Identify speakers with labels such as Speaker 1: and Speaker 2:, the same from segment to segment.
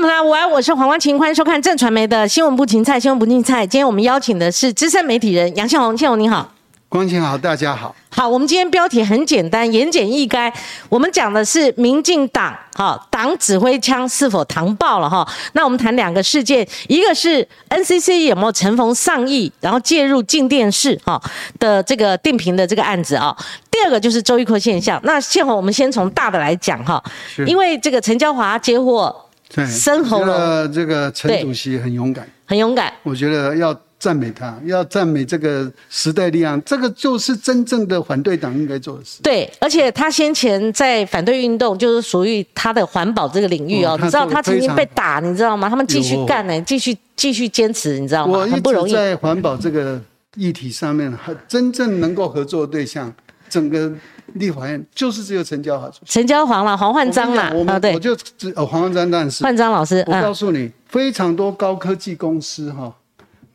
Speaker 1: 们来，我爱我是黄光晴，欢迎收看正传媒的新闻部芹菜，新闻不芹菜。今天我们邀请的是资深媒体人杨倩红，倩红你好。
Speaker 2: 光晴好，大家好。
Speaker 1: 好，我们今天标题很简单，言简意赅。我们讲的是民进党，哈，党指挥枪是否糖爆了哈？那我们谈两个事件，一个是 NCC 有没有承逢上亿，然后介入进电视哈的这个定频的这个案子啊。第二个就是周玉蔻现象。那宪宏，我们先从大的来讲哈，
Speaker 2: 是
Speaker 1: 因为这个陈椒华接获
Speaker 2: 对，
Speaker 1: 深喉
Speaker 2: 我觉
Speaker 1: 咙
Speaker 2: 得这个陈
Speaker 1: 对
Speaker 2: 主席很勇敢，
Speaker 1: 很勇敢，
Speaker 2: 我觉得要赞美他，要赞美这个时代力量，这个就是真正的反对党应该做的事。
Speaker 1: 对，而且他先前在反对运动，就是属于他的环保这个领域哦。
Speaker 2: 哦
Speaker 1: 你知道他
Speaker 2: 他做得
Speaker 1: 曾经
Speaker 2: 非常
Speaker 1: 被打，你知道吗？他们继续
Speaker 2: 有哦
Speaker 1: 干呢、欸继续继续坚持，你知道吗？
Speaker 2: 我一
Speaker 1: 很不容
Speaker 2: 直
Speaker 1: 易。
Speaker 2: 在环保这个议题上面，很真正能够合作的对象，整个立法院就是只有陈椒华主席。
Speaker 1: 陈椒黄啦，黄焕章啦
Speaker 2: 我，
Speaker 1: 啊
Speaker 2: 们我
Speaker 1: 对，
Speaker 2: 就只呃黄文章但是
Speaker 1: 焕章老师，
Speaker 2: 我告
Speaker 1: 嗯，
Speaker 2: 诉你，非常多高科技公司哈、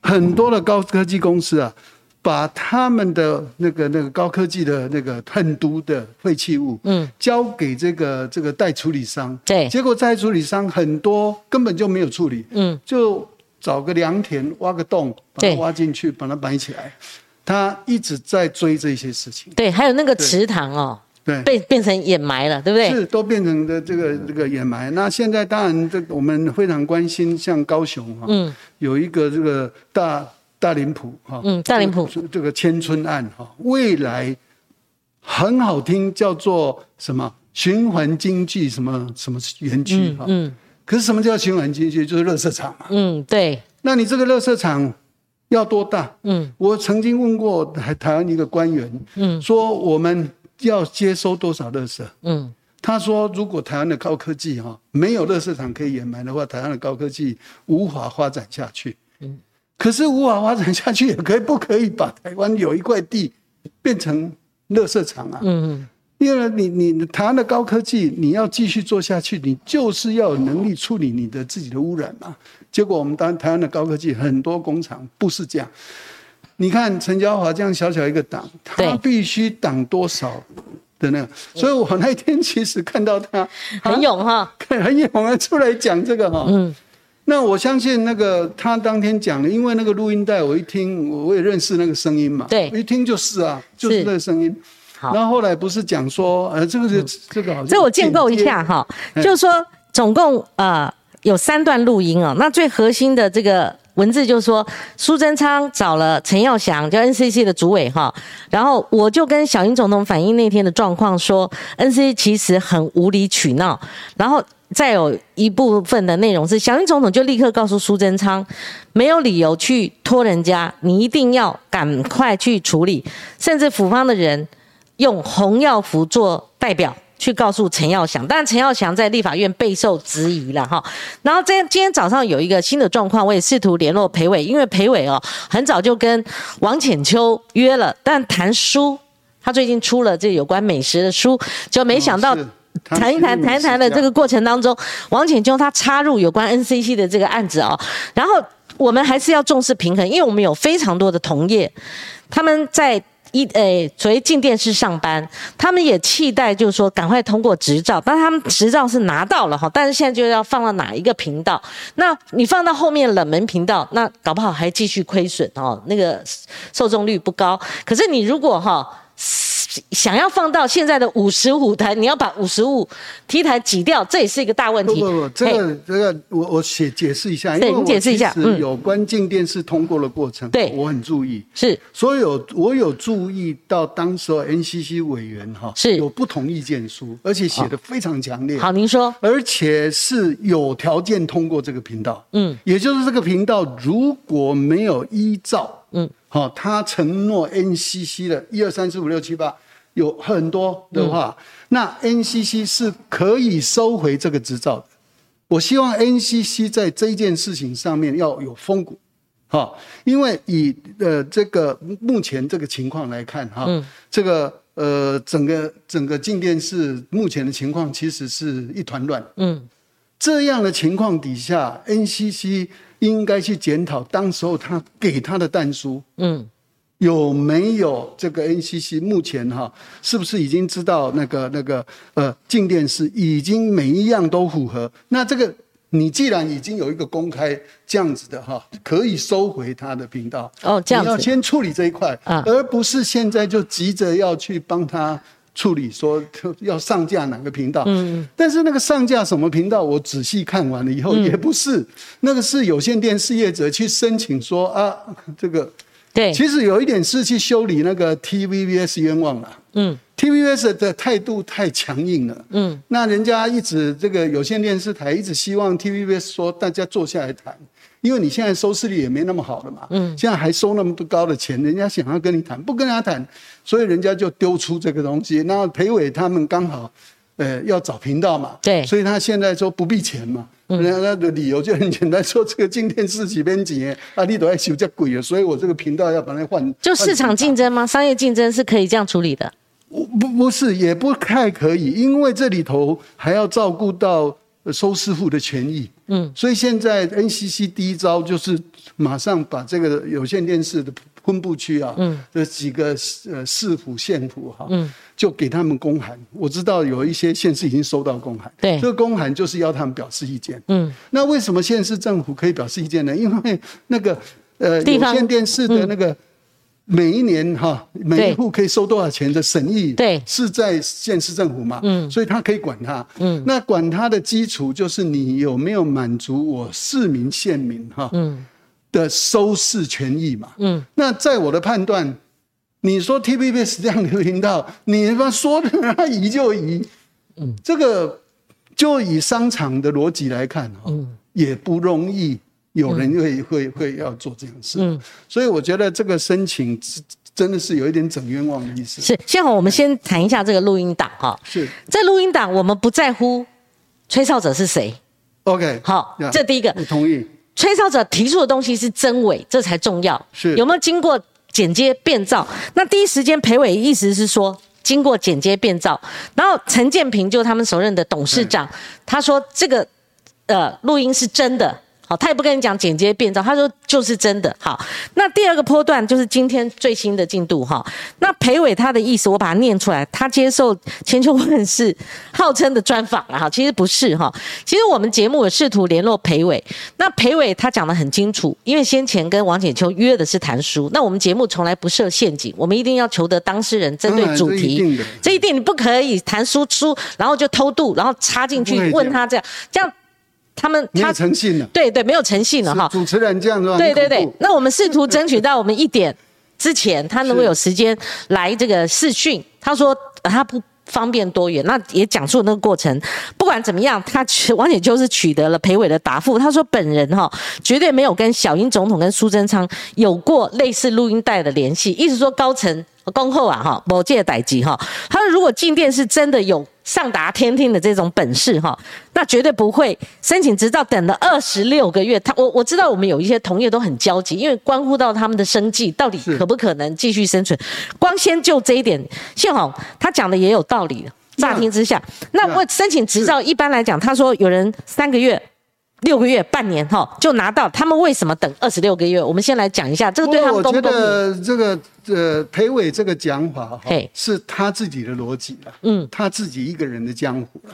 Speaker 2: 很多的高科技公司啊，把他们的那个那个高科技的那个恨毒的废弃物，
Speaker 1: 嗯，
Speaker 2: 交给这个这个代处理商，
Speaker 1: 对
Speaker 2: 结果代处理商很多根本就没有处理，
Speaker 1: 嗯，
Speaker 2: 就找个良田挖个洞，把
Speaker 1: 对
Speaker 2: 它挖进去，把它埋起来。他一直在追这些事情，
Speaker 1: 对，还有那个池塘哦，
Speaker 2: 对，
Speaker 1: 被变成掩埋了，对不对？
Speaker 2: 是都变成的这个这个掩埋。那现在当然，这个我们非常关心，像高雄哈、
Speaker 1: 嗯
Speaker 2: 有一个这个大大林埔哈、
Speaker 1: 嗯，大林埔
Speaker 2: 这这个千村案哈、未来很好听，叫做什么循环经济什么什么园区哈、
Speaker 1: 嗯
Speaker 2: 可是什么叫循环经济？就是垃圾场嘛。
Speaker 1: 嗯，对，
Speaker 2: 那你这个垃圾场要多大？
Speaker 1: 嗯
Speaker 2: 我曾经问过台台湾一个官员，
Speaker 1: 嗯
Speaker 2: 说我们要接收多少垃圾？
Speaker 1: 嗯，
Speaker 2: 他说，如果台湾的高科技哈、没有乐色场可以掩埋的话，台湾的高科技无法发展下去。
Speaker 1: 嗯
Speaker 2: 可是无法发展下去，也可以不可以把台湾有一块地变成乐色场啊？
Speaker 1: 嗯
Speaker 2: 因为你你台湾的高科技，你要继续做下去，你就是要有能力处理你的自己的污染嘛。结果我们当台湾的高科技很多工厂不是这样。你看陈椒华这样小小一个党，
Speaker 1: 对
Speaker 2: 他必须挡多少的那个？所以我那天其实看到他
Speaker 1: 很勇哈，
Speaker 2: 看很勇啊出来讲这个哈、
Speaker 1: 嗯
Speaker 2: 那我相信那个他当天讲的，因为那个录音带我一听，我我也认识那个声音嘛，
Speaker 1: 对
Speaker 2: 我一听就是啊，就是那个声音。
Speaker 1: 好
Speaker 2: 然后后来不是讲说，呃，这个是、这个好像
Speaker 1: 这我建构一下哈，
Speaker 2: 嗯
Speaker 1: 就是说总共呃有三段录音哦，那最核心的这个。文字就是说，苏贞昌找了陈耀祥，就 NCC 的主委哈，然后我就跟小英总统反映那天的状况说，NCC 其实很无理取闹，然后再有一部分的内容是，小英总统就立刻告诉苏贞昌，没有理由去拖人家，你一定要赶快去处理，甚至府方的人用洪耀福做代表。去告诉陈耀祥，但陈耀祥在立法院备受质疑了哈。然后在今天早上有一个新的状况，我也试图联络裴伟，因为裴伟哦很早就跟王浅秋约了，但谈书，他最近出了这有关美食的书，就没想到
Speaker 2: 哦是 他
Speaker 1: 谈一谈
Speaker 2: 是
Speaker 1: 谈一谈的这个过程当中，王浅秋他插入有关 NCC 的这个案子哦，然后我们还是要重视平衡，因为我们有非常多的同业，他们在。一诶，所谓进电视上班，他们也期待就是说赶快通过执照，但他们执照是拿到了哈，但是现在就要放到哪一个频道？那你放到后面冷门频道，那搞不好还继续亏损哦，那个受众率不高。可是你如果哈、想要放到现在的五十五台，你要把五十五 T 台挤掉，这也是一个大问
Speaker 2: 不
Speaker 1: 题。
Speaker 2: 不不，这
Speaker 1: 嘿
Speaker 2: 个这个，我我写解释一下，因
Speaker 1: 对
Speaker 2: 为我
Speaker 1: 你解释一下
Speaker 2: 其实
Speaker 1: 嗯
Speaker 2: 有关进电视通过的过程，
Speaker 1: 对
Speaker 2: 我很注意。
Speaker 1: 是
Speaker 2: 所以有我有注意到，当时候 NCC 委员哈
Speaker 1: 是
Speaker 2: 有不同意见书，而且写的非常强烈。
Speaker 1: 好，您说
Speaker 2: 而且是有条件通过这个频道，
Speaker 1: 嗯，
Speaker 2: 也就是这个频道如果没有依照，
Speaker 1: 嗯，
Speaker 2: 好、他承诺 NCC 的一二三四五六七八有很多的话，
Speaker 1: 嗯
Speaker 2: 那 NCC 是可以收回这个执照的。我希望 NCC 在这件事情上面要有风骨，哈、因为以呃这个目前这个情况来看哈、这个呃整个整个静电视目前的情况其实是一团乱。
Speaker 1: 嗯，
Speaker 2: 这样的情况底下，NCC 应该去检讨当时候他给他的弹书
Speaker 1: 嗯，
Speaker 2: 有没有这个 NCC 目前哈、是不是已经知道那个那个呃静电视已经每一样都符合？那这个你既然已经有一个公开这样子的哈，可以收回他的频道
Speaker 1: 哦这样子
Speaker 2: 你要先处理这一块，
Speaker 1: 啊
Speaker 2: 而不是现在就急着要去帮他处理说要上架哪个频道。嗯，但是那个上架什么频道，我仔细看完了以后、
Speaker 1: 嗯
Speaker 2: 也不是，那个是有线电视业者去申请说啊，这个
Speaker 1: 对，
Speaker 2: 其实有一点是去修理那个 TVBS 冤枉了。
Speaker 1: 嗯
Speaker 2: ，TVBS 的态度太强硬了。
Speaker 1: 嗯，
Speaker 2: 那人家一直这个有线电视台一直希望 TVBS 说大家坐下来谈，因为你现在收视率也没那么好了嘛。嗯，现在还收那么多高的钱，人家想要跟你谈，不跟他谈，所以人家就丢出这个东西。那裴伟他们刚好。呃，要找频道嘛，
Speaker 1: 对嗯
Speaker 2: 所以他现在说不必钱嘛，人家那的理由就很简单，说这个进电视几边几年啊，你都在修这鬼了，所以我这个频道要把它换，
Speaker 1: 就
Speaker 2: 换
Speaker 1: 市场竞争吗？商业竞争是可以这样处理的。
Speaker 2: 我不不是，也不太可以，因为这里头还要照顾到呃收视户的权益。嗯，所以现在 NCC 第一招就是马上把这个有线电视的分部区啊，嗯，这几个呃市府、县府哈、嗯，就给他们公函。我知道有一些县市已经收到公函，
Speaker 1: 对
Speaker 2: 这个公函就是要他们表示意见。
Speaker 1: 嗯，
Speaker 2: 那为什么县市政府可以表示意见呢？因为那个呃
Speaker 1: 地
Speaker 2: 有
Speaker 1: 方嗯
Speaker 2: 线电视的那个每一年哈、每
Speaker 1: 对
Speaker 2: 一户可以收多少钱的审议，
Speaker 1: 对
Speaker 2: 是在县市政府嘛，嗯，所以他可以管他，嗯，那管他的基础就是你有没有满足我市民县民哈，嗯，的收视权益嘛，嗯，那在我的判断，你说 TVBS 这样的频道， 你他妈说的他移就移，嗯，这个就以商场的逻辑来看哈，
Speaker 1: 嗯
Speaker 2: 也不容易。有人会、会会要做这样的事，嗯、所以我觉得这个申请真的是有一点整冤枉的意思。
Speaker 1: 是，幸好我们先谈一下这个录音档哈。
Speaker 2: 是
Speaker 1: 这录音档我们不在乎吹哨者是谁，
Speaker 2: OK，
Speaker 1: 好
Speaker 2: Yeah，
Speaker 1: 这第一个
Speaker 2: 我同意。
Speaker 1: 吹哨者提出的东西是真伪，这才重要。
Speaker 2: 是
Speaker 1: 有没有经过剪接变造？那第一时间，裴伟意思是说。经过剪接变造，然后陈建平就他们首任的董事长，他说这个呃录音是真的，好，他也不跟你讲剪接变造，他说就是真的。好，那第二个波段就是今天最新的进度哈。那裴伟他的意思，我把它念出来，他接受千秋万世号称的专访啊，哈其实不是哈。其实我们节目有试图联络裴伟，那裴伟他讲的很清楚，因为先前跟王浅秋约的是谈书，那我们节目从来不设陷阱，我们一定要求得当事人针对
Speaker 2: 当然
Speaker 1: 主
Speaker 2: 这一
Speaker 1: 题，
Speaker 2: 定的
Speaker 1: 这一定你不可以谈输出，然后就偷渡，然后插进
Speaker 2: 不可
Speaker 1: 去
Speaker 2: 以
Speaker 1: 问
Speaker 2: 这样
Speaker 1: 他这样，这样他们
Speaker 2: 没有
Speaker 1: 他
Speaker 2: 诚信了
Speaker 1: 对对，没有诚信了哈。
Speaker 2: 主持人这样说，
Speaker 1: 对
Speaker 2: 很
Speaker 1: 对
Speaker 2: 恐
Speaker 1: 对
Speaker 2: 怖，
Speaker 1: 那我们试图争取到我们一点之前，他能够有时间来这个试训。他说呃他不方便多远，那也讲述那个过程。不管怎么样，他取王雪秋是取得了裴伟的答复。他说本人哈、绝对没有跟小英总统跟苏贞昌有过类似录音带的联系，意思说高层。恭候啊哈，某届逮级哈，他说如果进店是真的有上达天听的这种本事哈，那绝对不会申请执照等了二十六个月。他我我知道我们有一些同业都很焦急，因为关乎到他们的生计到底
Speaker 2: 是
Speaker 1: 可不可能继续生存。光先就这一点，幸好他讲的也有道理。乍听之下，那
Speaker 2: 那
Speaker 1: 我申请执照一般来讲，他说有人三个月。六个月、半年哈就拿到，他们为什么等二十六个月？我们先来讲一下这个
Speaker 2: 不
Speaker 1: 对他
Speaker 2: 过
Speaker 1: 们
Speaker 2: 我
Speaker 1: 公
Speaker 2: 觉
Speaker 1: 不公平？
Speaker 2: 得这个呃，裴伟这个讲法哈
Speaker 1: 嘿，
Speaker 2: 是他自己的逻辑了，
Speaker 1: 嗯，
Speaker 2: 他自己一个人的江湖了。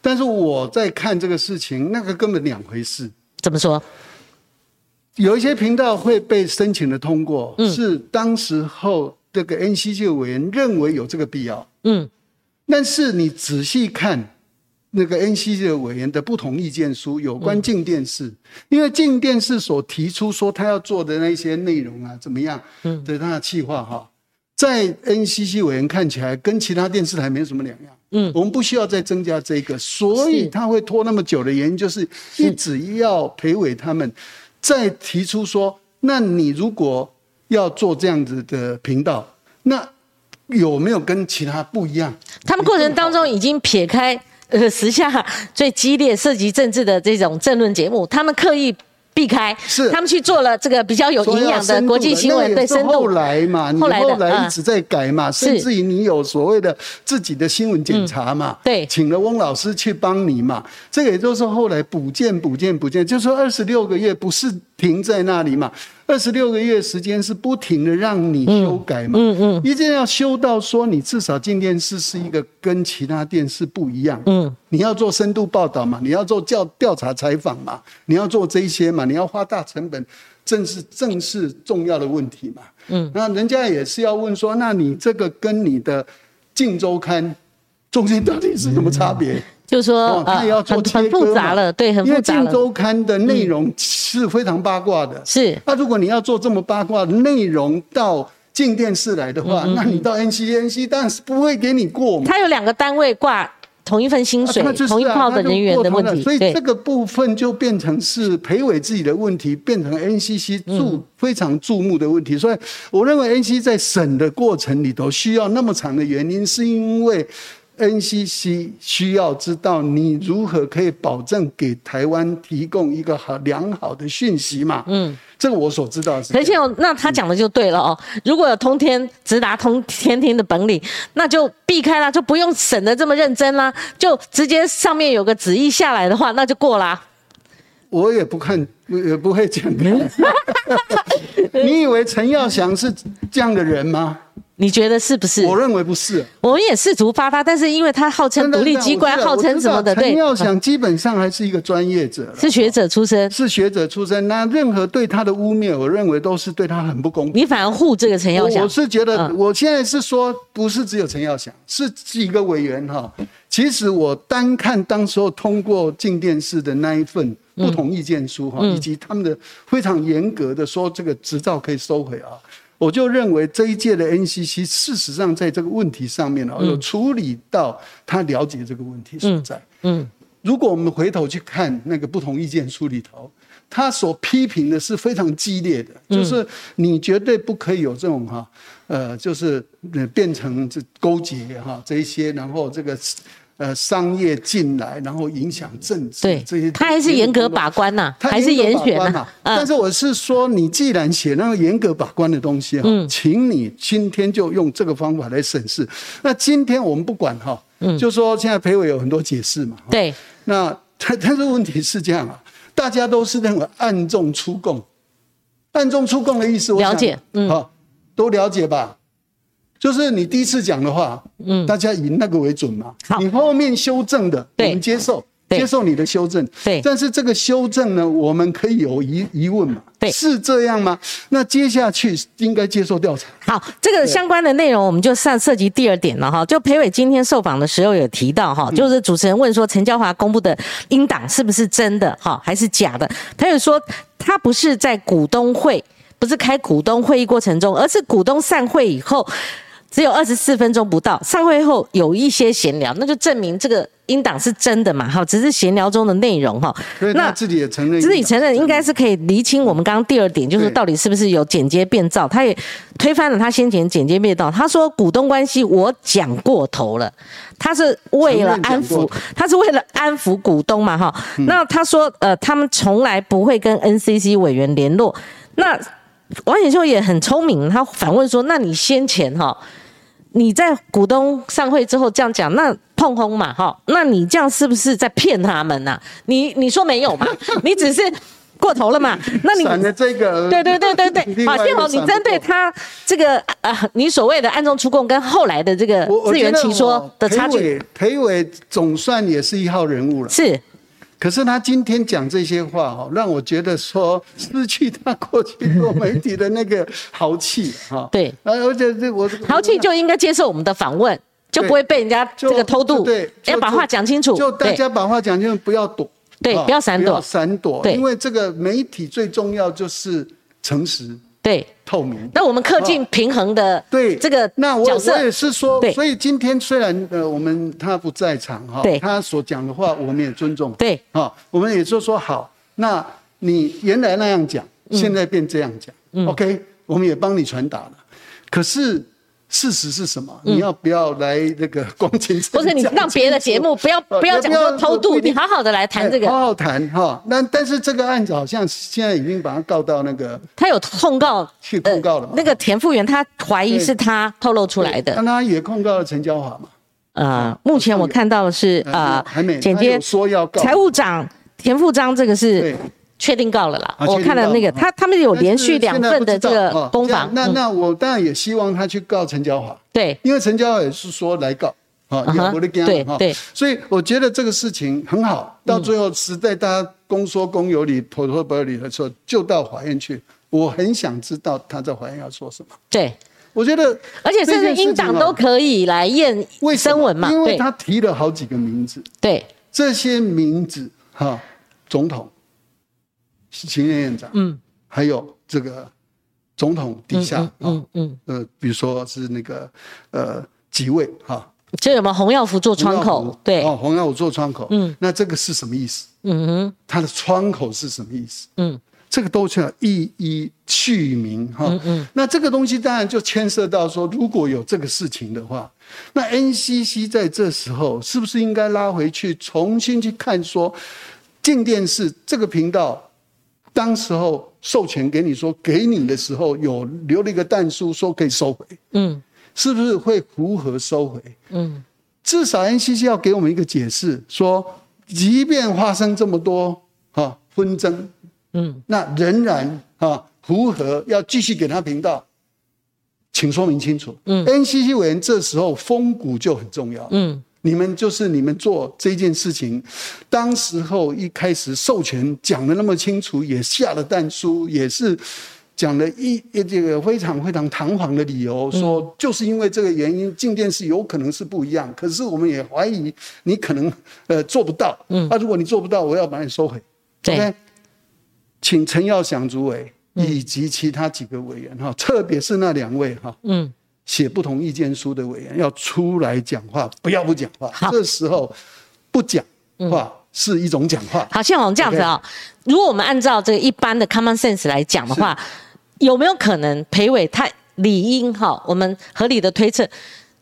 Speaker 2: 但是我在看这个事情，那个根本两回事。
Speaker 1: 怎么说？
Speaker 2: 有一些频道会被申请的通过，
Speaker 1: 嗯
Speaker 2: 是当时候这个 NCC 委员认为有这个必要，
Speaker 1: 嗯，
Speaker 2: 但是你仔细看那个 NCC 的委员的不同意见书，有关静电视，因为静电视所提出说他要做的那些内容啊，怎么样，嗯，的他的计划哈，在 NCC 委员看起来跟其他电视台没什么两样。嗯，我们不需要再增加这个，所以
Speaker 1: 是
Speaker 2: 他会拖那么久的原因就是一直要裴伟他们再提出说，那你如果要做这样子的频道，那有没有跟其他不一样？
Speaker 1: 他们过程当中已经撇开呃时下最激烈涉及政治的这种政论节目，他们刻意避开，
Speaker 2: 是
Speaker 1: 他们去做了这个比较有
Speaker 2: 说
Speaker 1: 营
Speaker 2: 要
Speaker 1: 养的
Speaker 2: 深度
Speaker 1: 国际新闻，
Speaker 2: 那
Speaker 1: 对
Speaker 2: 也是
Speaker 1: 深
Speaker 2: 后
Speaker 1: 度。
Speaker 2: 来嘛，你
Speaker 1: 后
Speaker 2: 后
Speaker 1: 来的
Speaker 2: 来
Speaker 1: 嗯嗯
Speaker 2: 一直在改嘛，甚至于你有所谓的自己的新闻检查嘛，
Speaker 1: 对
Speaker 2: 请了翁老师去帮你嘛，这个也就是后来补件、补件、补件，就说二十六个月不是停在那里嘛。二十六个月时间是不停的让你修改嘛，嗯嗯，一定要修到说你至少进电视是一个跟其他电视不一样，嗯，你要做深度报道嘛，你要做调调查采访嘛，你要做这些嘛，你要花大成本。正是正是重要的问题嘛，嗯，那人家也是要问说，那你这个跟你的《镜周刊》中间到底是什么差别？
Speaker 1: 就是说
Speaker 2: 哦，他也要
Speaker 1: 呃，
Speaker 2: 做
Speaker 1: 很
Speaker 2: 切割
Speaker 1: 很复杂
Speaker 2: 嘛
Speaker 1: 了，对，很
Speaker 2: 因
Speaker 1: 复
Speaker 2: 为《
Speaker 1: 杂
Speaker 2: 镜
Speaker 1: 了，
Speaker 2: 周刊》的内容是非常八卦的。
Speaker 1: 是
Speaker 2: 那、如果你要做这么八卦的内容到进电视来的
Speaker 1: 嗯
Speaker 2: 话，那你到 NCNC 当然是不会给你过嘛。
Speaker 1: 他有两个单位挂同一份薪水、
Speaker 2: 啊他就是啊
Speaker 1: 同一票
Speaker 2: 他
Speaker 1: 的
Speaker 2: 就
Speaker 1: 人员
Speaker 2: 过
Speaker 1: 的
Speaker 2: 头
Speaker 1: 问
Speaker 2: 了
Speaker 1: 题，
Speaker 2: 所以
Speaker 1: 对
Speaker 2: 这个部分就变成是裴伟自己的问题，变
Speaker 1: 嗯
Speaker 2: 成 NCC 注、非常注目的问题。所以我认为 NCC 在审的过程里头需要那么长的原因，是因为 NCC 需要知道你如何可以保证给台湾提供一个好良好的讯息嘛。嗯，这个我所知道的是这
Speaker 1: 而
Speaker 2: 样。
Speaker 1: 且有那他讲的就对了哦，如果有通天直达通天听的本领，那就避开啦，就不用审的这么认真啦，就直接上面有个旨意下来的话，那就过啦。
Speaker 2: 我也不看，也不会讲。
Speaker 1: 嗯
Speaker 2: 你以为陈耀祥是这样的人吗？
Speaker 1: 你觉得是不 是？
Speaker 2: 我认为不是。
Speaker 1: 我们也试图发他，但是因为他号称
Speaker 2: 真的
Speaker 1: 独立
Speaker 2: 真的
Speaker 1: 机
Speaker 2: 我
Speaker 1: 关，
Speaker 2: 知道
Speaker 1: 号
Speaker 2: 我
Speaker 1: 称
Speaker 2: 知
Speaker 1: 什么
Speaker 2: 道
Speaker 1: 的，对
Speaker 2: 陈，耀祥基本上还是一个专业者了，
Speaker 1: 是学者出身，
Speaker 2: 是学者出身。那任何对他的污蔑，我认为都是对他很不公平。
Speaker 1: 你反而护这个陈耀
Speaker 2: 我
Speaker 1: 祥
Speaker 2: 我，是觉得，
Speaker 1: 嗯
Speaker 2: 我现在是说，不是只有陈耀祥，是几个委员哈。其实我单看当时候通过进电视的那一份不同意见书
Speaker 1: 嗯
Speaker 2: 哈，以及他们的非常严格的说这个执照可以收回啊，我就认为这一届的 NCC 事实上在这个问题上面啊，有处理到他了解这个问题所在。
Speaker 1: 嗯，
Speaker 2: 如果我们回头去看那个不同意见书里头，他所批评的是非常激烈的，
Speaker 1: 嗯
Speaker 2: 就是你绝对不可以有这种哈，呃，就是呃变成这勾结哈这一些，然后这个呃商业进来，然后影响政治，
Speaker 1: 对
Speaker 2: 这些，
Speaker 1: 他还是严格把关呐，还是严选
Speaker 2: 呐、
Speaker 1: 呐，
Speaker 2: 但
Speaker 1: 嗯，
Speaker 2: 是我是说，你既然写那个严格把关的东西哈，
Speaker 1: 嗯
Speaker 2: 请你今天就用这个方法来审视。那今天我们不管哈，
Speaker 1: 嗯
Speaker 2: 就说现在裴伟有很多解释嘛，哈
Speaker 1: 对，
Speaker 2: 那但但是问题是这样啊，大家都是认为暗中出供，暗中出供的意思我想
Speaker 1: 了解，
Speaker 2: 嗯，好、都了解吧。就是你第一次讲的话，嗯，大家以那个为准嘛。
Speaker 1: 好
Speaker 2: 你后面修正的，我
Speaker 1: 对
Speaker 2: 们接受，
Speaker 1: 对
Speaker 2: 接受你的修正。
Speaker 1: 对
Speaker 2: 但是这个修正呢，我们可以有疑疑问嘛？
Speaker 1: 对
Speaker 2: 是这样吗？那接下去应该接受调查。
Speaker 1: 好，这个相关的内容我们就上涉及第二点了哈。就裴伟今天受访的时候有提到哈，就是主持人问说陈椒华公布的英党是不是真的哈，还是假的？他有说他不是在股东会，不是开股东会议过程中，而是股东散会以后。只有二十四分钟不到，散会后有一些闲聊，那就证明这个英党是真的嘛，哈，只是闲聊中的内容哈
Speaker 2: 所以。他
Speaker 1: 那
Speaker 2: 自己也承认，
Speaker 1: 自己承认应该是可以厘清我们刚刚第二点，就是
Speaker 2: 对
Speaker 1: 到底是不是有剪接变造。他也推翻了他先前剪接变造，他说股东关系我讲过头了，他是为了安
Speaker 2: 承认讲过
Speaker 1: 抚
Speaker 2: 头，嗯
Speaker 1: 他是为了安抚股东嘛哈。那他说呃，他们从来不会跟 NCC 委员联络。那王显秀也很聪明，他反问说：“那你先前哈、你在股东散会之后这样讲，那碰轰嘛，哈，那你这样是不是在骗他们呐、你你说没有 嘛？你只是过头了嘛？那你
Speaker 2: 闪了这个，
Speaker 1: 对对对对对，
Speaker 2: 另
Speaker 1: 好
Speaker 2: 外，一个
Speaker 1: 建宏，你
Speaker 2: 闪不
Speaker 1: 针对
Speaker 2: 过
Speaker 1: 他这个呃，你所谓的暗中出供跟后来的这个
Speaker 2: 我我
Speaker 1: 自
Speaker 2: 觉
Speaker 1: 圆
Speaker 2: 得
Speaker 1: 其说
Speaker 2: 我
Speaker 1: 的差距，
Speaker 2: 裴伟裴伟总算也是一号人物了，
Speaker 1: 是
Speaker 2: 可是他今天讲这些话哦，让我觉得说失去他过去做媒体的那个豪气哈。
Speaker 1: 对
Speaker 2: 啊，而且这我
Speaker 1: 豪气就应该接受我们的访问，就不会被人家
Speaker 2: 就
Speaker 1: 这个偷渡，哎
Speaker 2: 就对，就
Speaker 1: 要把话讲清楚，
Speaker 2: 就大
Speaker 1: 对
Speaker 2: 家把话讲清楚，不要躲，
Speaker 1: 对
Speaker 2: 啊
Speaker 1: 不要闪躲
Speaker 2: 不要闪躲，
Speaker 1: 对
Speaker 2: 因为这个媒体最重要就是诚实
Speaker 1: 对。
Speaker 2: 透明。
Speaker 1: 那我们恪尽平衡的
Speaker 2: 对
Speaker 1: 这个
Speaker 2: 那我
Speaker 1: 角色
Speaker 2: 我也是说
Speaker 1: 对，
Speaker 2: 所以今天虽然呃我们他不在场哈
Speaker 1: 对，
Speaker 2: 他所讲的话我们也尊重，
Speaker 1: 对，
Speaker 2: 好、我们也就说好，那你原来那样讲，
Speaker 1: 嗯
Speaker 2: 现在变这样讲、o k 我们也帮你传达了。可是事实是什么？你要不要来那个光前？
Speaker 1: 不嗯是你让别的节目不要
Speaker 2: 呃
Speaker 1: 不要
Speaker 2: 也
Speaker 1: 讲
Speaker 2: 不要
Speaker 1: 说偷渡，
Speaker 2: 不一定
Speaker 1: 你好好的来谈这
Speaker 2: 哎好
Speaker 1: 个。
Speaker 2: 好谈哈。那但是这个案子好像现在已经把他告到那个
Speaker 1: 他有控告，
Speaker 2: 去控告了嘛
Speaker 1: 呃那个田复原他怀疑是他透露出来的。
Speaker 2: 那他也控告了陈椒华嘛。
Speaker 1: 呃，目前我看到的是
Speaker 2: 呃
Speaker 1: 呃
Speaker 2: 还没，
Speaker 1: 简
Speaker 2: 他
Speaker 1: 介
Speaker 2: 有说要告
Speaker 1: 财务长田富章这个是
Speaker 2: 对
Speaker 1: 确定告了啦。我
Speaker 2: 啊确定
Speaker 1: 看了
Speaker 2: 告
Speaker 1: 那个，
Speaker 2: 了
Speaker 1: 他他们有连续两份的这
Speaker 2: 但是现在不知道
Speaker 1: 个
Speaker 2: 哦
Speaker 1: 攻防，
Speaker 2: 这样那
Speaker 1: 嗯
Speaker 2: 那我当然也希望他去告陈嘉华，
Speaker 1: 对
Speaker 2: 因为陈嘉华也是说来告。啊
Speaker 1: 啊，哈
Speaker 2: 我的
Speaker 1: 对
Speaker 2: 哈，
Speaker 1: 对嗯
Speaker 2: 所以我觉得这个事情很好。到最后，实在大家公说公有理，婆说婆有理的时候，就到法院去。我很想知道他在法院要说什么。
Speaker 1: 对，
Speaker 2: 我觉得，
Speaker 1: 而且甚
Speaker 2: 这件
Speaker 1: 至
Speaker 2: 事情
Speaker 1: 英党
Speaker 2: 哦
Speaker 1: 都可以来验
Speaker 2: 为什
Speaker 1: 声
Speaker 2: 么
Speaker 1: 纹嘛，
Speaker 2: 因为
Speaker 1: 对
Speaker 2: 他提了好几个名字，
Speaker 1: 对
Speaker 2: 这些名字哈、总统、行政院长，
Speaker 1: 嗯，
Speaker 2: 还有这个总统底下，
Speaker 1: 嗯嗯嗯，
Speaker 2: 呃，比如说是那个呃几位哈，
Speaker 1: 就有没有红药符做窗
Speaker 2: 洪耀
Speaker 1: 口
Speaker 2: 福？
Speaker 1: 对，
Speaker 2: 哦，洪耀武做窗口，
Speaker 1: 嗯，
Speaker 2: 那这个是什么意思？
Speaker 1: 嗯
Speaker 2: 它的窗口是什么意思？
Speaker 1: 嗯，
Speaker 2: 这个都需要一一去明哈。嗯嗯，那这个东西当然就牵涉到说，如果有这个事情的话，那 NCC 在这时候是不是应该拉回去重新去看说，静电视这个频道当时候授权给你说给你的时候有留了一个弹书说可以收回，
Speaker 1: 嗯
Speaker 2: 是不是会符合收回？
Speaker 1: 嗯
Speaker 2: 至少 NCC 要给我们一个解释，说即便发生这么多啊纷争，
Speaker 1: 嗯
Speaker 2: 那仍然啊符合要继续给他频道，请说明清楚。
Speaker 1: 嗯
Speaker 2: ，NCC 委员这时候风骨就很重要。
Speaker 1: 嗯
Speaker 2: 你们就是你们做这件事情，当时候一开始授权讲的那么清楚，也下了弹书，也是讲了一一这个非常非常堂皇的理由，说就是因为这个原因，静电是有可能是不一样，可是我们也怀疑你可能呃做不到，嗯，那、如果你做不到，我要把你收回，
Speaker 1: 对
Speaker 2: o k 请陈耀祥主委以及其他几个委员哈，特别是那两位哈，
Speaker 1: 嗯，
Speaker 2: 写不同意见书的委员要出来讲话，不要不讲话
Speaker 1: 好。嗯
Speaker 2: 这时候不讲话是一种讲话。
Speaker 1: 好，像我们这样子啊、如果我们按照这个一般的 common sense 来讲的话，有没有可能裴伟他理应哈，我们合理的推测，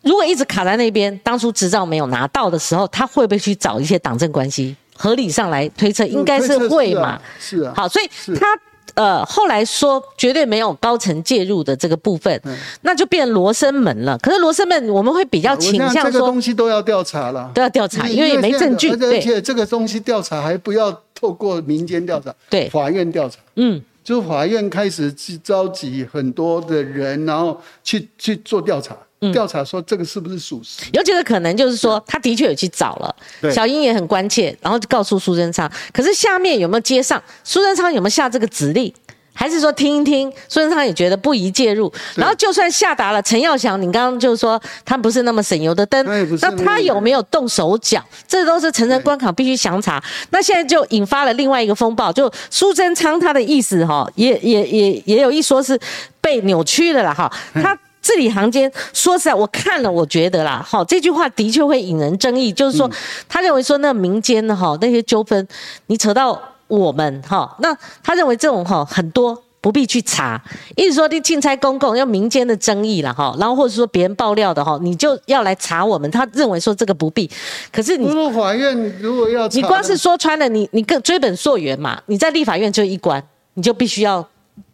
Speaker 1: 如果一直卡在那边，当初执照没有拿到的时候，他会不会去找一些党政关系？合理上来推测，应该是会嘛？
Speaker 2: 是啊，是啊
Speaker 1: 好，所以
Speaker 2: 是
Speaker 1: 他呃后来说绝对没有高层介入的这个部分，
Speaker 2: 嗯
Speaker 1: 那就变罗生门了。可是罗生门我们会比较
Speaker 2: 啊我
Speaker 1: 倾
Speaker 2: 想
Speaker 1: 向
Speaker 2: 这个
Speaker 1: 说
Speaker 2: 东西都要调查了，
Speaker 1: 都要调查，因为也没
Speaker 2: 现在
Speaker 1: 证据，
Speaker 2: 而且而
Speaker 1: 对
Speaker 2: 且这个东西调查还不要透过民间调查，
Speaker 1: 对，
Speaker 2: 法院调查。
Speaker 1: 嗯
Speaker 2: 就是法院开始去召集很多的人，然后去去做调查，
Speaker 1: 嗯
Speaker 2: 调查说这个是不是属实。
Speaker 1: 尤其是可能就是说，他的确有去找了，
Speaker 2: 对
Speaker 1: 小英也很关切，然后就告诉苏贞昌。可是下面有没有接上？苏贞昌有没有下这个指令？还是说听一听？苏贞昌也觉得不宜介入。
Speaker 2: 对
Speaker 1: 然后就算下达了，陈耀祥，你刚刚就说他不是那么省油的灯
Speaker 2: 他也不，是
Speaker 1: 那
Speaker 2: 那么
Speaker 1: 他有没有动手脚？这都是层层关卡必须详查。那现在就引发了另外一个风暴，就苏贞昌他的意思哈、也也也也有一说是被扭曲了啦哈、他字里行间，说实在，我看了，我觉得啦，哈，这句话的确会引人争议，就是说，他认为说那民间的哈那些纠纷，你扯到我们哈，那他认为这种哈很多。不必去查，意思说你竞猜公共要民间的争议了哈，然后或者说别人爆料的哈，你就要来查我们。他认为说这个不必，可是你
Speaker 2: 如果法院如果要查，
Speaker 1: 你光是说穿了，你你更追本溯源嘛，你在立法院就一关，你就必须要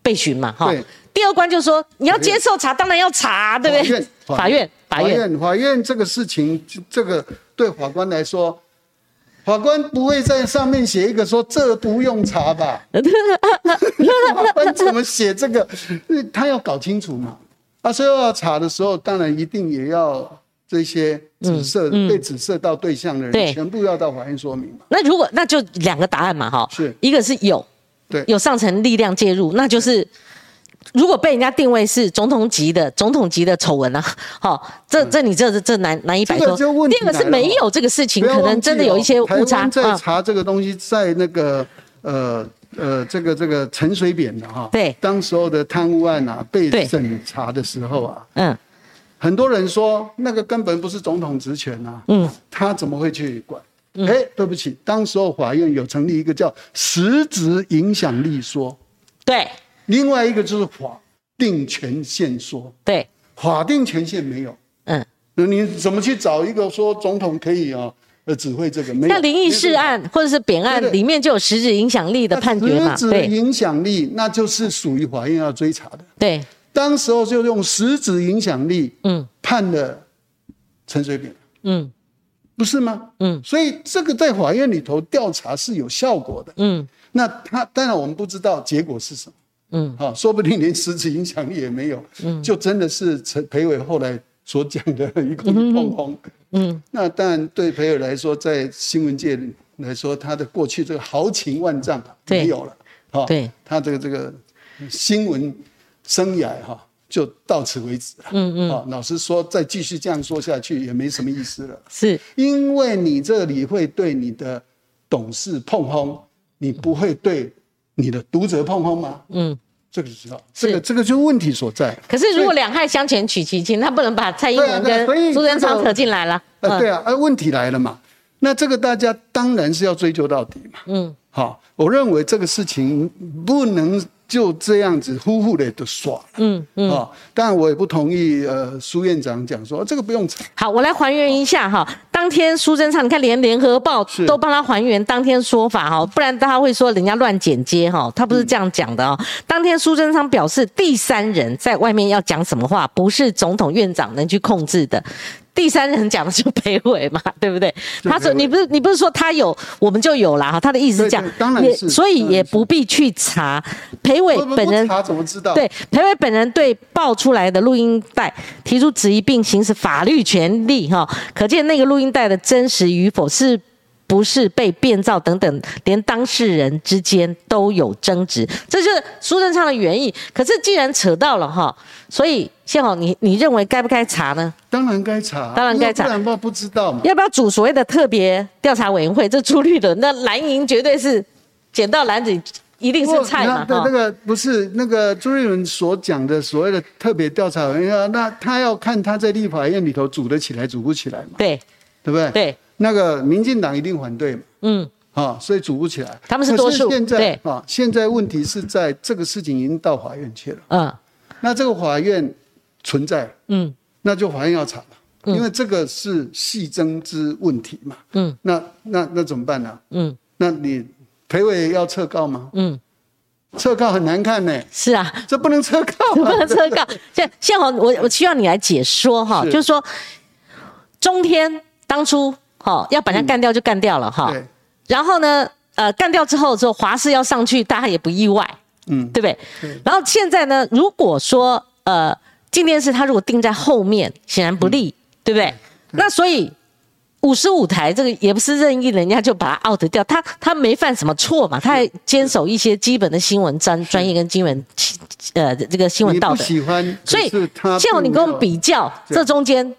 Speaker 1: 被询嘛，哈
Speaker 2: 对。
Speaker 1: 第二关就是说你要接受查，当然要查，对不对？法
Speaker 2: 法
Speaker 1: 院
Speaker 2: 院，
Speaker 1: 法院，
Speaker 2: 院，法院这个事情，这这个对法官来说，法官不会在上面写一个说这不用查吧？法官怎么写这个？呃他要搞清楚嘛。啊，所以要查的时候，当然一定也要这些指涉、被指涉到对象的
Speaker 1: 嗯对
Speaker 2: 人，全部要到法院说明嘛。
Speaker 1: 那如果那就两个答案嘛，哈，
Speaker 2: 是
Speaker 1: 一个是有，
Speaker 2: 对
Speaker 1: 有上层力量介入，那就是如果被人家定位是总统级的总统级的丑闻啊，好、这这你这这难难以摆
Speaker 2: 嗯这
Speaker 1: 脱。
Speaker 2: 个就问
Speaker 1: 第
Speaker 2: 题
Speaker 1: 二个是
Speaker 2: 来了
Speaker 1: 没有这个事情，
Speaker 2: 不要
Speaker 1: 可
Speaker 2: 忘
Speaker 1: 能
Speaker 2: 记
Speaker 1: 真的有一些
Speaker 2: 哦
Speaker 1: 误差
Speaker 2: 台湾在
Speaker 1: 啊、
Speaker 2: 查这个东西，在那个呃呃这个这个陈水扁的哈，
Speaker 1: 对
Speaker 2: 当时候的贪污案啊被
Speaker 1: 对
Speaker 2: 审查的时候啊，
Speaker 1: 嗯，
Speaker 2: 很多人说那个根本不是总统职权啊，
Speaker 1: 嗯，
Speaker 2: 他怎么会去管？哎、对不起，当时候法院有成立一个叫实质影响力说，
Speaker 1: 对
Speaker 2: 另外一个就是法定权限说，
Speaker 1: 对，
Speaker 2: 法定权限没有，
Speaker 1: 嗯。
Speaker 2: 那你怎么去找一个说总统可以啊？呃，指挥这个没有？
Speaker 1: 像林
Speaker 2: 没
Speaker 1: 义
Speaker 2: 有这
Speaker 1: 士
Speaker 2: 个
Speaker 1: 案或者是扁案
Speaker 2: 对对
Speaker 1: 里面就有实质影响力的判决嘛，
Speaker 2: 实质
Speaker 1: 对
Speaker 2: 影响力，那就是属于法院要追查的。
Speaker 1: 对，
Speaker 2: 当时候就用实质影响力
Speaker 1: 嗯
Speaker 2: 判了陈水扁，
Speaker 1: 嗯
Speaker 2: 不是吗？
Speaker 1: 嗯
Speaker 2: 所以这个在法院里头调查是有效果的。
Speaker 1: 嗯，
Speaker 2: 那他当然我们不知道结果是什么，嗯，好、说不定连实质影响力也没有，嗯，就真的是陈裴伟后来所讲的一个碰红，嗯，那当然对裴伟来说，在新闻界来说，他的过去这个豪情万丈啊
Speaker 1: 对
Speaker 2: 没有了，好、
Speaker 1: 对，
Speaker 2: 他这个这个新闻生涯哈、就到此为止了。嗯嗯，哦，老实说，再继续这样说下去也没什么意思了。
Speaker 1: 是
Speaker 2: 因为你这里会对你的董事碰轰，你不会对你的读者碰轰吗？嗯，这个知道，这个这个就是问题所在。
Speaker 1: 可是如果两害相权取其轻，他不能把蔡英
Speaker 2: 对啊
Speaker 1: 文
Speaker 2: 对啊所以
Speaker 1: 跟苏贞
Speaker 2: 这
Speaker 1: 昌
Speaker 2: 个
Speaker 1: 扯进来了。嗯
Speaker 2: 啊，对啊，啊，问题来了嘛，那这个大家当然是要追究到底嘛。嗯，好，我认为这个事情不能就这样子呼呼的就耍了。嗯嗯，啊、当然我也不同意呃苏院长讲说、啊这个不用查，
Speaker 1: 好，我来还原一下哈，当天苏贞昌，你看连联合报
Speaker 2: 是
Speaker 1: 都帮他还原当天说法哈，不然大家会说人家乱剪接哈，他不是这样讲的哦。当天苏贞昌表示，第三人在外面要讲什么话，不是总统院长能去控制的。第三人讲的就裴伟嘛，对不对？
Speaker 2: 就
Speaker 1: 他说
Speaker 2: 裴伟
Speaker 1: 你不是你不是说他有，我们就有啦哈。他的意思是这样
Speaker 2: 对对，当然
Speaker 1: 也
Speaker 2: 是
Speaker 1: 所以
Speaker 2: 当然
Speaker 1: 也
Speaker 2: 是
Speaker 1: 不必去查裴伟
Speaker 2: 不不
Speaker 1: 本人
Speaker 2: 不查怎么知道？
Speaker 1: 对，裴伟本人对爆出来的录音带提出质疑，并行使法律权利哈、可见那个录音带的真实与否是。不是被变造等等，连当事人之间都有争执，这就是苏贞昌的原意。可是既然扯到了哈，所以宪宏，你你认为该不该查呢？
Speaker 2: 当然该查，
Speaker 1: 当然该查
Speaker 2: 因为不然的话不知道嘛。
Speaker 1: 要不要组所谓的特别调查委员会？这朱立伦，那蓝营绝对是捡到篮子，一定
Speaker 2: 不过
Speaker 1: 是菜嘛
Speaker 2: 你看那
Speaker 1: 哈
Speaker 2: 那。个不是那个朱立伦所讲的所谓的特别调查委员会，那他要看他在立法院里头组得起来，组不起来嘛，
Speaker 1: 对
Speaker 2: 对不对？。
Speaker 1: 对，
Speaker 2: 那个民进党一定反对嘛，
Speaker 1: 嗯，
Speaker 2: 啊、所以组不起来。
Speaker 1: 他们是多数
Speaker 2: 可现在
Speaker 1: 对
Speaker 2: 啊、现在问题是在这个事情已经到法院去了，
Speaker 1: 嗯
Speaker 2: 那这个法院存在，
Speaker 1: 嗯，
Speaker 2: 那就法院要查嘛，因为这个是细争之问题嘛。
Speaker 1: 嗯，
Speaker 2: 那那那怎么办呢、
Speaker 1: 嗯，
Speaker 2: 那你裴伟要撤告吗？
Speaker 1: 嗯，
Speaker 2: 撤告很难看呢、
Speaker 1: 是啊。
Speaker 2: 这不能撤 告、
Speaker 1: 不
Speaker 2: 啊。
Speaker 1: 能车 告。现宪宏，我我需要你来解说哈，
Speaker 2: 是
Speaker 1: 就是说中天当初哈要把它干掉就干掉了哈，
Speaker 2: 嗯对，
Speaker 1: 然后呢，呃，干掉之后之后华视要上去，大家也不意外，
Speaker 2: 嗯，
Speaker 1: 对不对？然后现在呢，如果说呃静电视它如果定在后面，显然不利，
Speaker 2: 嗯
Speaker 1: 对不对？那所以。五十五台这个也不是任意人家就把它 out 掉，他他没犯什么错嘛，他还坚守一些基本的新闻专专业跟新闻呃这个新闻
Speaker 2: 你
Speaker 1: 道
Speaker 2: 不
Speaker 1: 德。
Speaker 2: 喜欢，
Speaker 1: 所以
Speaker 2: 可是他，
Speaker 1: 现在你
Speaker 2: 并
Speaker 1: 跟我
Speaker 2: 没有
Speaker 1: 们比较，
Speaker 2: 对
Speaker 1: 这中间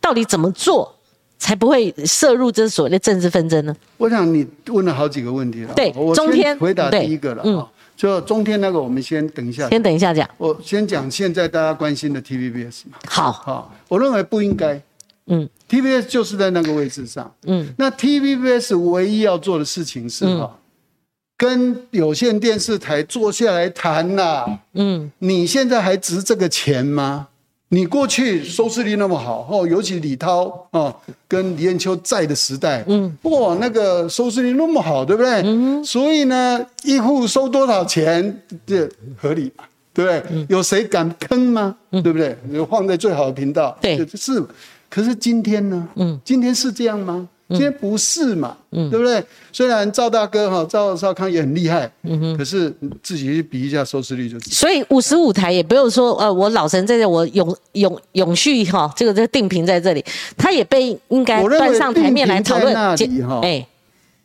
Speaker 1: 到底怎么做才不会涉入这所谓的政治纷争呢？
Speaker 2: 我想你问了好几个问题了。哦
Speaker 1: 对
Speaker 2: 我
Speaker 1: 中天
Speaker 2: 先回答
Speaker 1: 对
Speaker 2: 第一个了
Speaker 1: 嗯
Speaker 2: 啊，就中天那个，我们先等一下。
Speaker 1: 先等一下讲。
Speaker 2: 我先讲现在大家关心的 TVBS 嘛。
Speaker 1: 好，
Speaker 2: 好，哦我认为不应该。
Speaker 1: 哦嗯
Speaker 2: ，TVBS 就是在那个位置上。
Speaker 1: 嗯，
Speaker 2: 那 TVBS 唯一要做的事情是哈、跟有线电视台坐下来谈呐、
Speaker 1: 嗯，
Speaker 2: 你现在还值这个钱吗？你过去收视率那么好，哦，尤其李涛哦跟李艳秋在的时代，嗯，哇，那个收视率那么好，对不对？嗯，所以呢，一户收多少钱，这合理嘛，对不对？有谁敢坑吗？对不对？就放在最好的频道，
Speaker 1: 对
Speaker 2: 就就是。可是今天呢？嗯，今天是这样吗？今天不是嘛，嗯、对不对？虽然赵大哥哈赵少康也很厉害，嗯、可是自己去比一下收视率就知道。
Speaker 1: 所以五十五台也不用说，呃，我老神在这，我永永永续哈，这个这个定评在这里，他也被应该
Speaker 2: 我认为
Speaker 1: 端上台面来讨论
Speaker 2: 定评在那里
Speaker 1: 解
Speaker 2: 哈
Speaker 1: 哎，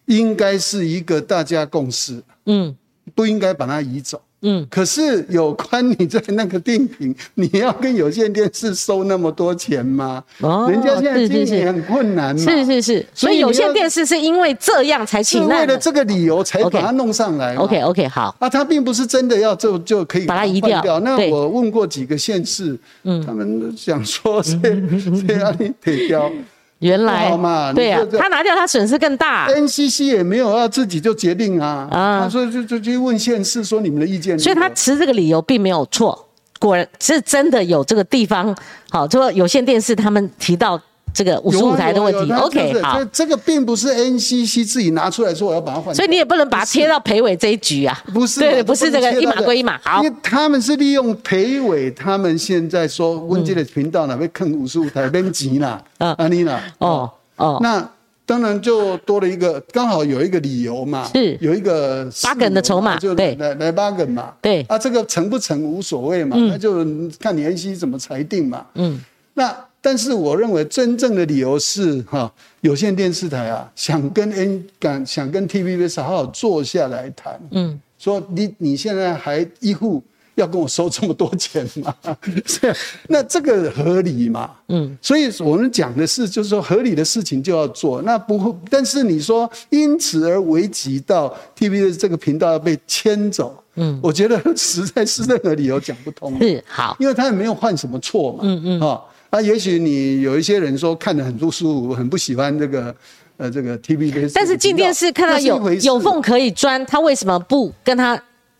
Speaker 2: 应该是一个大家共识，
Speaker 1: 嗯
Speaker 2: 不应该把它移走。
Speaker 1: 嗯，
Speaker 2: 可是有关你在那个定频，你要跟有线电视收那么多钱吗？
Speaker 1: 哦
Speaker 2: 人家现在
Speaker 1: 是是
Speaker 2: 经
Speaker 1: 是
Speaker 2: 营很困难嘛，
Speaker 1: 是是是，所
Speaker 2: 嗯啊所以
Speaker 1: 以
Speaker 2: 你要
Speaker 1: 有线电视是因为这样才
Speaker 2: 是
Speaker 1: 请
Speaker 2: 为
Speaker 1: 难
Speaker 2: 了
Speaker 1: 的。
Speaker 2: 这个理由才
Speaker 1: OK
Speaker 2: 把它弄上来嘛。
Speaker 1: OK OK，好，
Speaker 2: 啊，他并不是真的要就就可以
Speaker 1: 把它移
Speaker 2: 换
Speaker 1: 掉
Speaker 2: 那
Speaker 1: 对嗯
Speaker 2: 我问过几个县市，他们想 说谁谁让你得掉
Speaker 1: 原来
Speaker 2: 不好嘛你
Speaker 1: 对啊
Speaker 2: 这，这
Speaker 1: 他拿掉他损失更大。
Speaker 2: ，NCC 也没有要自己就决定啊，
Speaker 1: 啊
Speaker 2: 啊，所以就就去问县市说你们的意见如何。
Speaker 1: 所以他持这个理由并没有错，果然是真的有这个地方，好，就说有线电视他们提到这个五十五台的问题、
Speaker 2: 有啊有啊有啊
Speaker 1: o k
Speaker 2: 就是
Speaker 1: 好
Speaker 2: 这，这个并不是 NCC 自己拿出来说我要把它换掉，
Speaker 1: 所以你也不能把它贴到裴伟这一局啊，
Speaker 2: 不是
Speaker 1: 对
Speaker 2: 嘛
Speaker 1: 对，不是这个
Speaker 2: 能
Speaker 1: 一
Speaker 2: 切到
Speaker 1: 码归一码，好
Speaker 2: 因，为他们是利用裴伟，他们现在说温基的频道哪被坑五十五台边急啦，
Speaker 1: 嗯
Speaker 2: 安妮啦，
Speaker 1: 哦哦，
Speaker 2: 那当然就多了一个，刚好有一个理由嘛，
Speaker 1: 是
Speaker 2: 有一个
Speaker 1: 八梗的筹码
Speaker 2: 就
Speaker 1: 对
Speaker 2: 来来八梗嘛，
Speaker 1: 对
Speaker 2: 啊，这个成不成无所谓嘛，那就看你 NC 怎么裁定嘛，
Speaker 1: 嗯，
Speaker 2: 那但是我认为真正的理由是哈、有线电视台啊，想跟 N 敢想跟 TVBS 好好坐下来谈，
Speaker 1: 嗯，
Speaker 2: 说你你现在还一户要跟我收这么多钱吗？ 是，啊那这个合理吗？
Speaker 1: 嗯，
Speaker 2: 所以我们讲的是，就是说合理的事情就要做，那不会。但是你说因此而危及到 TVBS 这个频道要被牵走，嗯，我觉得实在是任何理由讲不通。
Speaker 1: 是好，
Speaker 2: 因为他也没有犯什么错嘛。嗯嗯。哦，那也许你有一些人说看得很不舒服，很不喜欢这个呃这个 TVB，
Speaker 1: 但是进电视看到有有缝，可以钻，他为什么不跟他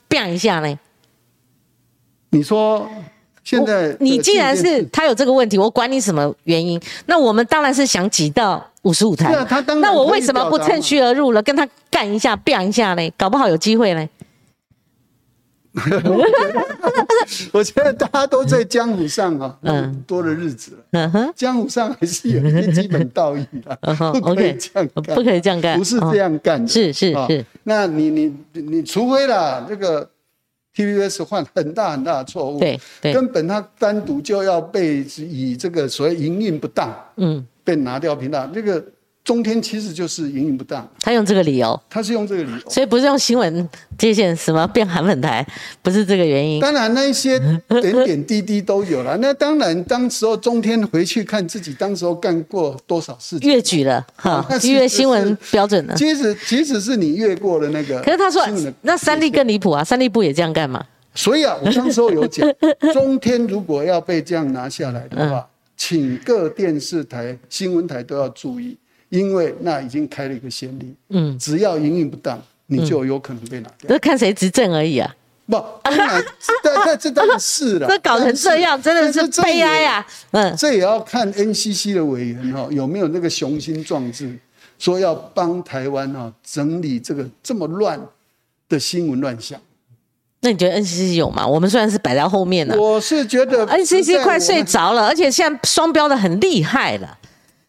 Speaker 1: biang 一下呢？
Speaker 2: 你说现在
Speaker 1: 我你既然
Speaker 2: 这个
Speaker 1: 是
Speaker 2: 进电视
Speaker 1: 他有这个问题，我管你什么原因，那我们当然是想挤到五十五台。
Speaker 2: 是啊他当然
Speaker 1: 那我
Speaker 2: 可以
Speaker 1: 为什么不
Speaker 2: 表达嘛
Speaker 1: 趁虚而入了，跟他干一下、biang 一下呢？搞不好有机会呢。
Speaker 2: 我觉得大家都在江湖上啊，嗯，多的日子了。
Speaker 1: 嗯哼，
Speaker 2: 江湖上还是有一些基本道义 的
Speaker 1: 嗯，哼
Speaker 2: 不可以
Speaker 1: OK，呃
Speaker 2: 这样干，
Speaker 1: 不可以这样干啊嗯
Speaker 2: 不是这样干的，
Speaker 1: 是是
Speaker 2: 啊
Speaker 1: 是。
Speaker 2: 那你你你，你除非啦，这个 TVBS 犯很大很大的错误，
Speaker 1: 对对
Speaker 2: 根本他单独就要被以这个所谓营运不当
Speaker 1: 嗯，
Speaker 2: 被拿掉频道，这个中天其实就是营运不当，
Speaker 1: 他用这个理由，
Speaker 2: 他是用这个理由。
Speaker 1: 所以不是用新闻界限什么变韩粉台，不是这个原因。
Speaker 2: 当然，那一些点点滴滴都 有了。那当然，当时候中天回去看自己当时候干过多少事情，
Speaker 1: 越举了哈
Speaker 2: 哦那，是
Speaker 1: 越新闻标准了。
Speaker 2: 即使即使是你越过了那个，
Speaker 1: 嗯可是他说
Speaker 2: 新闻的，
Speaker 1: 那三立更离谱啊，三立不也这样干嘛？
Speaker 2: 所以啊，我当时候 有讲，中天如果要被这样拿下来的
Speaker 1: 嗯
Speaker 2: 话，请各电视台、新闻台都要注意，因为那已经开了一个先例。
Speaker 1: 嗯，
Speaker 2: 只要营运不当，你就有可能被拿掉。
Speaker 1: 那看谁执政而已啊。
Speaker 2: 不，当然，但但这当然是了。
Speaker 1: 这搞成这样，真
Speaker 2: 啊但
Speaker 1: 的
Speaker 2: 是
Speaker 1: 是
Speaker 2: 这
Speaker 1: 悲
Speaker 2: 也
Speaker 1: 哀啊。 嗯，
Speaker 2: 这也要看 NCC 的委员哈、有没有那个雄心壮志，说要帮台湾哈、整理这个这么乱的新闻乱象。
Speaker 1: 那你觉得 NCC 有吗？我们虽然是摆在后面的、啊
Speaker 2: 我是觉得
Speaker 1: 呃 NCC 快
Speaker 2: 睡
Speaker 1: 睡着了，而且现在双标的很厉害了。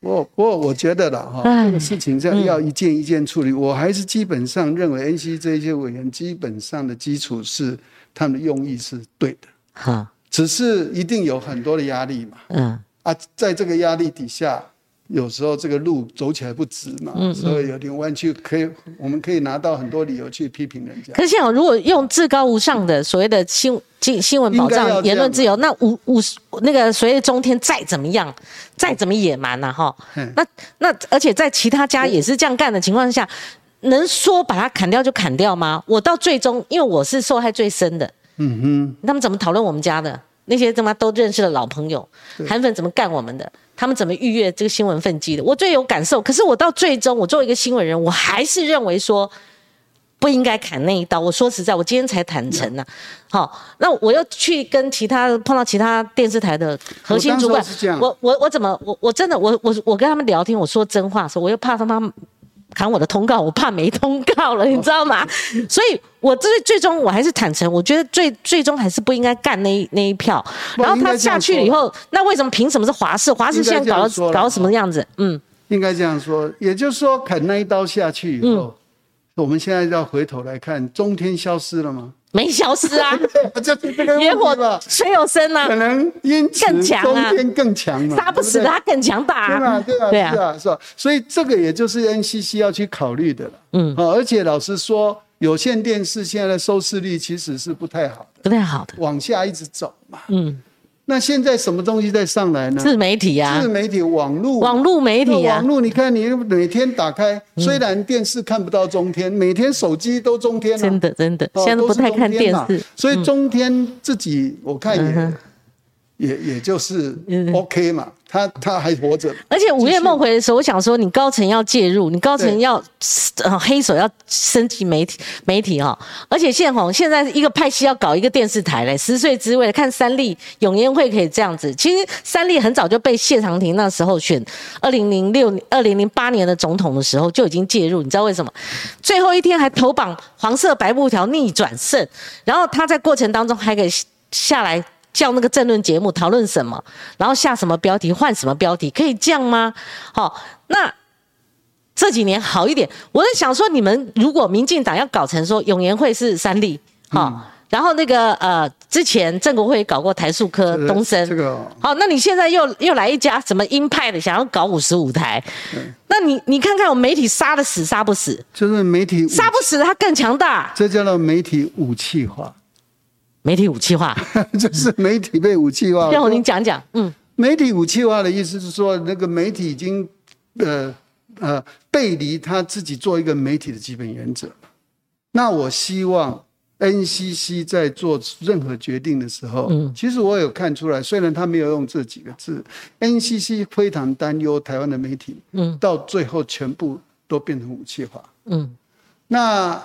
Speaker 2: 我不过我觉得啦，哈，
Speaker 1: 唉
Speaker 2: 这个事情这样要一件一件处理。我还是基本上认为 NC 这些委员基本上的基础是他们的用意是对的，
Speaker 1: 哈，
Speaker 2: 只是一定有很多的压力嘛。
Speaker 1: 嗯，
Speaker 2: 啊，在这个压力底下，有时候这个路走起来不直嘛，
Speaker 1: 嗯
Speaker 2: 所以有点弯曲，可以我们可以拿到很多理由去批评人家。
Speaker 1: 可是现在如果用至高无上的所谓的新新新闻保
Speaker 2: 应该要这
Speaker 1: 障、
Speaker 2: 样
Speaker 1: 言论自由，那五五十那个所谓的中天再怎么样，再怎么野蛮呐、哈
Speaker 2: 嗯，
Speaker 1: 那那而且在其他家也是这样干的情况下，能说把它砍掉就砍掉吗？我到最终，因为我是受害最深的，
Speaker 2: 嗯哼，
Speaker 1: 他们怎么讨论我们家的？那些他妈都认识的老朋友，韩粉怎么干我们的？他们怎么逾越这个新闻分机的？我最有感受。可是我到最终，我作为一个新闻人，我还是认为说不应该砍那一刀。我说实在，我今天才坦诚呐、好、那我又去跟其他碰到其他电视台的核心主
Speaker 2: 我当
Speaker 1: 管
Speaker 2: 时候是这样，
Speaker 1: 我我我怎么我我真的我我我跟他们聊天，我说真话的时候，我又怕他妈砍我的通告，我怕没通告
Speaker 2: 哦
Speaker 1: 了，你知道吗？所以，我最最终我还是坦诚，我觉得最最终还是不应该干那一那一票。
Speaker 2: 不
Speaker 1: 然后
Speaker 2: 应该
Speaker 1: 他
Speaker 2: 这
Speaker 1: 下
Speaker 2: 样
Speaker 1: 去
Speaker 2: 说
Speaker 1: 了以后，那为什么凭什么是华视？华视现在
Speaker 2: 应该这样
Speaker 1: 搞
Speaker 2: 说
Speaker 1: 到
Speaker 2: 了
Speaker 1: 搞到什么样子？嗯，
Speaker 2: 应该这样说，也就是说，砍那一刀下去以
Speaker 1: 嗯
Speaker 2: 后，我们现在要回头来看，中天消失了吗？
Speaker 1: 没消失 啊，
Speaker 2: 这是这个
Speaker 1: 野
Speaker 2: 问
Speaker 1: 火
Speaker 2: 题吧？
Speaker 1: 虽有声啊
Speaker 2: 可，能因此
Speaker 1: 更强
Speaker 2: 中
Speaker 1: 啊
Speaker 2: 间更强嘛，
Speaker 1: 杀不死
Speaker 2: 对对
Speaker 1: 他更强大
Speaker 2: 对
Speaker 1: 啊
Speaker 2: 啊，对啊，
Speaker 1: 对
Speaker 2: 是
Speaker 1: 啊，
Speaker 2: 啊，是吧？所以这个也就是 NCC 要去考虑的了。
Speaker 1: 嗯
Speaker 2: 好，而且老实说，有线电视现在的收视率其实是不太好
Speaker 1: 不
Speaker 2: 的，
Speaker 1: 太好的，
Speaker 2: 往下一直走嘛。
Speaker 1: 嗯，
Speaker 2: 那现在什么东西在上来呢？
Speaker 1: 自媒体啊
Speaker 2: 嗯自，媒体、网络、
Speaker 1: 网络媒体嗯
Speaker 2: 那
Speaker 1: 啊
Speaker 2: 网，络，你看你每天打开，虽然电视看不到中天，每天手机都中天了、
Speaker 1: 真的真的，
Speaker 2: 哦
Speaker 1: 现在都不太看电，
Speaker 2: 都是中天
Speaker 1: 视
Speaker 2: 嘛，所以中天自己我看也、
Speaker 1: 嗯哼
Speaker 2: 也也就是
Speaker 1: 嗯
Speaker 2: OK 嘛，他他还活着，
Speaker 1: 而且午夜梦回的时候，我想说，你高层要介入，你高层要呃黑手要升级媒体媒体哦。而且现红现在一个派系要搞一个电视台嘞，十岁之位看三立永烟会可以这样子。其实三立很早就被谢长廷那时候选二零零六二零零八年的总统的时候就已经介入，你知道为什么？最后一天还头绑黄色白布条逆转胜，然后他在过程当中还给下来叫那个政论节目讨论什么，然后下什么标题换什么标题，可以这样吗？好、那这几年好一点。我在想说，你们如果民进党要搞成说永延会是三立，
Speaker 2: 嗯
Speaker 1: 哈、然后那个呃，之前郑国会搞过台塑科、
Speaker 2: 这个
Speaker 1: 东升，
Speaker 2: 这个哦
Speaker 1: 好，那你现在又又来一家什么鹰派的，想要搞五十五台，那你你看看我们媒体杀的死杀不死，
Speaker 2: 就是媒体武器
Speaker 1: 杀不死他更强大，
Speaker 2: 这叫做媒体武器化，
Speaker 1: 媒体武器化，
Speaker 2: 啊就是媒体被武器化。
Speaker 1: 让我您讲讲，嗯，
Speaker 2: 媒体武器化的意思是说，那个媒体已经呃呃背离他自己做一个媒体的基本原则。那我希望 NCC 在做任何决定的时候，其实我有看出来，虽然他没有用这几个字，NCC 非常担忧台湾的媒体，嗯，到最后全部都变成武器化，
Speaker 1: 嗯，
Speaker 2: 那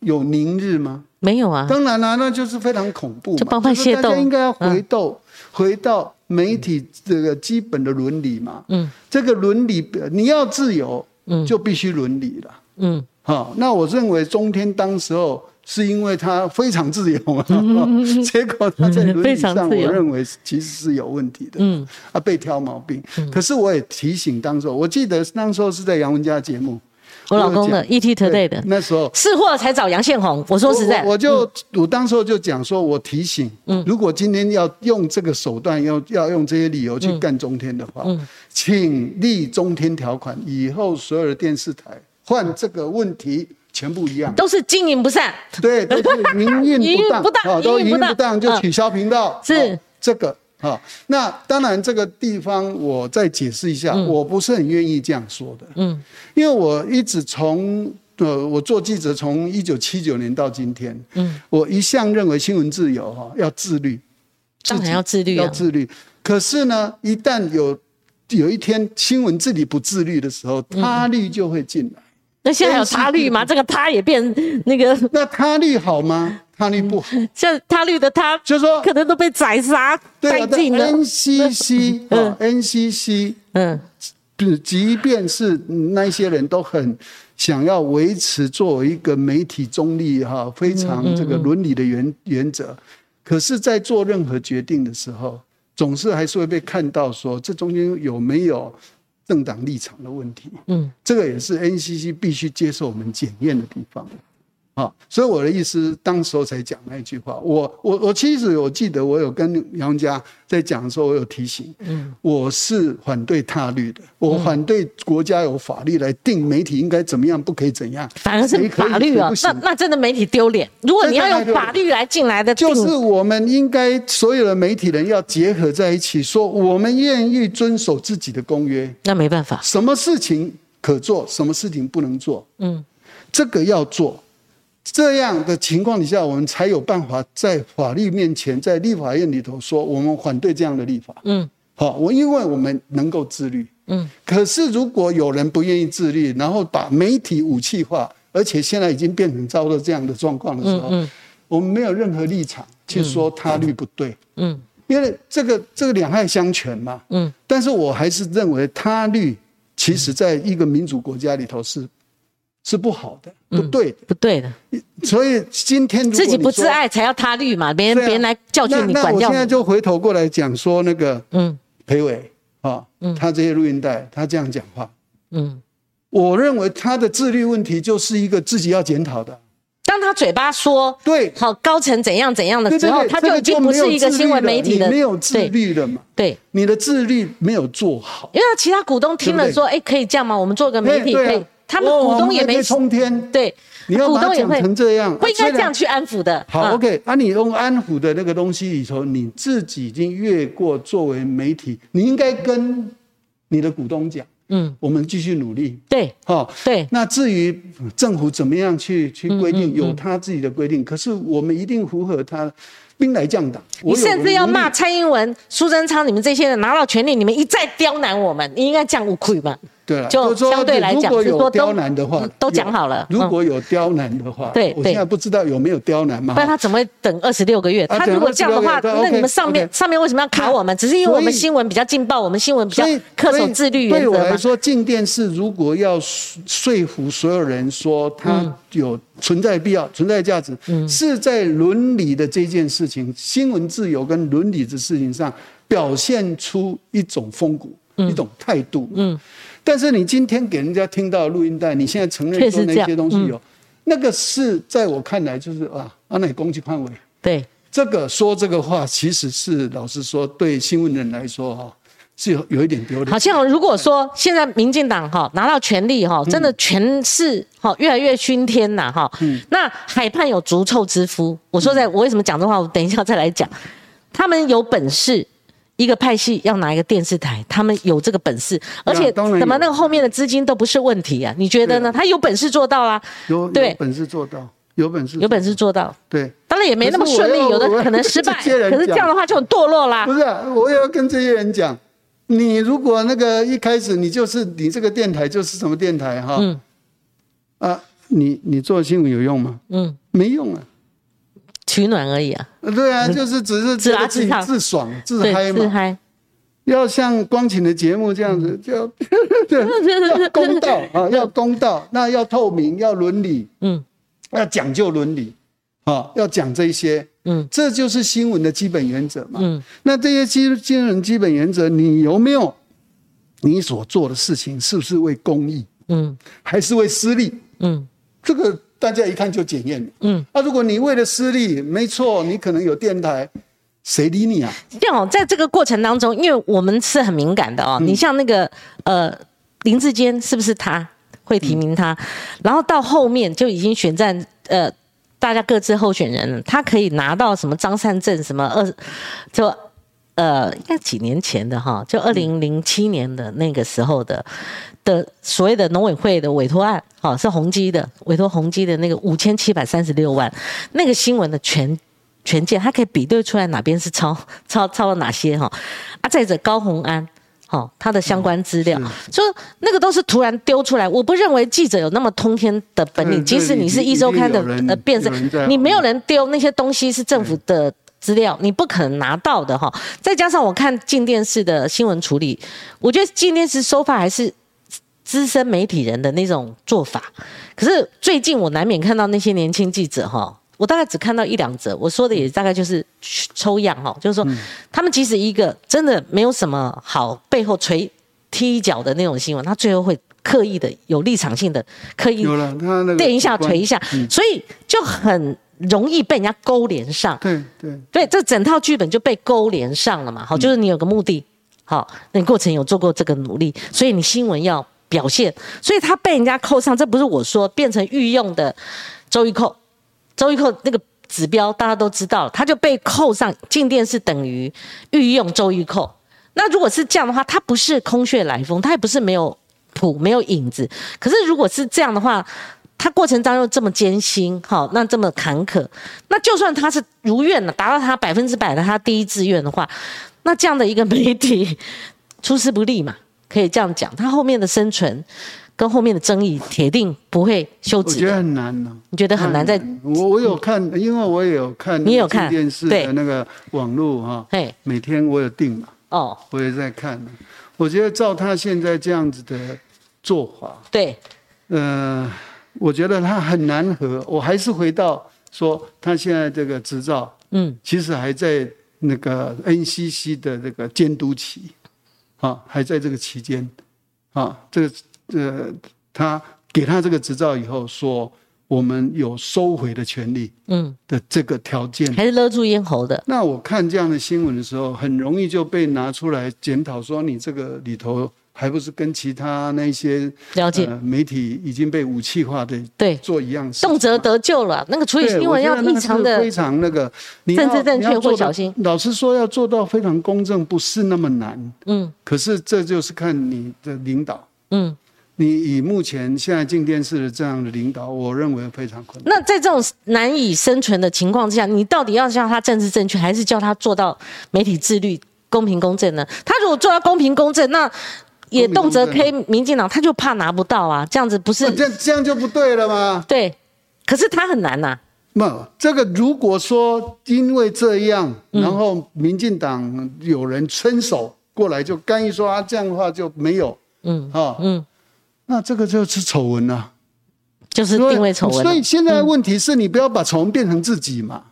Speaker 2: 有宁日吗？
Speaker 1: 没有啊，
Speaker 2: 当然啦、那就是非常恐怖嘛，
Speaker 1: 就帮派
Speaker 2: 就是
Speaker 1: 械斗嗯
Speaker 2: 大家应该要回到、回到媒体这个基本的伦理嘛。
Speaker 1: 嗯，
Speaker 2: 这个伦理呃你要自由，嗯，就必须伦理了。
Speaker 1: 嗯，
Speaker 2: 好、那我认为中天当时候是因为他非常自由嘛， 结果他在伦
Speaker 1: 嗯非
Speaker 2: 理
Speaker 1: 常
Speaker 2: 上，
Speaker 1: 自由
Speaker 2: 我认为其实是有问题的。嗯，啊，被挑毛病。
Speaker 1: 嗯
Speaker 2: 可是我也提醒当时候，我记得当时候是在杨文佳节目，
Speaker 1: 我老公的
Speaker 2: 有讲
Speaker 1: ET Today 的
Speaker 2: 对那时候
Speaker 1: 是货才找杨宪宏，我说实在嗯
Speaker 2: 我我，我就、我当时候就讲说，我提醒，如果今天要用这个手段，要要用这些理由
Speaker 1: 嗯
Speaker 2: 去干中天的话，请立中天条款，以后所有的电视台换这个问题全部一样。
Speaker 1: 都是经营不善，
Speaker 2: 对，都是营
Speaker 1: 营
Speaker 2: 运
Speaker 1: 运
Speaker 2: 不当，
Speaker 1: 不当
Speaker 2: 哦都
Speaker 1: 营
Speaker 2: 营
Speaker 1: 运不
Speaker 2: 运
Speaker 1: 当嗯
Speaker 2: 不当就取消频道，
Speaker 1: 是
Speaker 2: 哦这个好。那当然，这个地方我再解释一下，
Speaker 1: 嗯
Speaker 2: 我不是很愿意这样说的，嗯，因为我一直从。呃，我做记者从一九七九年到今天，嗯，我一向认为新闻自由哈、要自律，
Speaker 1: 当然要自律
Speaker 2: 要
Speaker 1: 啊，
Speaker 2: 自律。可是呢，一旦有有一天新闻自己不自律的时候，
Speaker 1: 嗯
Speaker 2: 他律就会进来。
Speaker 1: 那现在有他律 吗？这个他也变那个，
Speaker 2: 那他律好吗？他律不好，
Speaker 1: 像他律的他，
Speaker 2: 就是说
Speaker 1: 可能都被宰杀殆
Speaker 2: 对啊
Speaker 1: 尽了
Speaker 2: 但。NCC 啊，NCC，
Speaker 1: 嗯，
Speaker 2: 不即便是那些人都很想要维持作为一个媒体中立哈、非常这个伦理的原原则，可是，在做任何决定的时候，总是还是会被看到说这中间有没有政党立场的问题。
Speaker 1: 嗯，
Speaker 2: 这个也是 NCC 必须接受我们检验的地方。啊、所以我的意思，当时候才讲那句话。我我我其实我记得，我有跟杨家在讲的时候，我有提醒，嗯，我是反对他律的，我反对国家有法律来定媒体应该怎么样，不可以怎样，
Speaker 1: 反而是
Speaker 2: 谁可以
Speaker 1: 法律啊
Speaker 2: 谁不，行
Speaker 1: 那那真的媒体丢脸。如果你要用法律来进来的定，
Speaker 2: 就是我们应该所有的媒体人要结合在一起，说我们愿意遵守自己的公约，
Speaker 1: 那没办法。
Speaker 2: 什么事情可做，什么事情不能做，
Speaker 1: 嗯，
Speaker 2: 这个要做。这样的情况底下，我们才有办法在法律面前，在立法院里头说我们反对这样的立法。
Speaker 1: 嗯，
Speaker 2: 好，我因为我们能够自律。
Speaker 1: 嗯，
Speaker 2: 可是如果有人不愿意自律，然后把媒体武器化，而且现在已经变成遭到这样的状况的时候，
Speaker 1: 嗯
Speaker 2: 我们没有任何立场去说他律不对。
Speaker 1: 嗯
Speaker 2: 因为这个这个两害相权嘛，
Speaker 1: 嗯，
Speaker 2: 但是我还是认为他律其实在一个民主国家里头是是不好的，不对的。
Speaker 1: 不对的，
Speaker 2: 所以今天如果
Speaker 1: 自己
Speaker 2: 你
Speaker 1: 不
Speaker 2: 说
Speaker 1: 自爱才要他律嘛，别人
Speaker 2: 对啊
Speaker 1: 别人来教训你
Speaker 2: 那
Speaker 1: 管
Speaker 2: 那
Speaker 1: 教
Speaker 2: 我现在
Speaker 1: 你。
Speaker 2: 就回头过来讲说那个
Speaker 1: 嗯
Speaker 2: 裴伟啊，他这些录音带，他这样讲话，
Speaker 1: 嗯，
Speaker 2: 我认为他的自律问题就是一个自己要检讨的。
Speaker 1: 当他嘴巴说
Speaker 2: 对，
Speaker 1: 好高层怎样怎样的
Speaker 2: 对
Speaker 1: 时
Speaker 2: 对
Speaker 1: 候，
Speaker 2: 对，
Speaker 1: 呃他
Speaker 2: 这
Speaker 1: 就
Speaker 2: 个
Speaker 1: 已经不
Speaker 2: 没有
Speaker 1: 是一个
Speaker 2: 自律
Speaker 1: 新闻
Speaker 2: 了
Speaker 1: 媒体的
Speaker 2: 你没有自
Speaker 1: 对
Speaker 2: 律了嘛？
Speaker 1: 对。
Speaker 2: 你的自律没有做好。
Speaker 1: 因为他其他股东听了说，哎，可以这样吗？我们做个媒体
Speaker 2: 对
Speaker 1: 可
Speaker 2: 对啊
Speaker 1: 以，他们
Speaker 2: 哦
Speaker 1: 股
Speaker 2: 我
Speaker 1: 东也
Speaker 2: 还可
Speaker 1: 没
Speaker 2: 以冲天，
Speaker 1: 对，
Speaker 2: 你要
Speaker 1: 股
Speaker 2: 把它
Speaker 1: 东也
Speaker 2: 讲
Speaker 1: 会
Speaker 2: 成这样，啊
Speaker 1: 不应该
Speaker 2: 虽然
Speaker 1: 这样。去安抚的。
Speaker 2: 好、
Speaker 1: 嗯
Speaker 2: o k 啊，你用安抚的那个东西里头，你自己已经越过作为媒体，你应该跟你的股东讲，
Speaker 1: 嗯，
Speaker 2: 我们继续努力，
Speaker 1: 对
Speaker 2: 好、
Speaker 1: 对，嗯
Speaker 2: 那至于政府怎么样去去规定，有他自己的规定，可是我们一定符合他兵来将挡。
Speaker 1: 你
Speaker 2: 我有
Speaker 1: 甚至要
Speaker 2: 能力
Speaker 1: 骂蔡英文、苏贞昌，你们这些人拿到权力，你们一再刁难我们，你应该降无愧吧？
Speaker 2: 对了，啊
Speaker 1: 就
Speaker 2: 就是说
Speaker 1: 相对来讲
Speaker 2: 如果
Speaker 1: 是说都
Speaker 2: 有刁难的话
Speaker 1: 嗯，都讲好了嗯
Speaker 2: 有如果有刁难的话，
Speaker 1: 对
Speaker 2: 我
Speaker 1: 对
Speaker 2: 现在不知道有没有刁难嘛
Speaker 1: 不。然他怎么会等二十六个月？
Speaker 2: 啊
Speaker 1: 他
Speaker 2: 等
Speaker 1: 如果这样的话，
Speaker 2: 26个月对
Speaker 1: 那你们
Speaker 2: OK，
Speaker 1: 上面
Speaker 2: OK
Speaker 1: 上面为什么要卡我们？只是因为我们
Speaker 2: 所以
Speaker 1: 新闻比较劲爆，我们新闻比较
Speaker 2: 所以
Speaker 1: 恪守自律原
Speaker 2: 对我
Speaker 1: 则
Speaker 2: 来
Speaker 1: 嘛。
Speaker 2: 说，进电视如果要说说服所有人说
Speaker 1: 嗯
Speaker 2: 它有存在必要、存在价值，是在伦理的这件事情、新闻自由跟伦理的事情上表现出一种风骨、一种态度。嗯，但是你今天给人家听到的录音带，你现在承认
Speaker 1: 确
Speaker 2: 说
Speaker 1: 实这
Speaker 2: 那
Speaker 1: 样嗯
Speaker 2: 些东西有，那个是在我看来就是啊，啊那攻击范围。
Speaker 1: 对，
Speaker 2: 这个说这个话，其实是老实说，对新闻人来说哈，是有有一点丢脸
Speaker 1: 好。像如果说现在民进党哈拿到权力哈，
Speaker 2: 嗯
Speaker 1: 真的权势哈越来越熏天呐哈，
Speaker 2: 嗯
Speaker 1: 那海畔有逐臭之夫。我说在，我为什么讲这话？我等一下再来讲。他们有本事，一个派系要拿一个电视台，他们有这个本事，而且
Speaker 2: 啊当然有
Speaker 1: 怎么那个后面的资金都不是问题啊？你觉得呢？
Speaker 2: 对
Speaker 1: 他有本事做到啦，
Speaker 2: 有有
Speaker 1: 对，
Speaker 2: 本事做到，有本事
Speaker 1: 有本事做到，
Speaker 2: 对。
Speaker 1: 当然也没那么
Speaker 2: 嗯可是我
Speaker 1: 顺利，
Speaker 2: 要
Speaker 1: 有的
Speaker 2: 我要
Speaker 1: 可能失败。
Speaker 2: 这些人
Speaker 1: 可是这样的话就很堕落啦
Speaker 2: 不。是啊、我也要跟这些人讲，你如果那个一开始你就是你这个电台就是什么电台哈，
Speaker 1: 嗯
Speaker 2: 啊，你你做新闻有用吗？
Speaker 1: 嗯，
Speaker 2: 没用啊。
Speaker 1: 取暖而已啊，
Speaker 2: 呃对啊，就是只是
Speaker 1: 自
Speaker 2: 觉
Speaker 1: 拉
Speaker 2: 得自己
Speaker 1: 自唱
Speaker 2: 自爽自
Speaker 1: 对
Speaker 2: 嗨，
Speaker 1: 自
Speaker 2: 嘛，
Speaker 1: 嗨。
Speaker 2: 要像光晴的节目这样子，就
Speaker 1: 嗯
Speaker 2: 要 公道啊，要公道，那要透明，要伦理，
Speaker 1: 嗯
Speaker 2: 要讲究伦理，啊，要讲这些，
Speaker 1: 嗯
Speaker 2: 这就是新闻的基本原则嘛。
Speaker 1: 嗯，
Speaker 2: 那这些基基本基本原则，你有没有？你所做的事情是不是为公益，
Speaker 1: 嗯
Speaker 2: 还是为私利？
Speaker 1: 嗯
Speaker 2: 这个大家一看就检验了。
Speaker 1: 嗯，
Speaker 2: 那、如果你为了私利，没错，你可能有电台，谁理你啊？
Speaker 1: 这样哦，在这个过程当中，因为我们是很敏感的哦。你像那个呃林志坚，是不是他会提名他？然后到后面就已经选战呃，大家各自候选人了，他可以拿到什么张善政什么二就。呃，应该几年前的哈，就二零零七年的那个时候的的所谓的农委会的委托案，哈，是宏基的委托宏基的那个五千七百三十六万，那个新闻的全权健，他可以比对出来哪边是 超超超了哪些哈、啊，再者高洪安。哦，他的相关资料，
Speaker 2: 嗯
Speaker 1: 就那个都是突然丢出来。我不认为记者有那么通天的本领，
Speaker 2: 嗯对
Speaker 1: 即使你是一周刊的
Speaker 2: 一定有人
Speaker 1: 呃辩
Speaker 2: 有人在哦嗯
Speaker 1: 证，
Speaker 2: 后
Speaker 1: 你没有
Speaker 2: 面
Speaker 1: 人丢那些东西是政府的资料，你不可能拿到的哈、再加上我看进电视的新闻处理，我觉得进电视手法还是资深媒体人的那种做法。可是最近我难免看到那些年轻记者哈，我大概只看到一两则，我说的也大概就是去抽样哈，就是说他们即使一个真的没有什么好背后锤踢一脚的那种新闻，他最后会刻意的有立场性的刻意
Speaker 2: 有了，他那个
Speaker 1: 垫一下
Speaker 2: 机关
Speaker 1: 锤一下，所以就很容易被人家勾连上。
Speaker 2: 对对，
Speaker 1: 对，这整套剧本就被勾连上了嘛。好，就是你有个目的，好，那你过程有做过这个努力，所以你新闻要表现，所以他被人家扣上，这不是我说变成御用的周玉蔻，周玉蔻那个指标大家都知道了，他就被扣上进店是等于御用周玉蔻。那如果是这样的话，他不是空穴来风，他也不是没有谱、没有影子。可是如果是这样的话，他过程当中又这么艰辛，好，那这么坎坷，那就算他是如愿了，达到他百分之百的他第一志愿的话，那这样的一个媒体 出师不利嘛，可以这样讲，他后面的生存跟后面的争议铁定不会休
Speaker 2: 我
Speaker 1: 止
Speaker 2: 觉
Speaker 1: 的。
Speaker 2: 得很难啊呢、
Speaker 1: 你觉得很难在
Speaker 2: 嗯我我有看，因为我也有看，
Speaker 1: 你也有看
Speaker 2: 电视
Speaker 1: 对
Speaker 2: 的那个网络哈，
Speaker 1: 嘿
Speaker 2: 每天我有订嘛，
Speaker 1: 哦，
Speaker 2: 我也在看。我觉得照他现在这样子的做法，
Speaker 1: 对，
Speaker 2: 呃，我觉得他很难和。我还是回到说，他现在这个执照
Speaker 1: 嗯
Speaker 2: 其实还在那个 NCC 的这个监督期，啊，还在这个期间，啊，这个呃，他给他这个执照以后说，我们有收回的权利
Speaker 1: 嗯，
Speaker 2: 的这个条件。
Speaker 1: 还是勒住咽喉的，
Speaker 2: 那我看这样的新闻的时候，很容易就被拿出来检讨，说你这个里头还不是跟其他那些
Speaker 1: 了解，
Speaker 2: 呃媒体已经被武器化的
Speaker 1: 对，
Speaker 2: 做一样事情嘛，
Speaker 1: 动辄得救了，那个处理
Speaker 2: 对
Speaker 1: 新
Speaker 2: 我
Speaker 1: 闻
Speaker 2: 觉
Speaker 1: 要
Speaker 2: 得那
Speaker 1: 异
Speaker 2: 个
Speaker 1: 常
Speaker 2: 是
Speaker 1: 的
Speaker 2: 非常那个，你要
Speaker 1: 政治正确
Speaker 2: 你要做
Speaker 1: 或
Speaker 2: 到
Speaker 1: 小心
Speaker 2: 老实说，要做到非常公正不是那么难，
Speaker 1: 嗯
Speaker 2: 可是这就是看你的领导。
Speaker 1: 嗯，
Speaker 2: 你以目前现在进电视的这样的领导，我认为非常困难。
Speaker 1: 那在这种难以生存的情况之下，你到底要叫他政治正确，还是叫他做到媒体自律、公平公正呢？他如果做到公平公正，那也
Speaker 2: 公平
Speaker 1: 动辄
Speaker 2: 公正
Speaker 1: K 民进党，他就怕拿不到啊，这样子不
Speaker 2: 那
Speaker 1: 是
Speaker 2: 哦这样这样就不对了嘛？
Speaker 1: 对？可是他很难呐、
Speaker 2: 那这个如果说因为这样，然后民进党有人伸手过来就干预说啊，这样的话就没有，
Speaker 1: 嗯
Speaker 2: 啊、
Speaker 1: 嗯，
Speaker 2: 那这个就是丑闻了、
Speaker 1: 就是定位丑闻啊
Speaker 2: 所
Speaker 1: 了
Speaker 2: 以，现在的问题是你不要把丑闻变成自己嘛。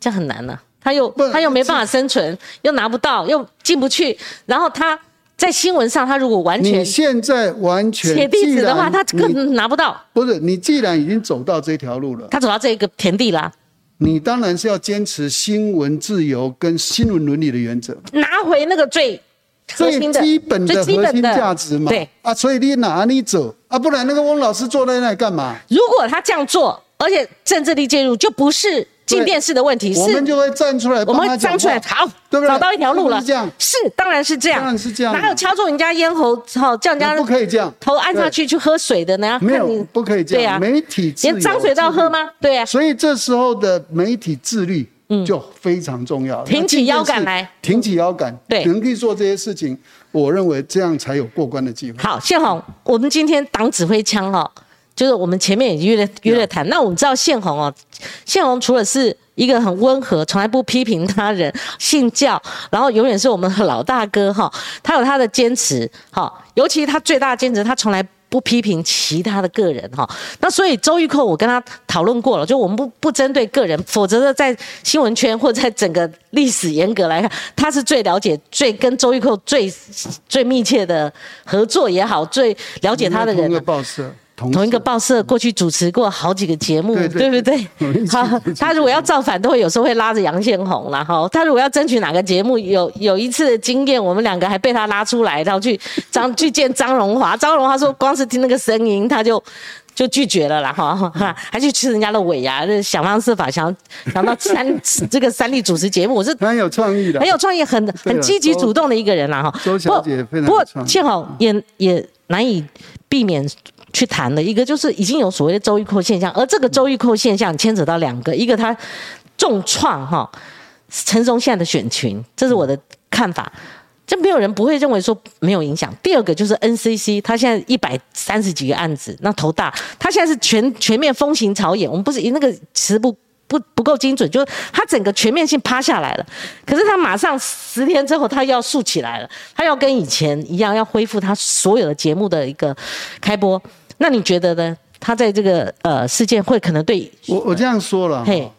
Speaker 1: 这很难呐、他又
Speaker 2: 不
Speaker 1: 他又没
Speaker 2: 这
Speaker 1: 办法生存，又拿不到，又进不去，然后他在新闻上，他如果完
Speaker 2: 你
Speaker 1: 全
Speaker 2: 现在完全
Speaker 1: 铁弟子的话，
Speaker 2: 既然
Speaker 1: 他
Speaker 2: 你
Speaker 1: 更拿不到，
Speaker 2: 不是你既然已经走到这条路了，
Speaker 1: 他走到这个田地啦，
Speaker 2: 你当然是要坚持新闻自由跟新闻伦理的原则，
Speaker 1: 拿回那个最核
Speaker 2: 最
Speaker 1: 心的、
Speaker 2: 基本的
Speaker 1: 最基
Speaker 2: 核心
Speaker 1: 本的
Speaker 2: 价值嘛。
Speaker 1: 对，
Speaker 2: 啊，所以你哪里走啊？不然那个翁老师坐在那里干嘛？
Speaker 1: 如果他这样做，而且政治力介入，就不是进电视的问题，
Speaker 2: 我
Speaker 1: 是
Speaker 2: 们就会站出来
Speaker 1: 我
Speaker 2: 帮他
Speaker 1: 们
Speaker 2: 讲
Speaker 1: 站
Speaker 2: 话，
Speaker 1: 出来，好，
Speaker 2: 对不对？
Speaker 1: 找到一条路了，
Speaker 2: 是不是这样，
Speaker 1: 是当然是这样，
Speaker 2: 当然是这样
Speaker 1: 哪有敲中人家咽喉，好叫人家
Speaker 2: 不可以这样，
Speaker 1: 头按下去去喝水的呢？
Speaker 2: 没
Speaker 1: 看
Speaker 2: 有
Speaker 1: 你
Speaker 2: 不可以这
Speaker 1: 对啊
Speaker 2: 样，媒体自由
Speaker 1: 连张水都要喝吗？对啊，
Speaker 2: 所以这时候的媒体自律就非常重要，
Speaker 1: 嗯挺起腰杆来
Speaker 2: 那这件事，挺起腰杆，
Speaker 1: 对
Speaker 2: 能够做这些事情，我认为这样才有过关的机会。
Speaker 1: 好，宪宏，我们今天党指挥枪哈、哦，就是我们前面也约了约了谈。那我们知道宪宏哦，宪宏除了是一个很温和，从来不批评他人，信教，然后永远是我们的老大哥哈、他有他的坚持哈、尤其他最大的坚持，他从来。不批评其他的个人哈，那所以周玉蔻我跟他讨论过了，就我们不不针对个人，否则的在新闻圈或在整个历史严格来看，他是最了解、最跟周玉蔻最最密切的合作也好，最了解他的
Speaker 2: 同
Speaker 1: 人
Speaker 2: 一
Speaker 1: 啊、
Speaker 2: 个报社，同
Speaker 1: 同一个
Speaker 2: 事
Speaker 1: 报社过去主持过好几个节目，
Speaker 2: 对对
Speaker 1: 对
Speaker 2: 对
Speaker 1: 不对？
Speaker 2: 我
Speaker 1: 他
Speaker 2: 们一起主持
Speaker 1: 他如果要造反，都会有时候会拉着杨宪宏啦，哈。他如果要争取哪个节目，有有一次的经验，我们两个还被他拉出来，然后去张去见张荣华。张荣华说，光是听那个声音，他就。就拒绝了啦，哈，哈还去吃人家的尾牙，这想方设法想想到三 这个三立主持节目，我是
Speaker 2: 蛮有创意的，
Speaker 1: 很有创意、很
Speaker 2: 对
Speaker 1: 很
Speaker 2: 了
Speaker 1: 积极
Speaker 2: 周
Speaker 1: 主动的一个人啦，哈。
Speaker 2: 周小姐非常有
Speaker 1: 不过
Speaker 2: 创意
Speaker 1: 幸好也也难以避免去谈的一个，就是已经有所谓的周玉蔻现象，而这个周玉蔻现象牵扯到两个，一个他重创哈陈松现在的选群，这是我的看法。这没有人不会认为说没有影响。第二个就是 NCC，他现在一百三十几个案子，那头大，他现在是全全面风行草野，我们不是那个词不不不够精准，就是他整个全面性趴下来了。可是他马上十天之后，他要竖起来了，他要跟以前一样，要恢复他所有的节目的一个开播。那你觉得呢？他在这个呃事件会可能对
Speaker 2: 我我这样说了，
Speaker 1: 嘿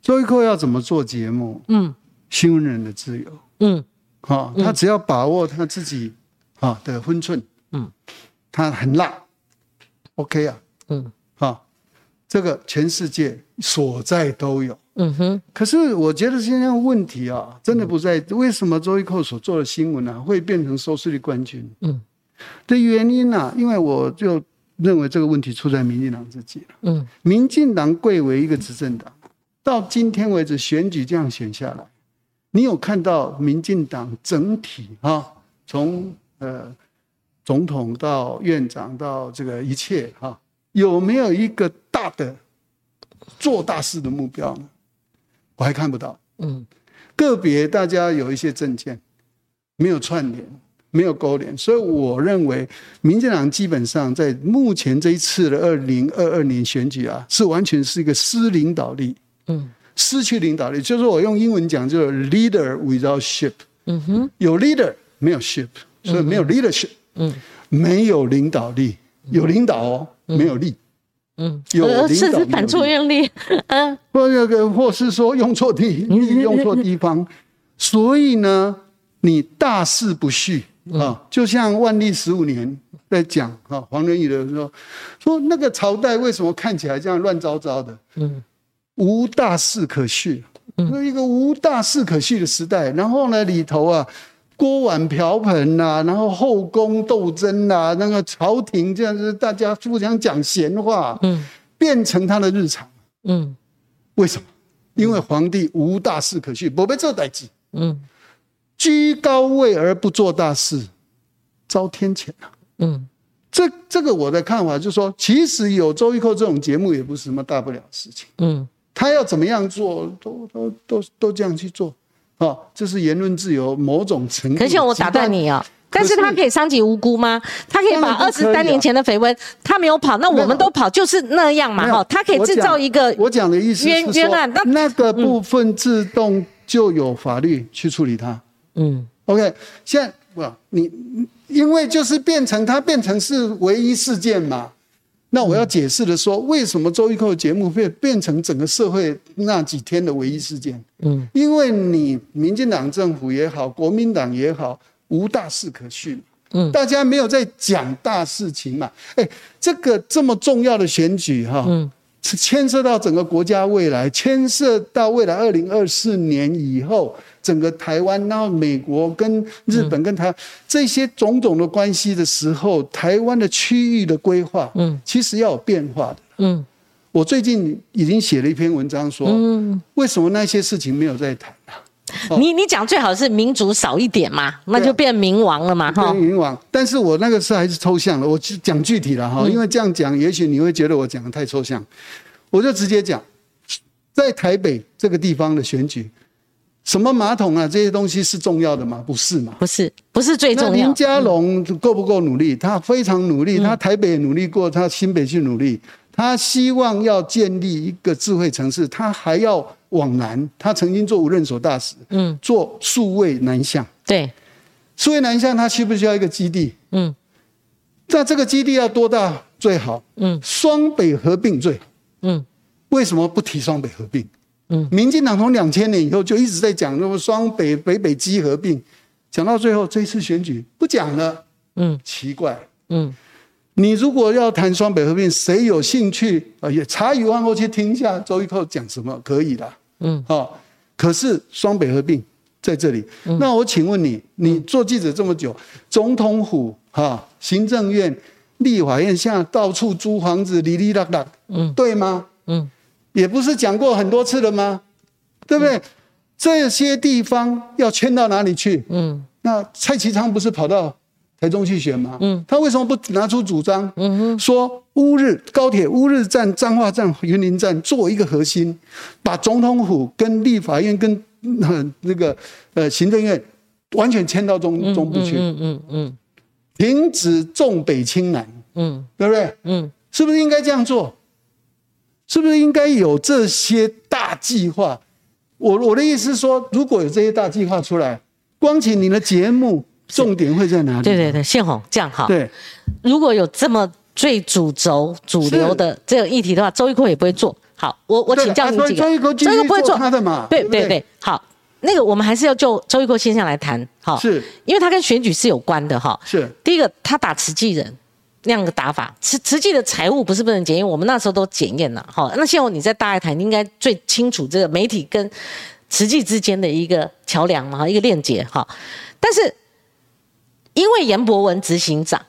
Speaker 2: 周一蔻要怎么做节目？嗯，新闻人的自由，
Speaker 1: 嗯
Speaker 2: 哈、他只要把握他自己啊、的分寸，
Speaker 1: 嗯，
Speaker 2: 他很辣，OK 啊，
Speaker 1: 嗯
Speaker 2: 啊、这个全世界所在都哦有。
Speaker 1: 嗯哼
Speaker 2: 可是我觉得现在问题啊，真的不在为什么周一蔻所做的新闻啊会变成收视率冠军？
Speaker 1: 嗯，
Speaker 2: 的原因呢、啊，因为我就认为这个问题出在民进党自己了。
Speaker 1: 嗯
Speaker 2: 民进党贵为一个执政党，到今天为止选举这样选下来，你有看到民进党整体哈，从呃总统到院长到这个一切哈，有没有一个大的做大事的目标呢？我还看不到。
Speaker 1: 嗯
Speaker 2: 个别大家有一些证件没有串联，没有勾连，所以我认为民进党基本上在目前这一次的二零二二年选举啊，是完全是一个失领导力，
Speaker 1: 嗯
Speaker 2: 失去领导力，就是我用英文讲，就是 leader without ship，
Speaker 1: 嗯哼
Speaker 2: 有 leader 没有 ship，所以没有 leadership，
Speaker 1: 嗯
Speaker 2: 没有领导力，有领导哦，没有力。
Speaker 1: 嗯，
Speaker 2: 有领导
Speaker 1: 呃甚至
Speaker 2: 有
Speaker 1: 反作用力，嗯
Speaker 2: 或那个，或是说用错地，用错地方，所以呢，你大事不续
Speaker 1: 嗯
Speaker 2: 啊，就像万历十五年在讲啊，黄仁宇的说，说那个朝代为什么看起来这样乱糟糟的？
Speaker 1: 嗯
Speaker 2: 无大事可续，那一个无大事可续的时代。然后呢，里头啊，锅碗瓢盆呐、然后后宫斗争呐、那个朝廷这样子，大家互相讲闲话，
Speaker 1: 嗯
Speaker 2: 变成他的日常。
Speaker 1: 嗯
Speaker 2: 为什么？因为皇帝无大事可续，不被这代志，
Speaker 1: 嗯
Speaker 2: 居高位而不做大事，遭天谴啊！
Speaker 1: 嗯
Speaker 2: 这这个我的看法就是说，其实有周玉蔻这种节目也不是什么大不了的事情，
Speaker 1: 嗯
Speaker 2: 他要怎么样做，都都都都这样去做啊、哦！这是言论自由某种程度。
Speaker 1: 可是我打断，你哦。
Speaker 2: 可
Speaker 1: 但
Speaker 2: 是
Speaker 1: 是他可以伤及无辜吗？他可以把
Speaker 2: 当然
Speaker 1: 二
Speaker 2: 不可以啊
Speaker 1: 十三年前的绯闻，他没有跑，那我们都跑，就是那样嘛
Speaker 2: 没有
Speaker 1: 哈。他可以
Speaker 2: 我
Speaker 1: 制
Speaker 2: 讲
Speaker 1: 造一个
Speaker 2: 我讲的意思
Speaker 1: 冤
Speaker 2: 是
Speaker 1: 冤
Speaker 2: 说
Speaker 1: 案那，嗯
Speaker 2: 那个部分自动就有法律去处理它。
Speaker 1: 嗯
Speaker 2: OK，现在不，你因为就是变成它变成是唯一事件嘛。那我要解释的说，为什么周玉蔻的节目会变成整个社会那几天的唯一事件？
Speaker 1: 嗯
Speaker 2: 因为你民进党政府也好，国民党也好，无大事可叙嘛。嗯，大家没有在讲大事情嘛？哎，这个这么重要的选举哈，嗯，是牵涉到整个国家未来，牵涉到未来二零二四年以后整个台湾，然后美国跟日本跟台湾、这些种种的关系的时候，台湾的区域的规划，嗯，其实要有变化的。
Speaker 1: 嗯，
Speaker 2: 我最近已经写了一篇文章说，嗯，为什么那些事情没有在谈啊？
Speaker 1: 你你讲最好是民主少一点嘛，那就变民王了 嘛，哈
Speaker 2: 对，。云网，但是我那个是还是抽象的，我就讲具体了
Speaker 1: 嗯
Speaker 2: 哈，因为这样讲，也许你会觉得我讲的太抽象，我就直接讲，在台北这个地方的选举，什么马桶啊这些东西是重要的吗？不是嘛？
Speaker 1: 不是不是嗯最
Speaker 2: 那
Speaker 1: 重
Speaker 2: 林
Speaker 1: 要，嗯
Speaker 2: 佳龙够不够努力？他非常努力，他台北也努力过，他新北去努力，他希望要建立一个智慧城市，他还要往南，他曾经做无任所大使，
Speaker 1: 嗯，
Speaker 2: 做数位南向。
Speaker 1: 对，
Speaker 2: 苏维南向它需不需要一个基地？
Speaker 1: 嗯，
Speaker 2: 那这个基地要多大最好？
Speaker 1: 嗯，
Speaker 2: 双北合并最好。
Speaker 1: 嗯，
Speaker 2: 为什么不提双北合并？
Speaker 1: 嗯，
Speaker 2: 民进党从两千年以后就一直在讲什么双北北北基合并，讲到最后这一次选举不讲了，
Speaker 1: 嗯
Speaker 2: 奇怪。
Speaker 1: 嗯
Speaker 2: 你如果要谈双北合并，谁有兴趣啊？也茶余饭后去听一下周玉蔻讲什么，可以的。
Speaker 1: 嗯，
Speaker 2: 哦，可是双北合并在这里，那我请问你，你做记者这么久，总统府哈、行政院、立法院，现在到处租房子，哩哩啦啦，嗯，对吗？
Speaker 1: 嗯，
Speaker 2: 也不是讲过很多次了吗？对不对？这些地方要迁到哪里去？
Speaker 1: 嗯
Speaker 2: 那蔡其昌不是跑到台中去选吗？
Speaker 1: 嗯，
Speaker 2: 他为什么不拿出主张？
Speaker 1: 嗯哼，
Speaker 2: 说乌日高铁乌日站、彰化站、云林站做一个核心，把总统府跟立法院跟呃那个呃行政院完全迁到中中部去，
Speaker 1: 嗯嗯嗯
Speaker 2: 停止重北轻南，
Speaker 1: 嗯
Speaker 2: 对不对？
Speaker 1: 嗯
Speaker 2: 是不是应该这样做？是不是应该有这些大计划？我我的意思是说，如果有这些大计划出来，光请你的节目重点会在哪
Speaker 1: 嗯，
Speaker 2: 里？
Speaker 1: 对对对，宪宏这样好。
Speaker 2: 对
Speaker 1: 如果有这么最主轴、主流的这个议题的话，周一蔻也不会做。好，我我
Speaker 2: 对
Speaker 1: 请教你
Speaker 2: 啊
Speaker 1: 几个，
Speaker 2: 周一蔻继续
Speaker 1: 周一蔻不会
Speaker 2: 做
Speaker 1: 做
Speaker 2: 他的嘛
Speaker 1: 对
Speaker 2: 对不
Speaker 1: 对
Speaker 2: 对
Speaker 1: 对，好，那个我们还是要就周一蔻现象来谈，好，
Speaker 2: 是
Speaker 1: 因为它跟选举是有关的哈。
Speaker 2: 是
Speaker 1: 第一个，他打慈济人那样的打法，慈慈济的财务不是不能检验，我们那时候都检验了。好，那现在你在大爱台，你应该最清楚这个媒体跟慈济之间的一个桥梁嘛，哈一个链接哈。但是因为严博文执行长。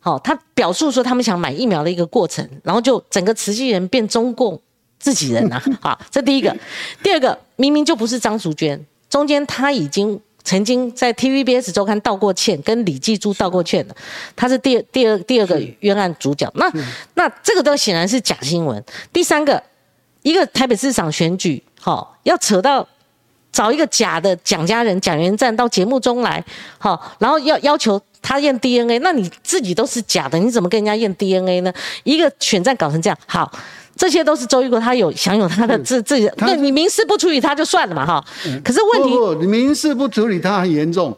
Speaker 1: 好、他表述说他们想买疫苗的一个过程，然后就整个慈济人变中共自己人啊，好，这第一个。第二个，明明就不是张淑娟，中间他已经曾经在 TVBS 周刊道过歉，跟李继珠道过歉了，他是第二第二第二个冤案主角。那那这个都显然是假新闻。第三个，一个台北市长选举，好、要扯到找一个假的蒋家人、蒋元赞到节目中来，好，然后要要求他验 DNA，那你自己都是假的，你怎么跟人家验 DNA 呢？一个选战搞成这样，好，这些都是周玉国他有享有他的自自己的，
Speaker 2: 他嗯
Speaker 1: 那你民事不处理他就算了嘛，哈。可是问题，
Speaker 2: 不不，民事不处理它很严重，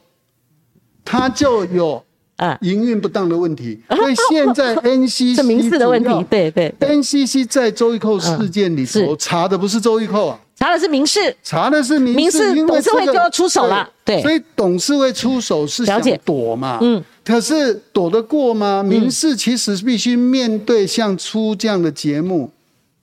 Speaker 2: 它就有
Speaker 1: 嗯，
Speaker 2: 营运不当的问题。所以现 在 NCC
Speaker 1: 这啊民事的问
Speaker 2: 主
Speaker 1: 题
Speaker 2: 要，
Speaker 1: 对对，对
Speaker 2: NCC 在周玉蔻事件里头
Speaker 1: 是
Speaker 2: 查的不是周玉蔻啊，
Speaker 1: 查的是民事，
Speaker 2: 查的是民
Speaker 1: 民
Speaker 2: 事，
Speaker 1: 事
Speaker 2: 因为
Speaker 1: 董事会
Speaker 2: 这个
Speaker 1: 就要出手了对
Speaker 2: 所以董事会出手是想
Speaker 1: 了解
Speaker 2: 躲嘛，
Speaker 1: 嗯，
Speaker 2: 可是躲得过吗？民事其实必须面对像出这样的节目，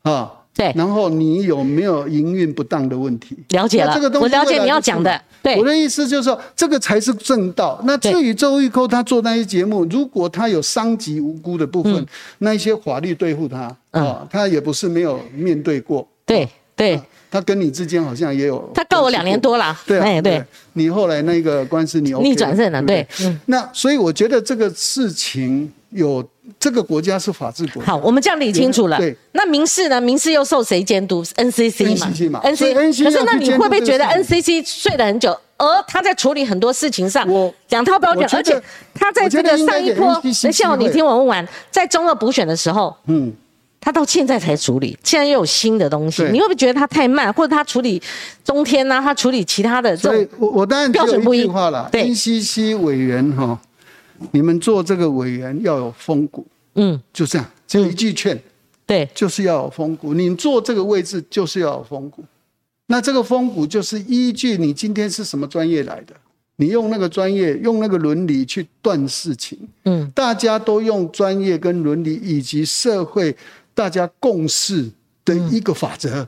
Speaker 2: 啊。
Speaker 1: 对
Speaker 2: 然后你有没有营运不当的问题？
Speaker 1: 了解
Speaker 2: 那
Speaker 1: 了
Speaker 2: 这个东西
Speaker 1: 我了解
Speaker 2: 未来
Speaker 1: 你要
Speaker 2: 就是
Speaker 1: 讲的
Speaker 2: 嘛
Speaker 1: 对
Speaker 2: 我的意思就是说，这个才是正道。那至
Speaker 1: 对
Speaker 2: 于周玉蔻他做那些节目，如果他有伤及无辜的部分，那一些法律对付他
Speaker 1: 嗯
Speaker 2: 啊，他也不是没有面对过。
Speaker 1: 对对
Speaker 2: 啊，他跟你之间好像也有，
Speaker 1: 他告我两年。多了，
Speaker 2: 对、啊，
Speaker 1: 哎
Speaker 2: 对
Speaker 1: 对，，
Speaker 2: 你后来那个官司你 OK,
Speaker 1: 逆转胜了
Speaker 2: 对
Speaker 1: 对嗯
Speaker 2: 不对那所以我觉得这个事情有这个国家是法治国家，
Speaker 1: 好，我们这样理清楚了
Speaker 2: 对。
Speaker 1: 那民事呢？民事又受谁监督？NCC 嘛
Speaker 2: NCC 嘛所以 NCC
Speaker 1: NC 可是那你
Speaker 2: 要去监督
Speaker 1: 会不会觉得
Speaker 2: 这个事
Speaker 1: NCC 睡了很久？而他在处理很多事情上
Speaker 2: 我，
Speaker 1: 两套标
Speaker 2: 我
Speaker 1: 准，
Speaker 2: 觉
Speaker 1: 而
Speaker 2: 得
Speaker 1: 且他在这
Speaker 2: 我觉
Speaker 1: 个
Speaker 2: 得应该
Speaker 1: 上
Speaker 2: 给
Speaker 1: 一波
Speaker 2: NCC，
Speaker 1: 等一下哦
Speaker 2: 机会
Speaker 1: 你听我问完，在中二补选的时候，
Speaker 2: 嗯，
Speaker 1: 他到现在才处理，现在又有新的东西，
Speaker 2: 对
Speaker 1: 你会不会觉得他太慢，或者他处理中天呐、他处理其他的这
Speaker 2: 所以
Speaker 1: 种
Speaker 2: 我我当然只
Speaker 1: 标准
Speaker 2: 有
Speaker 1: 不
Speaker 2: 一
Speaker 1: 一
Speaker 2: 句话了
Speaker 1: 对
Speaker 2: ，NCC 委员哈、你们做这个委员要有风骨，
Speaker 1: 嗯，
Speaker 2: 就这样，只有一句劝，
Speaker 1: 对，
Speaker 2: 就是要有风骨，你做这个位置就是要有风骨。那这个风骨就是依据你今天是什么专业来的，你用那个专业，用那个伦理去断事情。
Speaker 1: 嗯，
Speaker 2: 大家都用专业跟伦理以及社会大家共识的一个法则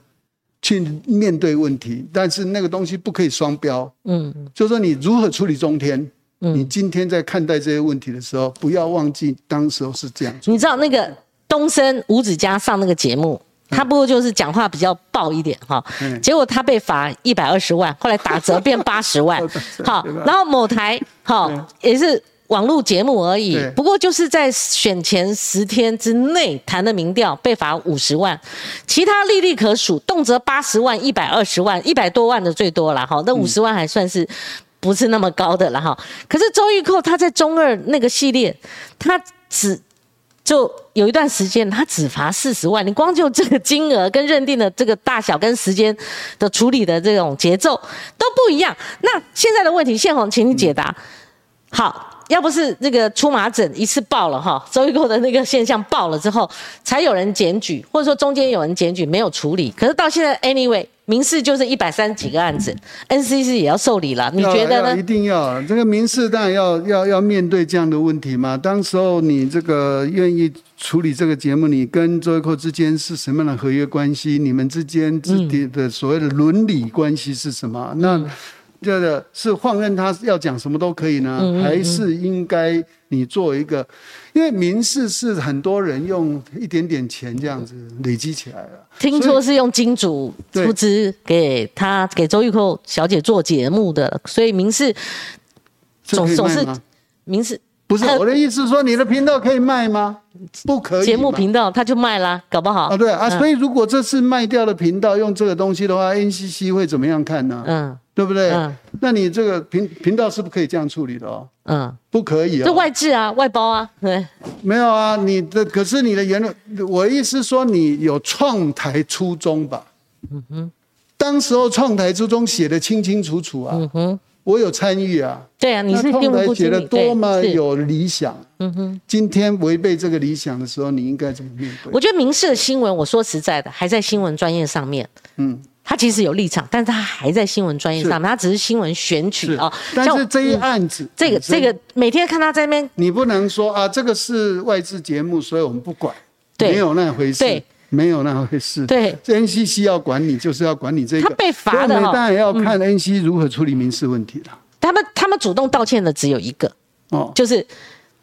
Speaker 2: 去面对问题，但是那个东西不可以双标。
Speaker 1: 嗯
Speaker 2: 就是说你如何处理中天，你今天在看待这些问题的时候，不要忘记当时候是这样。
Speaker 1: 你知道那个东升五指家上那个节目，他不过就是讲话比较爆一点哈，
Speaker 2: 嗯
Speaker 1: 结果他被罚一百二十万，后来打折变八十万
Speaker 2: 打折，
Speaker 1: 好
Speaker 2: 对吧，嗯
Speaker 1: 然后某台好也是。网络节目而已
Speaker 2: 对，
Speaker 1: 不过就是在选前十天之内谈的民调被罚五十万，其他历历可数，动辄八十万、一百二十万、一百多万的最多了哈，那五
Speaker 2: 嗯
Speaker 1: 十万还算是不是那么高的了哈。可是周玉蔻他在中二那个系列，他只就有一段时间，他只罚四十万，你光就这个金额跟认定的这个大小跟时间的处理的这种节奏都不一样。那现在的问题，宪宏，请你解答。好，要不是那个出马疹一次爆了哈，周玉蔻的那个现象爆了之后，才有人检举，或者说中间有人检举没有处理。可是到现在，anyway，民事就是一百三十几个案子，NCC 也要受理了，你
Speaker 2: 要
Speaker 1: 觉得
Speaker 2: 要一
Speaker 1: 呢？
Speaker 2: 定要这个民事当然要要要面对这样的问题嘛。当时候你这个愿意处理这个节目，你跟周玉蔻之间是什么样的合约关系？你们之间之的的所谓的伦理关系是什么？
Speaker 1: 嗯
Speaker 2: 那这个是放任他要讲什么都可以呢，
Speaker 1: 嗯
Speaker 2: 还是应该你做一个？因为民事是很多人用一点点钱这样子累积起来了。
Speaker 1: 听说是用金主
Speaker 2: 对
Speaker 1: 出资给他给周玉蔻小姐做节目的，所以民事
Speaker 2: 这可以
Speaker 1: 总
Speaker 2: 卖
Speaker 1: 是
Speaker 2: 吗
Speaker 1: 民事
Speaker 2: 不是
Speaker 1: 还有
Speaker 2: 我的意思，是说你的频道可以卖吗？不可以嘛。
Speaker 1: 节目频道他就卖啦，搞不好
Speaker 2: 啊，对啊，
Speaker 1: 嗯
Speaker 2: 所以如果这次卖掉的频道用这个东西的话，NCC 会怎么样看呢？
Speaker 1: 嗯
Speaker 2: 对不对
Speaker 1: 嗯？
Speaker 2: 那你这个频频道是不是可以这样处理的哦？
Speaker 1: 嗯，
Speaker 2: 不可以
Speaker 1: 这
Speaker 2: 哦，
Speaker 1: 外置啊，外包啊，对，
Speaker 2: 没有啊，你的可是你的言论，我意思说你有创台初衷吧？嗯哼，当时候创台初衷写的清清楚楚啊，
Speaker 1: 嗯哼，
Speaker 2: 我有参与啊，
Speaker 1: 对啊，你是
Speaker 2: 那
Speaker 1: 用
Speaker 2: 创台
Speaker 1: 户
Speaker 2: 写
Speaker 1: 经
Speaker 2: 的
Speaker 1: 理，
Speaker 2: 多么
Speaker 1: 对，是
Speaker 2: 有理想，嗯哼，今天违背这个理想的时候，你应该怎么面对？
Speaker 1: 我觉得民事的新闻，我说实在的，还在新闻专业上面，
Speaker 2: 嗯。
Speaker 1: 他其实有立场，但是他还在新闻专业上面，他只是新闻选取
Speaker 2: 是
Speaker 1: 啊。
Speaker 2: 但
Speaker 1: 像
Speaker 2: 是
Speaker 1: 我
Speaker 2: 这一
Speaker 1: 嗯
Speaker 2: 案子，
Speaker 1: 这个
Speaker 2: 本身
Speaker 1: 这个每天看他在那边
Speaker 2: 你不能说啊，这个是外资节目，所以我们不管，
Speaker 1: 对
Speaker 2: 没有那回事，
Speaker 1: 对
Speaker 2: 没有那回事，
Speaker 1: 对
Speaker 2: ，NCC 要管你，就是要管你这个。
Speaker 1: 他被罚的
Speaker 2: 所
Speaker 1: 哦
Speaker 2: 以我们当然要看 NC 如何处理民事问题了。
Speaker 1: 他们他们主动道歉的只有一个，
Speaker 2: 哦，
Speaker 1: 就是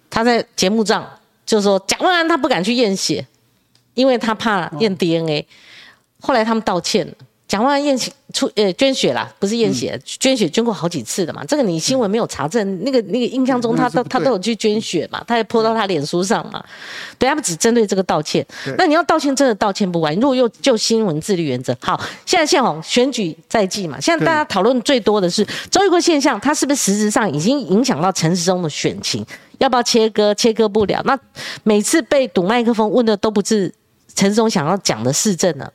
Speaker 1: 他在节目上就说蒋万安他不敢去验血，因为他怕验 DNA。后来他们道歉了，蒋万安验血出呃捐血啦，不是验血，
Speaker 2: 嗯
Speaker 1: 捐血捐过好几次的嘛。这个你新闻没有查证，那个那个印象中
Speaker 2: 嗯
Speaker 1: 他
Speaker 2: 那是
Speaker 1: 都
Speaker 2: 不
Speaker 1: 他
Speaker 2: 对
Speaker 1: 都有去捐血嘛，他也泼到他脸书上嘛。对他们只针对这个道歉
Speaker 2: 对，
Speaker 1: 那你要道歉真的道歉不完。如果又就新闻自律原则，好，现在宪宏选举在即嘛，现在大家讨论最多的是周玉蔻现象，它是不是实质上已经影响到陈时中的选情？要不要切割？切割不了。那每次被堵麦克风问的都不是陈时中想要讲的市政呢，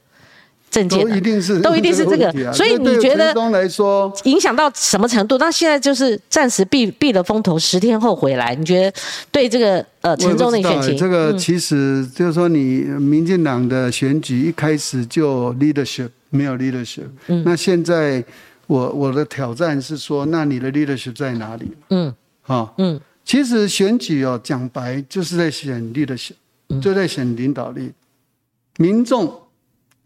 Speaker 1: 政见
Speaker 2: 都
Speaker 1: 呢
Speaker 2: 一，定是
Speaker 1: 都一定是这个
Speaker 2: 问题啊
Speaker 1: 所以
Speaker 2: 那对
Speaker 1: 你觉得
Speaker 2: 陈东来说，
Speaker 1: 影响到什么程度？那现在就是暂时避避了风头，十天后回来，你觉得对这个呃
Speaker 2: 我也
Speaker 1: 陈
Speaker 2: 不
Speaker 1: 中的
Speaker 2: 知道
Speaker 1: 选
Speaker 2: 哎
Speaker 1: 情？嗯
Speaker 2: 这个其实就是说，你民进党的选举一开始就 leadership 没有 leadership，、那
Speaker 1: 嗯
Speaker 2: 现在我我的挑战是说，那你的 leadership 在哪里？
Speaker 1: 嗯
Speaker 2: 哈、
Speaker 1: 嗯
Speaker 2: 其实选举哦，讲白就是在选力的选，
Speaker 1: 嗯
Speaker 2: 就在选领导力。民众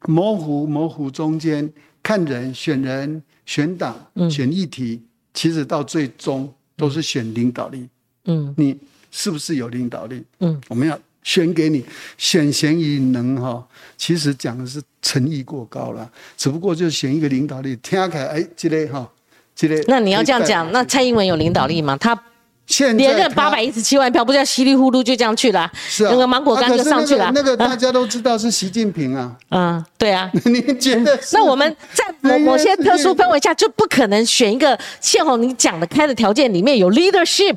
Speaker 2: 模糊模糊中间看人、选人、选党、
Speaker 1: 嗯
Speaker 2: 选议题，其实到最终都是选领导力。
Speaker 1: 嗯
Speaker 2: 你是不是有领导力？
Speaker 1: 嗯，
Speaker 2: 我们要选给你，选贤与能哈、其实讲的是诚意过高了，只不过就选一个领导力，听起来哎，这类哈，这类。
Speaker 1: 那你要这样讲，那蔡英文有领导力吗？他
Speaker 2: 现在
Speaker 1: 连任
Speaker 2: 他
Speaker 1: 八百一十七万票，不叫稀里糊涂就这样去了啊，
Speaker 2: 是啊，
Speaker 1: 那个芒果干就上去了
Speaker 2: 啊可是那个那个大家都知道是习近平啊，
Speaker 1: 嗯，对啊。
Speaker 2: 你觉得是？
Speaker 1: 那我们在某某些特殊氛围下，就不可能选一个宪宏你讲的开的条件里面有 leadership，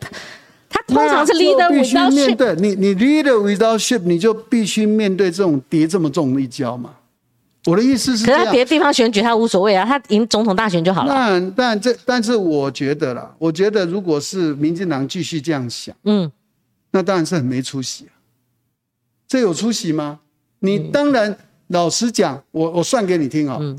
Speaker 1: 他通常是
Speaker 2: 那就
Speaker 1: leader
Speaker 2: 必须
Speaker 1: without
Speaker 2: 面
Speaker 1: ship。
Speaker 2: 对你，你 leader without ship，你就必须面对这种跌这么重的一跤嘛。我的意思是
Speaker 1: 可是
Speaker 2: 这
Speaker 1: 他
Speaker 2: 样。
Speaker 1: 别的地方选举他无所谓啊，他赢总统大选就好了。
Speaker 2: 那但这但是我觉得啦，我觉得如果是民进党继续这样想，
Speaker 1: 嗯，
Speaker 2: 那当然是很没出息、啊。这有出息吗？
Speaker 1: 嗯
Speaker 2: 你当然，老实讲，我我算给你听哦。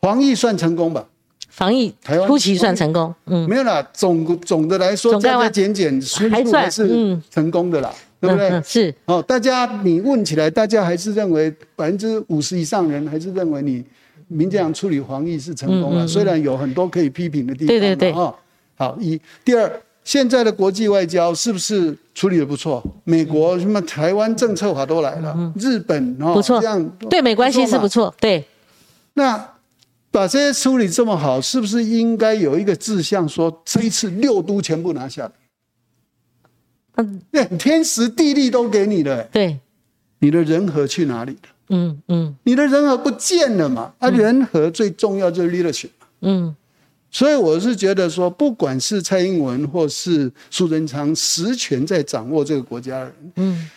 Speaker 2: 黄奕算成功吧？
Speaker 1: 防疫
Speaker 2: 台湾
Speaker 1: 初期算成功，嗯，
Speaker 2: 没有啦，总总的来说，
Speaker 1: 总概
Speaker 2: 加
Speaker 1: 完
Speaker 2: 加减减，输
Speaker 1: 还
Speaker 2: 出
Speaker 1: 算
Speaker 2: 还是
Speaker 1: 嗯
Speaker 2: 成功的啦，对不
Speaker 1: 嗯
Speaker 2: 对
Speaker 1: 嗯？是
Speaker 2: 哦，大家你问起来，大家还是认为百分之五十以上人还是认为你民进党处理防疫是成功了，虽然有很多可以批评的地方
Speaker 1: 对
Speaker 2: 嘛，
Speaker 1: 嗯对对
Speaker 2: 哦。好，一第二，现在的国际外交是不是处理的不错？美国什么台湾政策法都来了，日本哦，
Speaker 1: 嗯不错
Speaker 2: 这样
Speaker 1: 对美关系是
Speaker 2: 嘛
Speaker 1: 不错，对，
Speaker 2: 那把这些处理这么好，是不是应该有一个志向说，这一次六都全部拿下来？
Speaker 1: 嗯，
Speaker 2: 那天时地利都给你了、
Speaker 1: 对，
Speaker 2: 你的人和去哪里了？
Speaker 1: 嗯嗯
Speaker 2: 你的人和啊不见了嘛？啊，人和最重要就是 leadership。
Speaker 1: 嗯，
Speaker 2: 所以我是觉得说，不管是蔡英文或是苏贞昌，实权在掌握这个国家的人，
Speaker 1: 嗯，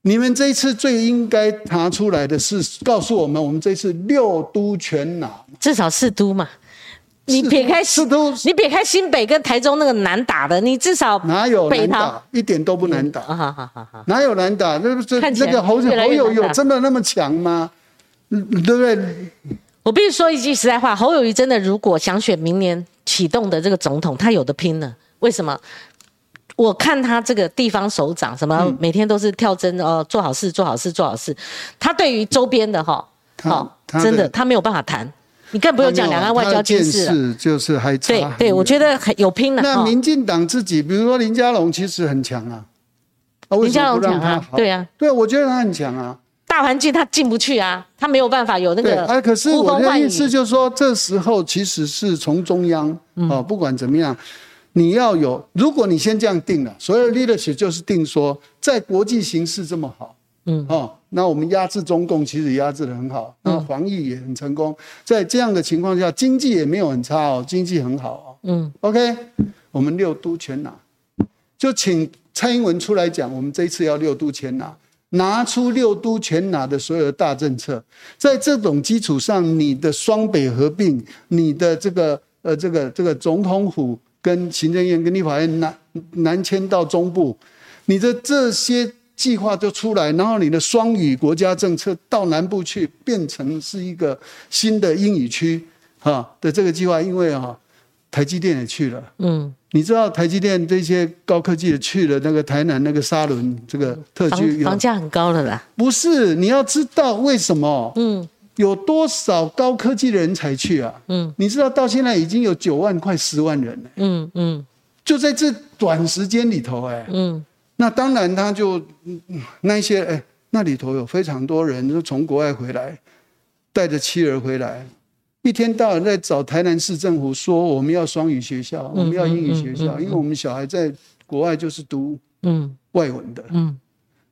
Speaker 2: 你们这一次最应该拿出来的是告诉我们，我们这次六都全拿。
Speaker 1: 至少四都嘛，你
Speaker 2: 四
Speaker 1: 撇
Speaker 2: 都
Speaker 1: 开
Speaker 2: 四都
Speaker 1: 你撇开新北跟台中那个难打的，你至少
Speaker 2: 哪有
Speaker 1: 北
Speaker 2: 难
Speaker 1: 桃
Speaker 2: 打？一点都不难打。
Speaker 1: 啊，好好好好，
Speaker 2: 哪有难打？那不这
Speaker 1: 看起来
Speaker 2: 那个侯
Speaker 1: 越来
Speaker 2: 侯
Speaker 1: 越
Speaker 2: 友
Speaker 1: 难打
Speaker 2: 有真的那么强吗？嗯对不对？
Speaker 1: 我必须说一句实在话，侯友谊真的如果想选明年启动的这个总统，他有的拼了。为什么？我看他这个地方首长什
Speaker 2: 嗯
Speaker 1: 么，每天都是跳针哦，做好事，做好事，做好事。他对于周边的哈，
Speaker 2: 他
Speaker 1: 好
Speaker 2: 他的
Speaker 1: 真的他没有办法谈，你更不用讲两岸外交
Speaker 2: 见
Speaker 1: 军事了。
Speaker 2: 识就是还差很
Speaker 1: 对
Speaker 2: 远。
Speaker 1: 对，我觉得很有拼了。
Speaker 2: 那
Speaker 1: 哦
Speaker 2: 民进党自己，比如说林佳龙，其实很强啊。啊
Speaker 1: 林佳龙
Speaker 2: 为什么不让
Speaker 1: 强啊
Speaker 2: 他好
Speaker 1: 对啊，
Speaker 2: 对，我觉得他很强啊。
Speaker 1: 大环境他进不去啊，他没有办法有那
Speaker 2: 对，
Speaker 1: 个
Speaker 2: 啊，可是
Speaker 1: 呼
Speaker 2: 我
Speaker 1: 风
Speaker 2: 的
Speaker 1: 唤
Speaker 2: 意
Speaker 1: 雨。
Speaker 2: 思就是说，这时候其实是从中央
Speaker 1: 嗯
Speaker 2: 哦，不管怎么样，你要有，如果你先这样定了，所有 leadership 就是定说，在国际形势这么好，
Speaker 1: 嗯，
Speaker 2: 哦，那我们压制中共其实也压制的很好，那防疫也很成功，在这样的情况下，经济也没有很差哦，经济很好哦
Speaker 1: 嗯
Speaker 2: ，OK，我们六都全拿，就请蔡英文出来讲，我们这一次要六都全拿，拿出六都全拿的所有的大政策，在这种基础上，你的双北合并，你的这个呃这个这个总统府跟行政院跟立法院南南迁到中部，你的这些计划就出来，然后你的双语国家政策到南部去，变成是一个新的英语区哈的这个计划，因为哈、台积电也去了。
Speaker 1: 嗯，
Speaker 2: 你知道台积电这些高科技的去了那个台南那个沙仑这个特
Speaker 1: 嗯房
Speaker 2: 区，
Speaker 1: 房价很高了啦。
Speaker 2: 不是你要知道为什么
Speaker 1: 嗯
Speaker 2: 有多少高科技的人才去啊？
Speaker 1: 嗯，
Speaker 2: 你知道到现在已经有九万快十万人了，
Speaker 1: 嗯嗯
Speaker 2: 就在这短时间里头、哎，
Speaker 1: 嗯
Speaker 2: 那当然他就嗯嗯那一些哎，那里头有非常多人就从国外回来，带着妻儿回来，一天到晚在找台南市政府说我们要双语学校，我们要英语学校，因为我们小孩在国外就是读
Speaker 1: 嗯
Speaker 2: 外文的，
Speaker 1: 嗯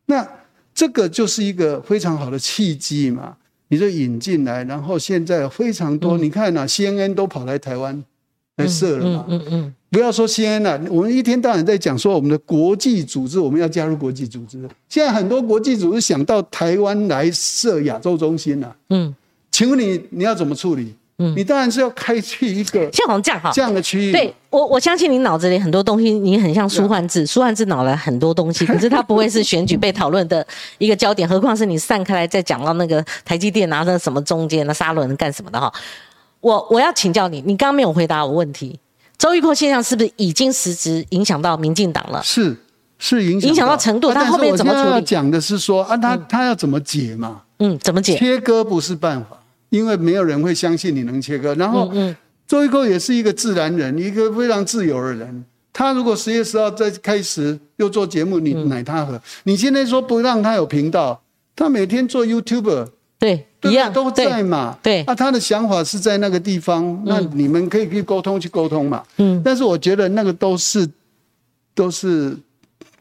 Speaker 2: 那这个就是一个非常好的契机嘛，你就引进来，然后现在非常多，你看呐、c n n 都跑来台湾来设了嘛
Speaker 1: 嗯嗯，嗯嗯，
Speaker 2: 不要说 CNN 了、啊我们一天到晚在讲说我们的国际组织，我们要加入国际组织。现在很多国际组织想到台湾来设亚洲中心了、
Speaker 1: 嗯，
Speaker 2: 请问你你要怎么处理？
Speaker 1: 嗯
Speaker 2: 你当然是要开辟一个
Speaker 1: 像黄酱哈
Speaker 2: 这。样的区域。
Speaker 1: 对，我，我相信你脑子里很多东西，你很像
Speaker 2: 啊
Speaker 1: 舒焕智，舒焕智脑来很多东西，可是他不会是选举被讨论的一个焦点，何况是你散开来再讲到那个台积电啊，那什么中间那沙伦干什么的哈。我我要请教你，你刚刚没有回答我问题，周玉蔻现象是不是已经实质影响到民进党了？
Speaker 2: 是是影响
Speaker 1: 影响到程度
Speaker 2: 啊
Speaker 1: 他
Speaker 2: 但是
Speaker 1: 后面怎么
Speaker 2: 我现在
Speaker 1: 处理
Speaker 2: 要讲的是说啊，他他要怎么解嘛？
Speaker 1: 嗯，怎么解？
Speaker 2: 切割不是办法，因为没有人会相信你能切割。然
Speaker 1: 嗯
Speaker 2: 后，周玉蔻也是一个自然人，一个非常自由的人。他如果十月十号再开始又做节目，
Speaker 1: 嗯
Speaker 2: 你奶他喝。你今天说不让他有频道，他每天做 YouTuber，
Speaker 1: 对，
Speaker 2: 对不
Speaker 1: 一
Speaker 2: 对
Speaker 1: 样，
Speaker 2: 都在
Speaker 1: 对，
Speaker 2: 嘛。
Speaker 1: 对嗯
Speaker 2: 啊，他的想法是在那个地方，那你们可以去沟通，去沟通嘛。嗯，但是我觉得那个都是都是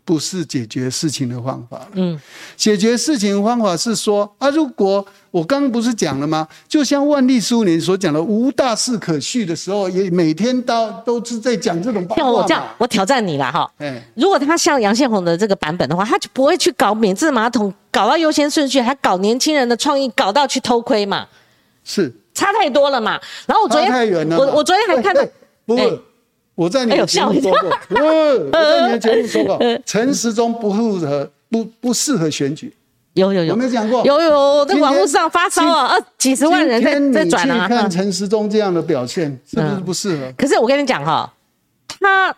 Speaker 2: 不是解决事情的方法。
Speaker 1: 嗯，
Speaker 2: 解决事情的方法是说啊，如果我刚刚不是讲了吗？就像万历十五年所讲的“无大事可续”的时候，也每天到都是在讲这种八卦
Speaker 1: 像
Speaker 2: 嘛
Speaker 1: 我这样，我挑战你了哈。
Speaker 2: 哎，
Speaker 1: 如果他像杨宪宏的这个版本的话，他就不会去搞免治马桶，搞到优先顺序，还搞年轻人的创意，搞到去偷窥嘛，
Speaker 2: 是
Speaker 1: 差太多了嘛。然后我昨天，
Speaker 2: 差太远了嘛。
Speaker 1: 我我昨天还看到
Speaker 2: 哎哎，不
Speaker 1: 哎
Speaker 2: 不，我在你
Speaker 1: 哎呦
Speaker 2: 的节
Speaker 1: 吓我
Speaker 2: 目
Speaker 1: 一跳
Speaker 2: 说 过，嗯，我在你的节目说过，陈时中不适合不不适合选举，
Speaker 1: 有有
Speaker 2: 有
Speaker 1: 有
Speaker 2: 没有讲过？
Speaker 1: 哎有有，
Speaker 2: 今
Speaker 1: 在
Speaker 2: 天
Speaker 1: 网络上发烧啊，二几十万人
Speaker 2: 今
Speaker 1: 在
Speaker 2: 天
Speaker 1: 在
Speaker 2: 你
Speaker 1: 转
Speaker 2: 去
Speaker 1: 啊嗯
Speaker 2: 看。陈时中这样的表现，是不是不适合？
Speaker 1: 可是我跟你讲哈，他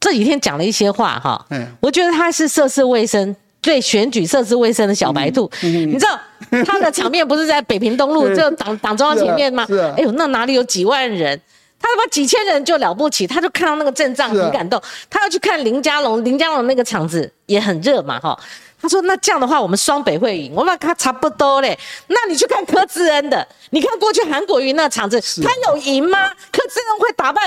Speaker 1: 这几天讲了一些话哈
Speaker 2: 哎，
Speaker 1: 我觉得他是涉世未深。对选举涉世未深的小白兔，
Speaker 2: 嗯
Speaker 1: 你知道他的场面不是在北平东 路
Speaker 2: 对
Speaker 1: 就党党中央前面吗
Speaker 2: 是啊是啊？
Speaker 1: 哎呦，那哪里有几万人？他他妈几千人就了不起，他就看到那个阵仗
Speaker 2: 是啊
Speaker 1: 很感动。他要去看林佳龙，林佳龙那个场子也很热嘛哈。他说那这样的话，我们双北会赢，我们看差不多嘞。那你去看柯志恩的，你看过去韩国瑜那场子，
Speaker 2: 啊
Speaker 1: 他有赢吗？柯志恩会打败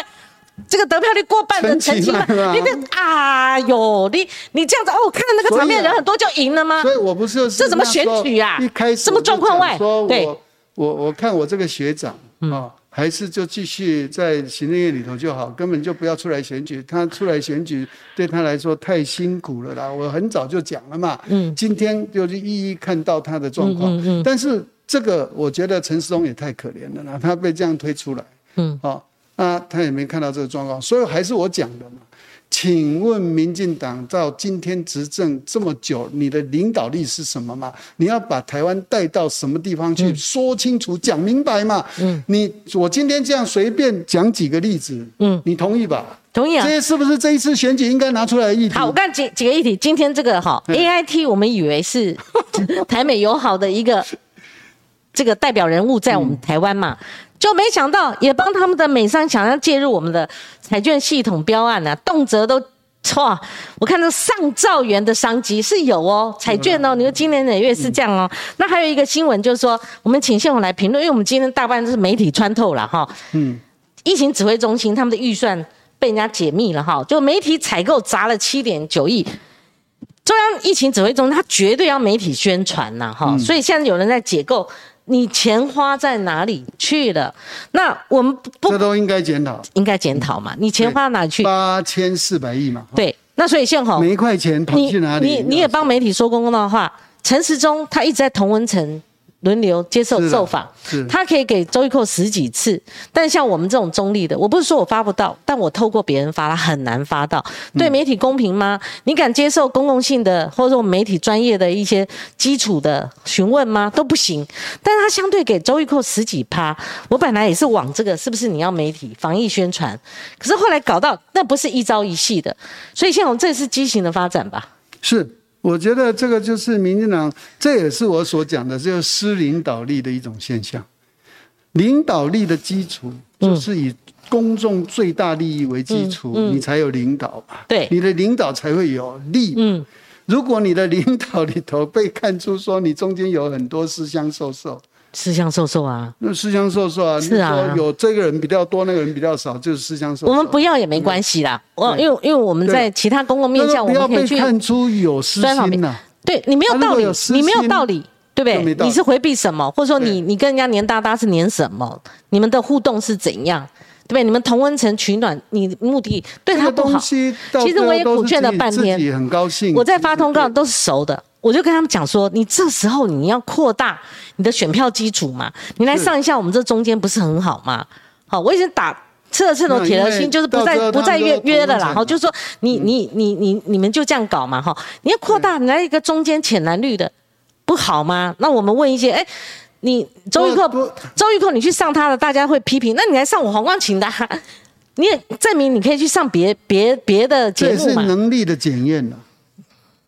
Speaker 1: 这个得票率过半的
Speaker 2: 陈
Speaker 1: 陈
Speaker 2: 其
Speaker 1: 其
Speaker 2: 迈
Speaker 1: 迈
Speaker 2: 啊，
Speaker 1: 你这啊哟，你你这样子哦，看那个场面
Speaker 2: 所以啊
Speaker 1: 人很多就赢了吗？
Speaker 2: 所以我不是就是
Speaker 1: 这怎么
Speaker 2: 那时候
Speaker 1: 选举啊
Speaker 2: 一开始
Speaker 1: 什么状况外
Speaker 2: 我就讲说
Speaker 1: 对嗯
Speaker 2: 我我我看我这个学长啊、还是就继续在行政院里头就好，根本就不要出来选举。他出来选举对他来说太辛苦了啦。我很早就讲了嘛，嗯，今天就是一一看到他的状
Speaker 1: 嗯
Speaker 2: 况，但是这个我觉得陈世忠也太可怜了啦，他被这样推出来，嗯，好、那他也没看到这个状况，所以还是我讲的嘛。请问民进党到今天执政这么久，你的领导力是什么嘛？你要把台湾带到什么地方去？
Speaker 1: 嗯
Speaker 2: 说清楚，讲明白嘛。嗯，你我今天这样随便讲几个例子，嗯，你同意吧？
Speaker 1: 同意
Speaker 2: 这
Speaker 1: 啊。
Speaker 2: 些是不是这一次选举应该拿出来的议题？
Speaker 1: 好，我看几几个议题，今天这个哈 A I T，我们以为 是台美友好的一个这个代表人物在我
Speaker 2: 嗯
Speaker 1: 们台湾嘛，就没想到也帮他们的美商想要介入我们的彩券系统标案啊，动辄都。哇！我看到上兆元的商机是有哦，彩券
Speaker 2: 嗯
Speaker 1: 哦，你说今年哪月是这样哦？那还有一个新闻就是说，我们请宪宏来评论，因为我们今天大半都是媒体穿透了哈。
Speaker 2: 嗯，
Speaker 1: 疫情指挥中心他们的预算被人家解密了哈，就媒体采购砸了七点九亿。中央疫情指挥中心，他绝对要媒体宣传呐、哈、
Speaker 2: 嗯
Speaker 1: 所以现在有人在解构，你钱花在哪里去了？那我们不
Speaker 2: 这都应该检讨。
Speaker 1: 应该检讨嘛？你钱花到哪里去？
Speaker 2: 八千四百亿嘛，
Speaker 1: 对，那所以宪宏，
Speaker 2: 每一块钱跑
Speaker 1: 你
Speaker 2: 去哪里？
Speaker 1: 你你也帮媒体说公道话。陈时中他一直在同温层轮流接受
Speaker 2: 是的啊
Speaker 1: 受访
Speaker 2: 是，
Speaker 1: 他可以给周玉蔻十几次，但像我们这种中立的，我不是说我发不到，但我透过别人发，他很难发到。
Speaker 2: 嗯
Speaker 1: 对媒体公平吗？你敢接受公共性的或者说我们媒体专业的一些基础的询问吗？都不行。但是他相对给周玉蔻十几趴，我本来也是往这个是不是你要媒体防疫宣传，可是后来搞到那不是一朝一夕的，所以现在我们这是畸形的发展吧。
Speaker 2: 是，我觉得这个就是民进党，这也是我所讲的，就是失领导力的一种现象。领导力的基础
Speaker 1: 嗯
Speaker 2: 就是以公众最大利益为基础，你才有领导嘛。
Speaker 1: 嗯对
Speaker 2: 你的领导才会有力。嗯，如果你的领导里头被看出说你中间有很多私相授受，
Speaker 1: 吃香瘦瘦啊，
Speaker 2: 那私相授受啊，
Speaker 1: 是啊
Speaker 2: 你说有这个人比较多，那个人比较少，就是私相授受。
Speaker 1: 我们不要也没关系啦。我
Speaker 2: 对
Speaker 1: 因为因为我们
Speaker 2: 嗯对
Speaker 1: 在其他公共面
Speaker 2: 那
Speaker 1: 向，我
Speaker 2: 个不要
Speaker 1: 们可
Speaker 2: 被
Speaker 1: 以去
Speaker 2: 看出有私
Speaker 1: 专访
Speaker 2: 心呐、
Speaker 1: 对你没有
Speaker 2: 他如
Speaker 1: 道
Speaker 2: 果
Speaker 1: 理
Speaker 2: 有私，
Speaker 1: 你没有
Speaker 2: 心
Speaker 1: 道理，对
Speaker 2: 就
Speaker 1: 不
Speaker 2: 没
Speaker 1: 对？
Speaker 2: 道理
Speaker 1: 你是回避什么，或者说
Speaker 2: 对
Speaker 1: 你你跟人家黏哒哒是黏什么？你们的互动是怎样？对不对？你们同温层取暖，你目的对
Speaker 2: 这
Speaker 1: 他
Speaker 2: 个
Speaker 1: 不
Speaker 2: 东
Speaker 1: 好。
Speaker 2: 西到
Speaker 1: 其实我也
Speaker 2: 最后
Speaker 1: 苦
Speaker 2: 都是
Speaker 1: 劝了
Speaker 2: 自己
Speaker 1: 半天
Speaker 2: 自己很高兴。
Speaker 1: 我在发通告
Speaker 2: 对，
Speaker 1: 都是熟的，我就跟他们讲说，你这时候你要扩大你的选票基础嘛，你来
Speaker 2: 是
Speaker 1: 上一下我们这中间不是很好吗？好，我已经打。赤赤
Speaker 2: 那
Speaker 1: 裸铁
Speaker 2: 因
Speaker 1: 了
Speaker 2: 为
Speaker 1: 心，就是不
Speaker 2: 到
Speaker 1: 再
Speaker 2: 最后
Speaker 1: 不
Speaker 2: 他
Speaker 1: 再
Speaker 2: 们
Speaker 1: 约
Speaker 2: 都
Speaker 1: 约
Speaker 2: 同
Speaker 1: 了
Speaker 2: 温
Speaker 1: 啦。
Speaker 2: 层
Speaker 1: 哈，就是说你
Speaker 2: 嗯
Speaker 1: 你你你你们就这样搞嘛哈，你要扩大，你来一个中间浅蓝绿的，不好吗？那我们问一些，哎，你周玉蔻
Speaker 2: 多多
Speaker 1: 周玉蔻你去上他的，大家会批评，那你来上我黄光琴的啊、你也证明你可以去上别别别的
Speaker 2: 这
Speaker 1: 节
Speaker 2: 也
Speaker 1: 目
Speaker 2: 是
Speaker 1: 嘛。
Speaker 2: 能力的检验了，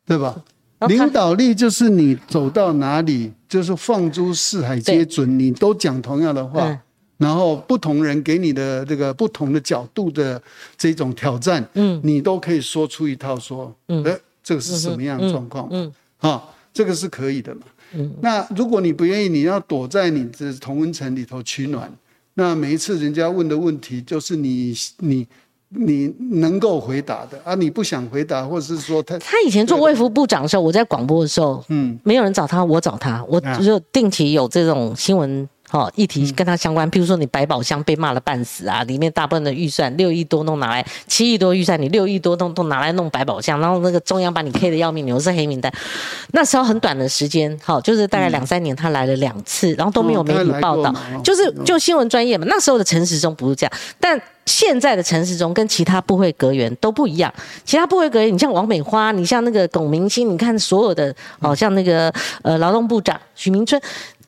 Speaker 2: 对吧？
Speaker 1: 然后他
Speaker 2: 领导力就是你走到哪里，就是放诸四海皆准，你都讲同样的话，
Speaker 1: 嗯
Speaker 2: 然后不同人给你的这个不同的角度的这种挑战，嗯，你都可以说出一套说，嗯，呃，这个是什么样的状况？嗯，啊、这个是可以的嘛。嗯，那如果你不愿意，你要躲在你的同温层里头取暖。那每一次人家问的问题，就是你你你能够回答的啊，你不想回答，或者是说他
Speaker 1: 他以前做卫福部长的时候，我在广播的时候，
Speaker 2: 嗯
Speaker 1: 没有人找他，我找他，我
Speaker 2: 啊嗯
Speaker 1: 就定期有这种新闻哦，议题跟它相关，譬如说你百宝箱被骂了半死啊，里面大部分的预算六亿多都拿来，七亿多预算你六亿多都都拿来弄百宝箱，然后那个中央把你 K 的要命，你又是黑名单。那时候很短的时间，好、就是大概两三年，他来了两次，然后都没有
Speaker 2: 嗯哦
Speaker 1: 媒
Speaker 2: 他
Speaker 1: 体
Speaker 2: 来
Speaker 1: 报
Speaker 2: 过
Speaker 1: 道
Speaker 2: 嘛哦，
Speaker 1: 就是就新闻专业嘛。那时候的陈时中不是这样，但现在的陈时中跟其他部会阁员都不一样。其他部会阁员，你像王美花，你像那个龚明鑫，你看所有的，哦，
Speaker 2: 嗯
Speaker 1: 像那个呃劳动部长许明春，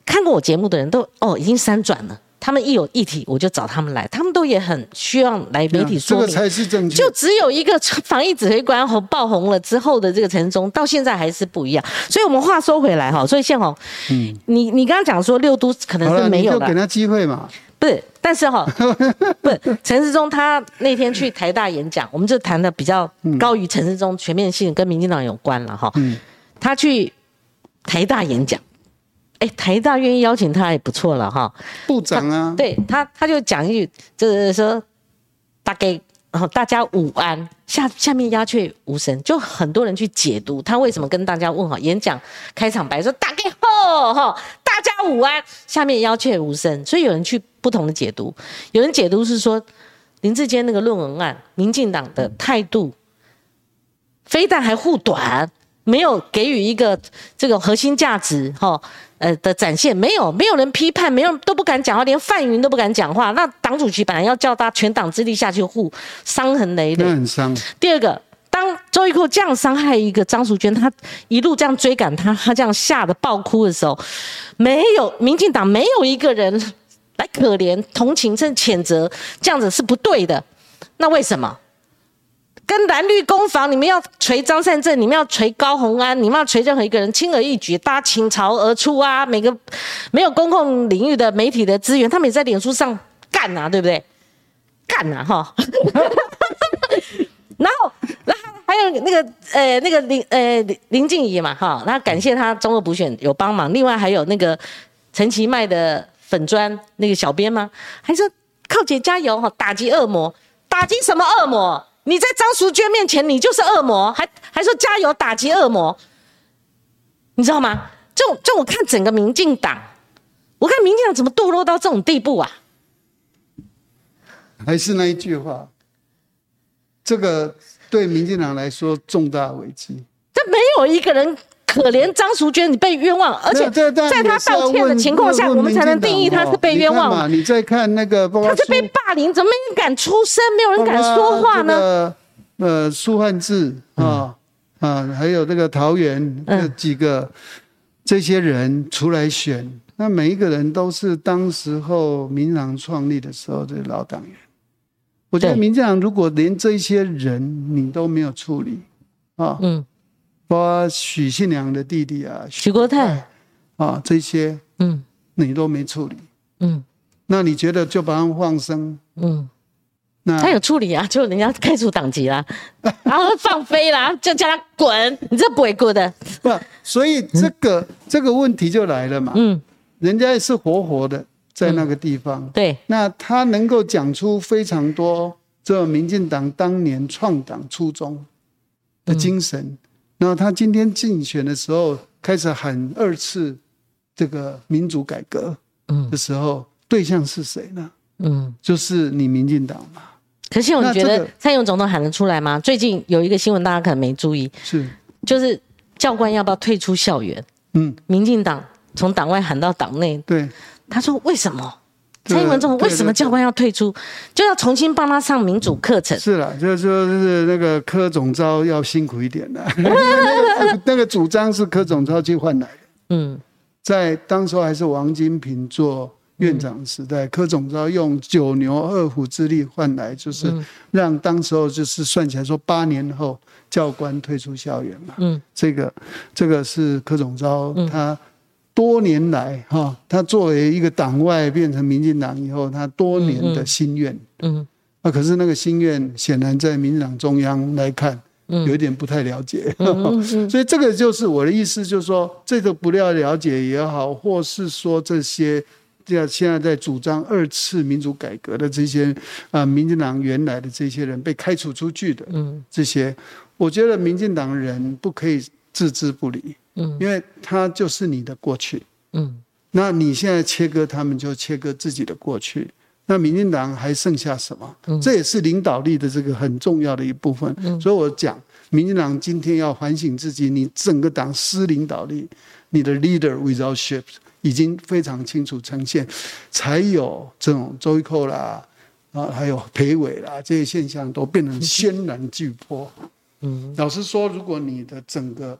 Speaker 1: 看过我节目的人都哦已经三转了。他们一有议题，我就找他们来，他们都也很需要来媒体
Speaker 2: 嗯啊这
Speaker 1: 说
Speaker 2: 个
Speaker 1: 明。
Speaker 2: 才是正确。
Speaker 1: 就只有一个防疫指挥官红爆红了之后的这个陈忠，到现在还是不一样。所以我们话说回来哈，所以宪宏，你你刚刚讲说六都可
Speaker 2: 嗯好
Speaker 1: 能
Speaker 2: 了，
Speaker 1: 是没
Speaker 2: 你
Speaker 1: 有
Speaker 2: 就
Speaker 1: 了
Speaker 2: 给，他机会嘛。
Speaker 1: 不是，但是哈，不是陈世忠他那天去台大演讲，我们就谈的比较高于陈世忠全面性跟民进党有关了哈。
Speaker 2: 嗯
Speaker 1: 他去台大演讲，哎，台大愿意邀请他也不错了哈。
Speaker 2: 部长啊，
Speaker 1: 对他，他就讲一句，就是说大概，然后大家午安，下下面鸦雀无声，就很多人去解读他为什么跟大家问好。演讲开场白说大概吼吼，大家午安，下面鸦雀无声，所以有人去不同的解读，有人解读是说林志坚那个论文案，民进党的态度非但还护短，没有给予一个这个核心价值哈、哦呃的展现，没有没有人批判，没有人都不敢讲话，连范云都不敢讲话。那党主席本来要叫他全党之力下去护，伤痕累累
Speaker 2: 那。很伤。
Speaker 1: 第二个，当周玉蔻这样伤害一个张淑娟，她一路这样追赶她，她这样吓得爆哭的时候，没有民进党没有一个人来可怜、同情甚至谴责，这样子是不对的。那为什么？跟蓝绿攻防，你们要锤张善政，你们要锤高鸿安，你们要锤任何一个人，轻而易举，大家倾巢而出啊！每个没有公共领域的媒体的资源，他们也在脸书上干啊，对不对？干啊，哈！然后，然后还有那个呃，那个林呃林林静怡嘛，哈，那感谢她中二补选有帮忙。另外还有那个陈其迈的粉砖那个小编吗？还说靠姐加油哈，打击恶魔，打击什么恶魔？你在张淑娟面前，你就是恶魔，还还说加油打击恶魔，你知道吗？这种这种我看整个民进党，我看民进党怎么堕落到这种地步啊？
Speaker 2: 还是那一句话，这个对民进党来说重大危机。
Speaker 1: 这没有一个人可怜张淑娟，你被冤枉，而且
Speaker 2: 这这
Speaker 1: 在他道歉的情况下，
Speaker 2: 问
Speaker 1: 我们才能定义他是被冤枉嘛。
Speaker 2: 问民进党哦你看嘛你再看那个，包括
Speaker 1: 他是被
Speaker 2: 苏
Speaker 1: 霸凌，怎么没人敢出声，没有人敢说话呢？？
Speaker 2: 包括这个呃，苏汉志啊啊，还有那个桃园
Speaker 1: 嗯
Speaker 2: 这几个这些人出来选，那每一个人都是当时候民进党创立的时候的老党员。我觉得
Speaker 1: 对
Speaker 2: 民进党如果连这些人你都没有处理啊，
Speaker 1: 嗯，
Speaker 2: 包括许信良的弟弟啊，
Speaker 1: 许国泰，
Speaker 2: 啊这些
Speaker 1: 嗯
Speaker 2: 你都没处理，
Speaker 1: 嗯
Speaker 2: 那你觉得就把他们放生？
Speaker 1: 嗯，
Speaker 2: 那
Speaker 1: 他有处理啊，就人家开除党籍啦， 然后放飞啦，就叫他滚，你这不会过的。
Speaker 2: 不，所以这个、这个问题就来了嘛。
Speaker 1: 嗯，
Speaker 2: 人家也是活活的在那个地方，
Speaker 1: 对，
Speaker 2: 那他能够讲出非常多这民进党当年创党初衷的精神，
Speaker 1: 嗯
Speaker 2: 然后他今天竞选的时候开始喊二次这个民主改革
Speaker 1: 嗯
Speaker 2: 的时候，对象是谁呢？
Speaker 1: 嗯。
Speaker 2: 就是你民进党嘛，
Speaker 1: 可是我
Speaker 2: 那
Speaker 1: 觉
Speaker 2: 这个
Speaker 1: 得蔡英文总统喊得出来吗？最近有一个新闻，大家可能没注意，
Speaker 2: 是，
Speaker 1: 就是教官要不要退出校园？
Speaker 2: 嗯，
Speaker 1: 民进党从党外喊到党内，
Speaker 2: 对，
Speaker 1: 他说为什么？
Speaker 2: 对
Speaker 1: 蔡英文总统
Speaker 2: 对
Speaker 1: 为什么
Speaker 2: 对
Speaker 1: 教官要退出，就要重新帮他上民主课程？
Speaker 2: 是啦，就是说是那个柯总召要辛苦一点的，因为那 个那个主张是柯总召去换来的，
Speaker 1: 嗯，
Speaker 2: 在当时候还是王金平做院长时代，柯总召用九牛二虎之力换来，就是让当时候就是算起来说八年后教官退出校园嘛，
Speaker 1: 嗯，
Speaker 2: 这个这个是柯总召他。多年来，哈，他作为一个党外变成民进党以后，他多年的心愿，
Speaker 1: 嗯
Speaker 2: 啊，可是那个心愿显然在民进党中央来看，
Speaker 1: 嗯
Speaker 2: 有一点不太了解， 所以这个就是我的意思，就是说这个不了了解也好，或是说这些要现在在主张二次民主改革的这些啊、民进党原来的这些人被开除出去的，
Speaker 1: 嗯
Speaker 2: 这些，我觉得民进党人不可以置之不理，
Speaker 1: 嗯
Speaker 2: 因为他就是你的过去，
Speaker 1: 嗯
Speaker 2: 那你现在切割，他们就切割自己的过去。那民进党还剩下什么？这也是领导力的这个很重要的一部分。所以我讲，民进党今天要反省自己，你整个党失领导力，你的 leader without ship 已经非常清楚呈现，才有这种周一蔻啦，啊，还有裴伟啦这些现象都变成轩然巨波。嗯，老实说，如果你的整个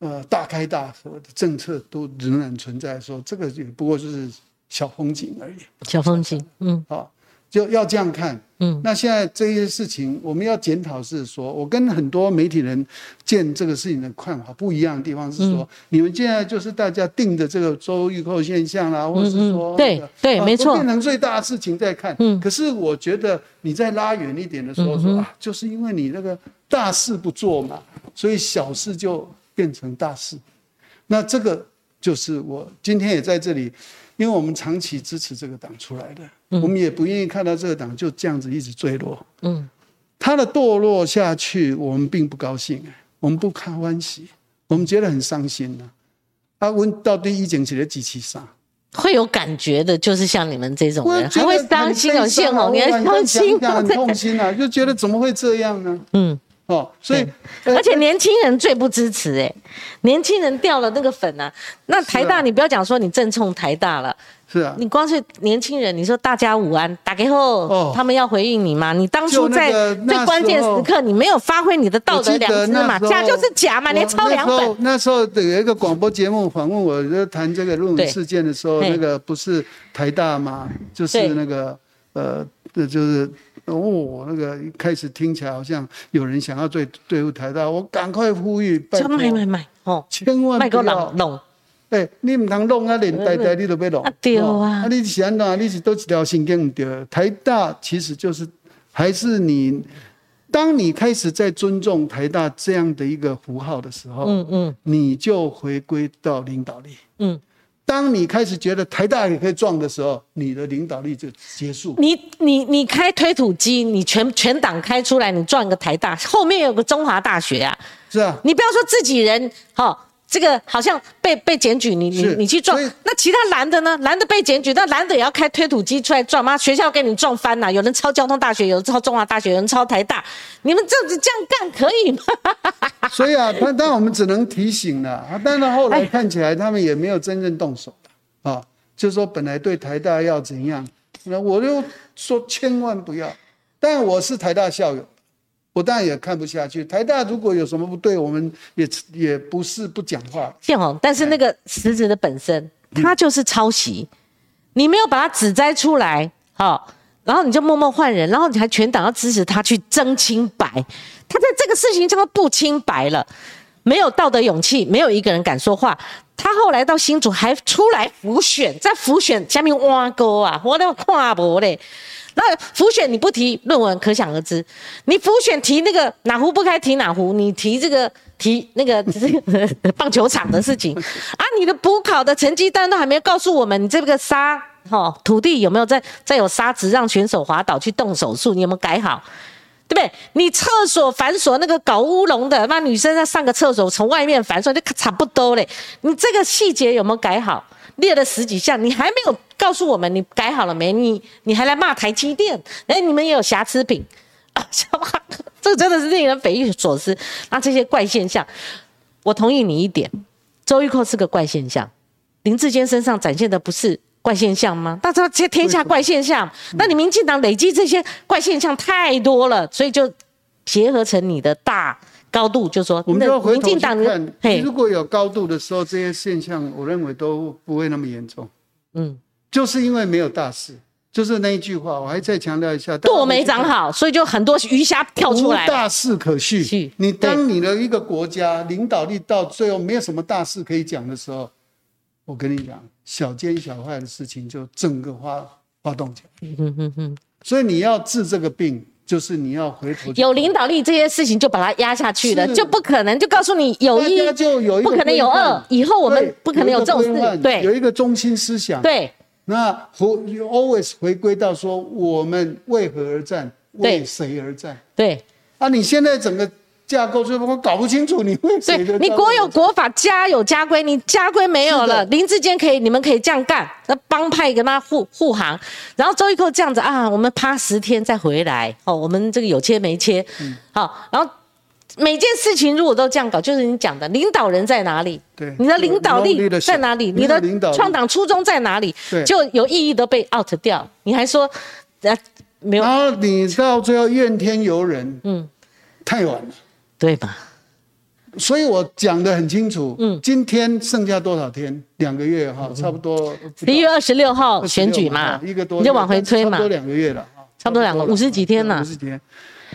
Speaker 2: 呃大开大合的政策都仍然存在的时候，这个也不过就是小风景而已。
Speaker 1: 小风景，嗯
Speaker 2: 好、就要这样看。
Speaker 1: 嗯，
Speaker 2: 那现在这些事情我们要检讨是说，我跟很多媒体人见这个事情的看法不一样的地方是说，
Speaker 1: 嗯
Speaker 2: 你们现在就是大家定的这个周预扣现象啦，或是
Speaker 1: 嗯
Speaker 2: 说
Speaker 1: 对
Speaker 2: 那个
Speaker 1: 对
Speaker 2: 啊
Speaker 1: 没
Speaker 2: 都
Speaker 1: 错
Speaker 2: 变成最大的事情在看。嗯，可是我觉得你在拉远一点的时
Speaker 1: 嗯
Speaker 2: 候说啊，就是因为你那个大事不做嘛，所以小事就变成大事。那这个就是我今天也在这里，因为我们长期支持这个党出来的，我们也不愿意看到这个党就这样子一直坠落。
Speaker 1: 嗯，
Speaker 2: 他的堕落下去，我们并不高兴，啊我们不看欢喜，我们觉得很伤心呐、啊。我们到底以前是在支持啥？
Speaker 1: 会有感觉的，就是像你们这种
Speaker 2: 我
Speaker 1: 人，
Speaker 2: 觉
Speaker 1: 还
Speaker 2: 得
Speaker 1: 会伤
Speaker 2: 很
Speaker 1: 心哦，
Speaker 2: 悲伤
Speaker 1: 宪
Speaker 2: 啊
Speaker 1: 宏，你
Speaker 2: 我
Speaker 1: 还
Speaker 2: 晚
Speaker 1: 伤
Speaker 2: 上
Speaker 1: 心
Speaker 2: 想想 很
Speaker 1: 哦，
Speaker 2: 痛心啊，就觉得怎么会这样呢？
Speaker 1: 嗯，
Speaker 2: 哦，所以，呃
Speaker 1: 而且年轻人最不支持哎、年轻人掉了那个粉啊，那台大
Speaker 2: 是啊
Speaker 1: 你不要讲说你正冲台大了，
Speaker 2: 是啊，
Speaker 1: 你光是年轻人，你说大家午安，打给后、
Speaker 2: 哦
Speaker 1: 他们要回应你吗？你当初
Speaker 2: 就那
Speaker 1: 在
Speaker 2: 个那时
Speaker 1: 最
Speaker 2: 候
Speaker 1: 关键时刻，你没有发挥你的道德良知嘛？
Speaker 2: 我记得那时候
Speaker 1: 假就是假嘛，
Speaker 2: 我
Speaker 1: 连抄两
Speaker 2: 那时候
Speaker 1: 本，
Speaker 2: 那时候有一个广播节目访问我，就谈这个论
Speaker 1: 对
Speaker 2: 文事件的时候，
Speaker 1: 嘿
Speaker 2: 那个不是台大吗？就
Speaker 1: 对
Speaker 2: 是那个呃，这就是。哦，那个一开始听起来好像有人想要对对付台大，我赶快呼吁，拜
Speaker 1: 就
Speaker 2: 托，
Speaker 1: 卖卖卖哦，
Speaker 2: 千万
Speaker 1: 卖给我
Speaker 2: 不
Speaker 1: 老
Speaker 2: 要，
Speaker 1: 弄，
Speaker 2: 哎、你唔通弄啊，连呆呆你都要弄。
Speaker 1: 啊对啊
Speaker 2: 哦啊，你是安怎？你是多一条神经唔对？台大其实就是还是你，当你开始在尊重台大这样的一个符号的时候，
Speaker 1: 嗯嗯
Speaker 2: 你就回归到领导力。
Speaker 1: 嗯，
Speaker 2: 当你开始觉得台大也可以撞的时候，你的领导力就结束。
Speaker 1: 你你你开推土机，你全全党开出来，你撞一个台大，后面有个中华大学啊，
Speaker 2: 是啊，
Speaker 1: 你不要说自己人哦。这个好像被被检举，你你
Speaker 2: 是
Speaker 1: 你去撞
Speaker 2: 所以，
Speaker 1: 那其他蓝的呢？蓝的被检举，那蓝的也要开推土机出来撞，妈学校给你撞翻了、有人抄交通大学，有人抄中华大学，有人抄台大，你们这样子这样干可以吗？
Speaker 2: 所以啊，但但我们只能提醒了。啊但是后
Speaker 1: 哎
Speaker 2: 来看起来他们也没有真正动手啊，就说本来对台大要怎样，那我就说千万不要。但我是台大校友，我当然也看不下去。台大如果有什么不对，我们也也不是不讲话。
Speaker 1: 宪宏，哦但是那个实质的本身，嗯它就是抄袭，你没有把它指摘出来，好、然后你就默默换人，然后你还全党要支持他去争清白，他在这个事情上都不清白了，没有道德勇气，没有一个人敢说话。他后来到新竹还出来浮选，在浮选下面挖沟啊，我都跨博嘞。那浮选你不提论文，可想而知。你浮选提那个哪壶不开提哪壶，你提这个提那个 这个棒球场的事情啊，你的补考的成绩单都还没告诉我们，你这个沙哦土地有没有在再有沙子让选手滑倒去动手术，你有没有改好？对不对？你厕所反锁那个搞乌龙的，那女生在上个厕所从外面反锁，就差不多嘞。你这个细节有没有改好？列了十几项，你还没有告诉我们你改好了没？你你还来骂台积电？哎，你们也有瑕疵品， 啊，这真的是令人匪夷所思。那这些怪现象，我同意你一点，周玉蔻是个怪现象。林志坚身上展现的不是怪现象吗？大家知道这天下怪现象，那你民进党累积这些怪现象太多了，所以就结合成你的大高度，就说
Speaker 2: 我们就
Speaker 1: 那
Speaker 2: 要回
Speaker 1: 民
Speaker 2: 头去
Speaker 1: 进党你
Speaker 2: 看，
Speaker 1: 嘿
Speaker 2: 如，果有高度的时候，这些现象我认为都不会那么严重。
Speaker 1: 嗯，
Speaker 2: 就是因为没有大事，就是那一句话，我还再强调一下，
Speaker 1: 舵没长好，所以就很多鱼虾跳出来了。
Speaker 2: 无大事可
Speaker 1: 是
Speaker 2: 续。你
Speaker 1: 对
Speaker 2: 当你的一个国家领导力到最后没有什么大事可以讲的时候，我跟你讲，小奸小坏的事情就整个发发动起来。
Speaker 1: 嗯嗯嗯，
Speaker 2: 所以你要治这个病，就是你要回头去
Speaker 1: 有领导力这些事情就把它压下去了，
Speaker 2: 是
Speaker 1: 就不可能就告诉你有
Speaker 2: 大
Speaker 1: 一
Speaker 2: 家就有一个
Speaker 1: 不可能有
Speaker 2: 规范
Speaker 1: 二，以后我们
Speaker 2: 对
Speaker 1: 不可能有这种
Speaker 2: 一个规
Speaker 1: 事。
Speaker 2: 范有
Speaker 1: 对
Speaker 2: 一个中心思想。
Speaker 1: 对，
Speaker 2: 那回 always 回归到说，我们为何而战，
Speaker 1: 对
Speaker 2: 为谁而战？
Speaker 1: 对，
Speaker 2: 啊，你现在整个架构就是我搞不清楚你为
Speaker 1: 对
Speaker 2: 谁的。
Speaker 1: 你国有国法，家有家规，你家规没有了，
Speaker 2: 是
Speaker 1: 林志坚可以，你们可以这样干，那帮派跟他护护航，然后周一蔻这样子啊，我们趴十天再回来，哦，我们这个有切没切，
Speaker 2: 嗯
Speaker 1: 好，然后每件事情如果都这样搞，就是你讲的领导人在哪里，
Speaker 2: 对
Speaker 1: 你的领导力在哪里，
Speaker 2: 你
Speaker 1: 你的
Speaker 2: 的领导力
Speaker 1: 创党初衷在哪里
Speaker 2: 对，
Speaker 1: 就有意义都被 out 掉，你还说，呃，没有
Speaker 2: 然后你到最后怨天尤人，嗯，太晚了。
Speaker 1: 对吧？
Speaker 2: 所以我讲的很清楚，
Speaker 1: 嗯
Speaker 2: 嗯，今天剩下多少天？两个月哈，差不多。
Speaker 1: 十一月二十六号选举嘛，
Speaker 2: 一个多月，
Speaker 1: 你就往回推嘛
Speaker 2: 差不多，两个月了，啊哈
Speaker 1: 差不多两个50几天了
Speaker 2: 五十几天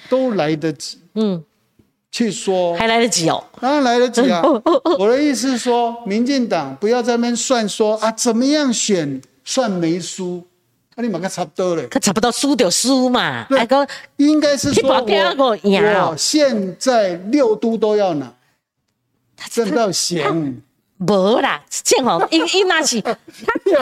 Speaker 2: 都来得及
Speaker 1: 嗯，
Speaker 2: 去说，
Speaker 1: 还来得及哦。
Speaker 2: 当然来得 及啊。我的意思是说，民进党不要在那边算说啊，怎么样选算没输，那你马上差不多了。
Speaker 1: 可差不多输就输嘛，啊
Speaker 2: 对
Speaker 1: 还讲
Speaker 2: 应该是
Speaker 1: 去
Speaker 2: 说
Speaker 1: 把第二
Speaker 2: 我
Speaker 1: 个赢啊
Speaker 2: 我现在六都都要拿，挣到钱。
Speaker 1: 无啦，建 宏因因那是他
Speaker 2: 哦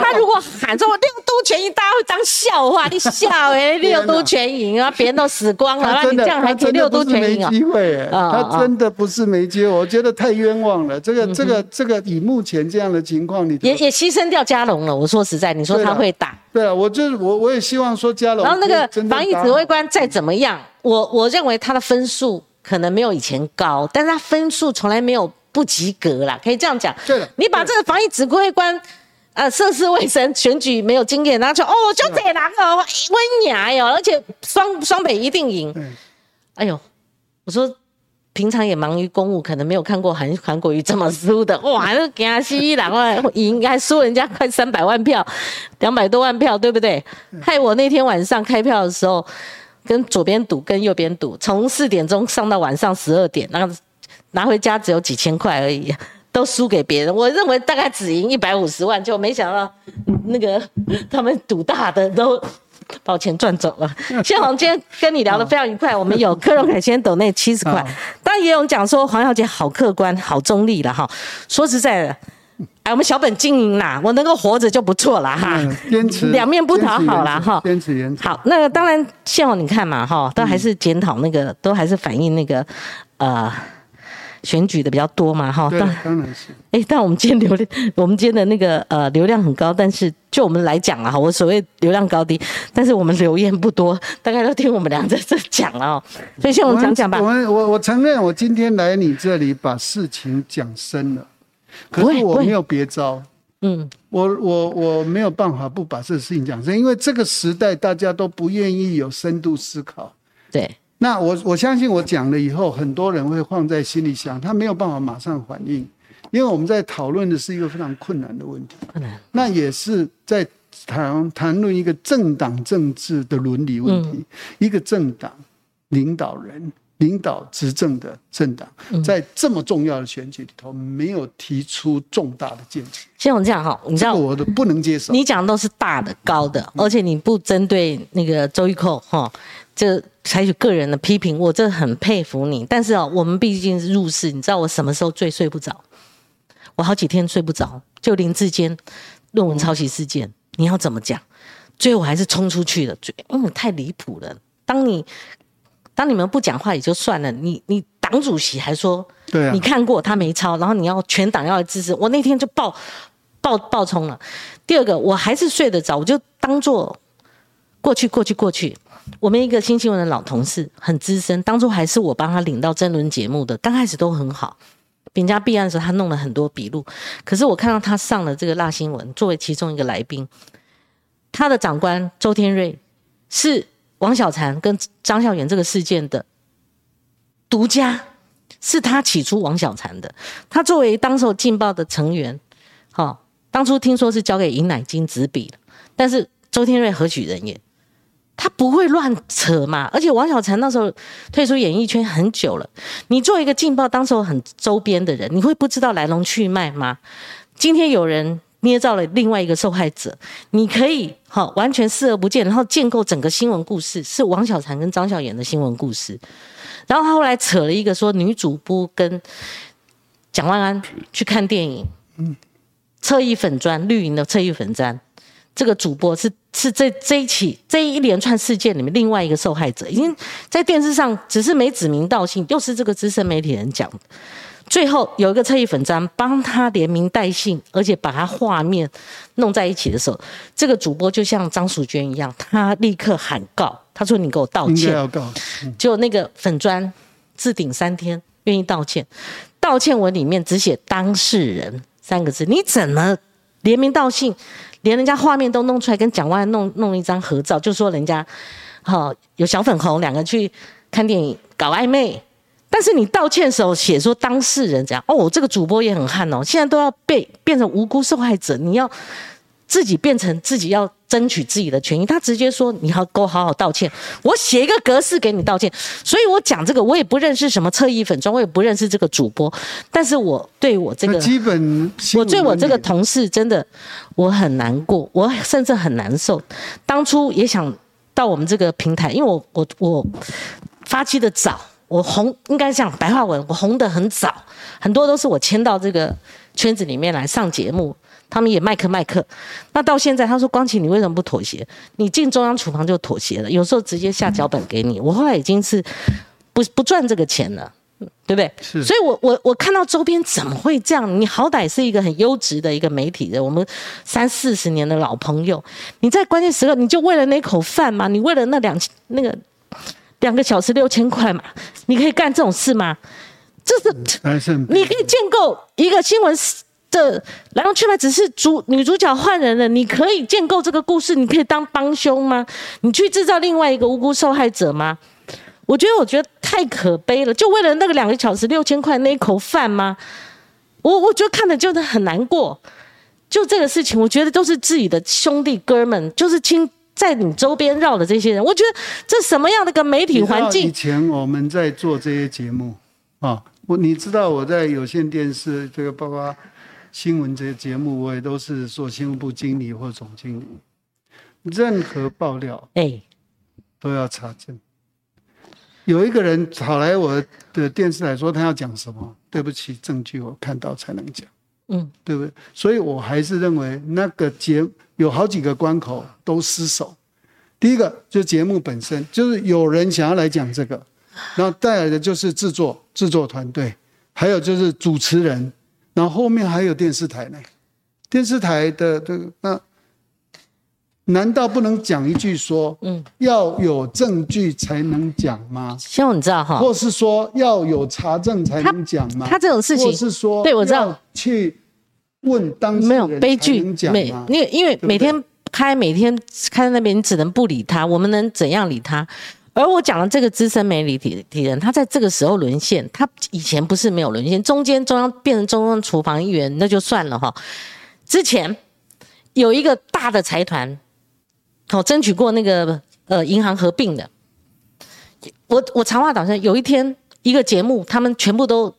Speaker 1: 他如果喊说六都全赢，大家会当笑 话，你笑哎、六都全赢啊，别人都死光了，那
Speaker 2: 他真
Speaker 1: 你
Speaker 2: 的，
Speaker 1: 这样
Speaker 2: 他
Speaker 1: 还给
Speaker 2: 真
Speaker 1: 六
Speaker 2: 的
Speaker 1: 都
Speaker 2: 不是
Speaker 1: 全
Speaker 2: 没
Speaker 1: 赢啊、
Speaker 2: 机会耶，
Speaker 1: 啊啊嗯
Speaker 2: 他真的不是没机会，我觉得太冤枉了。这个这个这个，以目前这样的情况，你
Speaker 1: 也也牺牲掉加龙了。我说实在，你说
Speaker 2: 对
Speaker 1: 他
Speaker 2: 啦
Speaker 1: 会打，
Speaker 2: 对啊，我就是我我也希望说加龙，
Speaker 1: 然后那个
Speaker 2: 真的
Speaker 1: 防疫
Speaker 2: 打
Speaker 1: 指挥官再怎么样，我我认为他的分数可能没有以前高，但是他分数从来没有不及格啦，可以这样讲。
Speaker 2: 对的
Speaker 1: 你把这个防疫指挥官。呃，涉世未深，选举没有经验，然后就哦，我就这狼哦，温雅哟，而且双双北一定赢。
Speaker 2: 对
Speaker 1: 哎呦，我说平常也忙于公务，可能没有看过韩韩国瑜这么输的，哇，那给他西一两万赢，还输人家快三百万票，两百多万票，对不对？
Speaker 2: 嗯
Speaker 1: 害我那天晚上开票的时候，跟左边赌，跟右边赌，从四点钟上到晚上十二点，那拿回家只有几千块而已。都输给别人，我认为大概只赢一百五十万，就没想到那个他们赌大的都把我钱赚走了。谢宏，今天跟你聊得非常愉快，我们有柯荣凯先生抖内七十块
Speaker 2: 好，
Speaker 1: 当然也有人讲说黄小姐好客观、好中立了哈。说实在的，哎，我们小本经营啦，我能够活着就不错啦哈。
Speaker 2: 嗯坚持
Speaker 1: 两面不讨好啦
Speaker 2: 坚持
Speaker 1: 哈。
Speaker 2: 原则坚持原则
Speaker 1: 好，那个当然，谢宏你看嘛
Speaker 2: 嗯
Speaker 1: 哈，都还是检讨那个，都还是反映那个呃选举的比较多嘛哈。
Speaker 2: 对
Speaker 1: 哦当
Speaker 2: 啊，当然是
Speaker 1: 哎，但我们今天流量，我们今天的那个呃流量很高，但是就我们来讲啊，我所谓流量高低，但是我们留言不多，大概都听我们俩在这讲了哦。所以先我们讲讲吧
Speaker 2: 我，们我我承认，我今天来你这里把事情讲深了，
Speaker 1: 不
Speaker 2: 可
Speaker 1: 会
Speaker 2: 是
Speaker 1: 不
Speaker 2: 我
Speaker 1: 会
Speaker 2: 没有别招。
Speaker 1: 嗯，
Speaker 2: 我我我没有办法不把这个事情讲深，因为这个时代大家都不愿意有深度思考。
Speaker 1: 对，
Speaker 2: 那我我相信我讲了以后，很多人会放在心里想，他没有办法马上反应，因为我们在讨论的是一个非常困难的问题，
Speaker 1: 不能，
Speaker 2: 那也是在谈谈论一个政党政治的伦理问
Speaker 1: 嗯
Speaker 2: 题，一个政党领导人。领导执政的政党，
Speaker 1: 嗯
Speaker 2: 在这么重要的选举里头，没有提出重大的建议，
Speaker 1: 先我们这样哈，你知
Speaker 2: 这个
Speaker 1: 道
Speaker 2: 我都不能接受。
Speaker 1: 你讲的都是大的、高的，而且你不针对那个周玉蔻哈，这采取个人的批评，我这很佩服你。但是哦，我们毕竟是入世，你知道我什么时候最睡不着？我好几天睡不着，就林志坚论文抄袭事件，你要怎么讲？最后我还是冲出去了，最嗯太离谱了。当你当你们不讲话也就算了，你你党主席还说
Speaker 2: 对啊
Speaker 1: 你看过他没抄，然后你要全党要来支持，我那天就爆爆爆冲了。第二个，我还是睡得着，我就当做过去过去过去。我们一个新新闻的老同事，很资深，当初还是我帮他领到争论节目的，刚开始都很好。评价弊案的时候，他弄了很多笔录，可是我看到他上了这个辣新闻，作为其中一个来宾，他的长官周天瑞是王小婵跟张孝远这个事件的独家，是他起出王小婵的。他作为当时候劲爆的成员，好、当初听说是交给尹乃金执笔的，但是周天瑞何许人也？他不会乱扯嘛，而且王小婵那时候退出演艺圈很久了，你作为一个劲爆当时候很周边的人，你会不知道来龙去脉吗？今天有人捏造了另外一个受害者，你可以好、完全视而不见，然后建构整个新闻故事，是王小婵跟张小妍的新闻故事。然后他后来扯了一个说女主播跟蒋万安去看电影，侧翼粉砖绿营的侧翼粉砖，这个主播是是这这一起这一连串事件里面另外一个受害者，已经在电视上只是没指名道姓，又是这个资深媒体人讲的。最后有一个侧翼粉章帮他连名带姓，而且把他画面弄在一起的时候，这个主播就像张淑娟一样，他立刻喊告，他说：“你给我道
Speaker 2: 应该
Speaker 1: 歉。
Speaker 2: 要告。”
Speaker 1: 就那个粉砖置顶三天，愿意道歉，道歉文里面只写当事人三个字，你怎么连名道姓，连人家画面都弄出来，跟蒋万安弄弄一张合照，就说人家好、有小粉红两个去看电影搞暧昧。但是你道歉的时候写说当事人怎样哦，这个主播也很悍哦，现在都要被变成无辜受害者，你要自己变成自己要争取自己的权益。他直接说你要给我好好道歉，我写一个格式给你道歉。所以我讲这个，我也不认识什么侧翼粉砖，我也不认识这个主播，但是我对我这
Speaker 2: 那
Speaker 1: 个。
Speaker 2: 基本新
Speaker 1: 我
Speaker 2: 闻
Speaker 1: 对我这个
Speaker 2: 伦理
Speaker 1: 同事真的，我很难过，我甚至很难受。当初也想到我们这个平台，因为我我我发迹的早，我红应该讲白话文，我红的很早，很多都是我签到这个圈子里面来上节目。他们也麦克麦克，那到现在他说光启你为什么不妥协？你进中央厨房就妥协了，有时候直接下脚本给你。我后来已经是不不赚这个钱了，对不对？
Speaker 2: 是
Speaker 1: 所以我我我看到周边怎么会这样？你好歹是一个很优质的一个媒体人，我们三四十年的老朋友，你在关键时刻你就为了那口饭吗？你为了那两那个两个小时六千块嘛，你可以干这种事吗？这是
Speaker 2: 还是很
Speaker 1: 你可以建构一个新闻的来龙去脉，只是主女主角换人了，你可以建构这个故事，你可以当帮凶吗？你去制造另外一个无辜受害者吗？我觉得，我觉得太可悲了，就为了那个两个小时六千块那一口饭吗？我我觉得看的就是很难过。就这个事情，我觉得都是自己的兄弟哥们，就是亲在你周边绕的这些人，我觉得这什么样的一个媒体
Speaker 2: 你知道
Speaker 1: 环境
Speaker 2: 啊以，前我们在做这些节目啊，我你知道我在有线电视这个包括新闻这些节目，我也都是做新闻部经理或总经理，任何爆料
Speaker 1: 哎、
Speaker 2: 都要查证。有一个人跑来我的电视台说他要讲什么，对不起，证据我看到才能讲。
Speaker 1: 嗯，
Speaker 2: 对不对？所以我还是认为那个节有好几个关口都失守。第一个就是节目本身，就是有人想要来讲这个，然后带来的就是制作制作团队，还有就是主持人，然后后面还有电视台呢。电视台的这个那，难道不能讲一句说，嗯，要有证据才能讲吗？
Speaker 1: 希望你知道哈，
Speaker 2: 或是说要有查证才能讲吗？
Speaker 1: 他这种事
Speaker 2: 或
Speaker 1: 情
Speaker 2: 是说
Speaker 1: 对我知道
Speaker 2: 要去问当事
Speaker 1: 没有
Speaker 2: 人
Speaker 1: 悲
Speaker 2: 才
Speaker 1: 剧
Speaker 2: 能，讲
Speaker 1: 每
Speaker 2: 吗？
Speaker 1: 因为因为
Speaker 2: 对不
Speaker 1: 每天开每天开在那边，你只能不理他，我们能怎样理他？而我讲的这个资深媒体体人，他在这个时候沦陷，他以前不是没有沦陷，中间中央变成中央厨房一员，那就算了哈。之前有一个大的财团，哦，争取过那个呃银行合并的。我我长话短说，有一天一个节目，他们全部都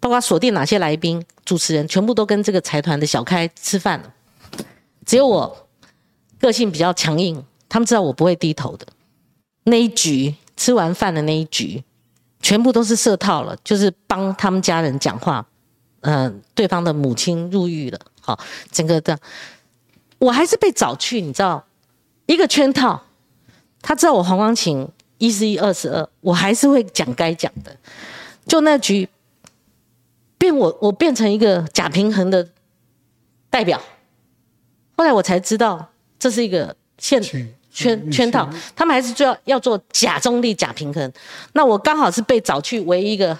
Speaker 1: 包括锁定哪些来宾、主持人，全部都跟这个财团的小开吃饭了。只有我个性比较强硬，他们知道我不会低头的。那一局吃完饭的那一局，全部都是设套了，就是帮他们家人讲话。嗯、对方的母亲入狱了，好，整个的，我还是被找去，你知道，一个圈套。他知道我黄光琴一十一二十二，我还是会讲该讲的。就那局变我我变成一个假平衡的代表。后来我才知道这是一个现
Speaker 2: 圈嗯
Speaker 1: 圈圈套
Speaker 2: 圈，
Speaker 1: 他们还是就要要做假中立、假平衡。那我刚好是被找去为一个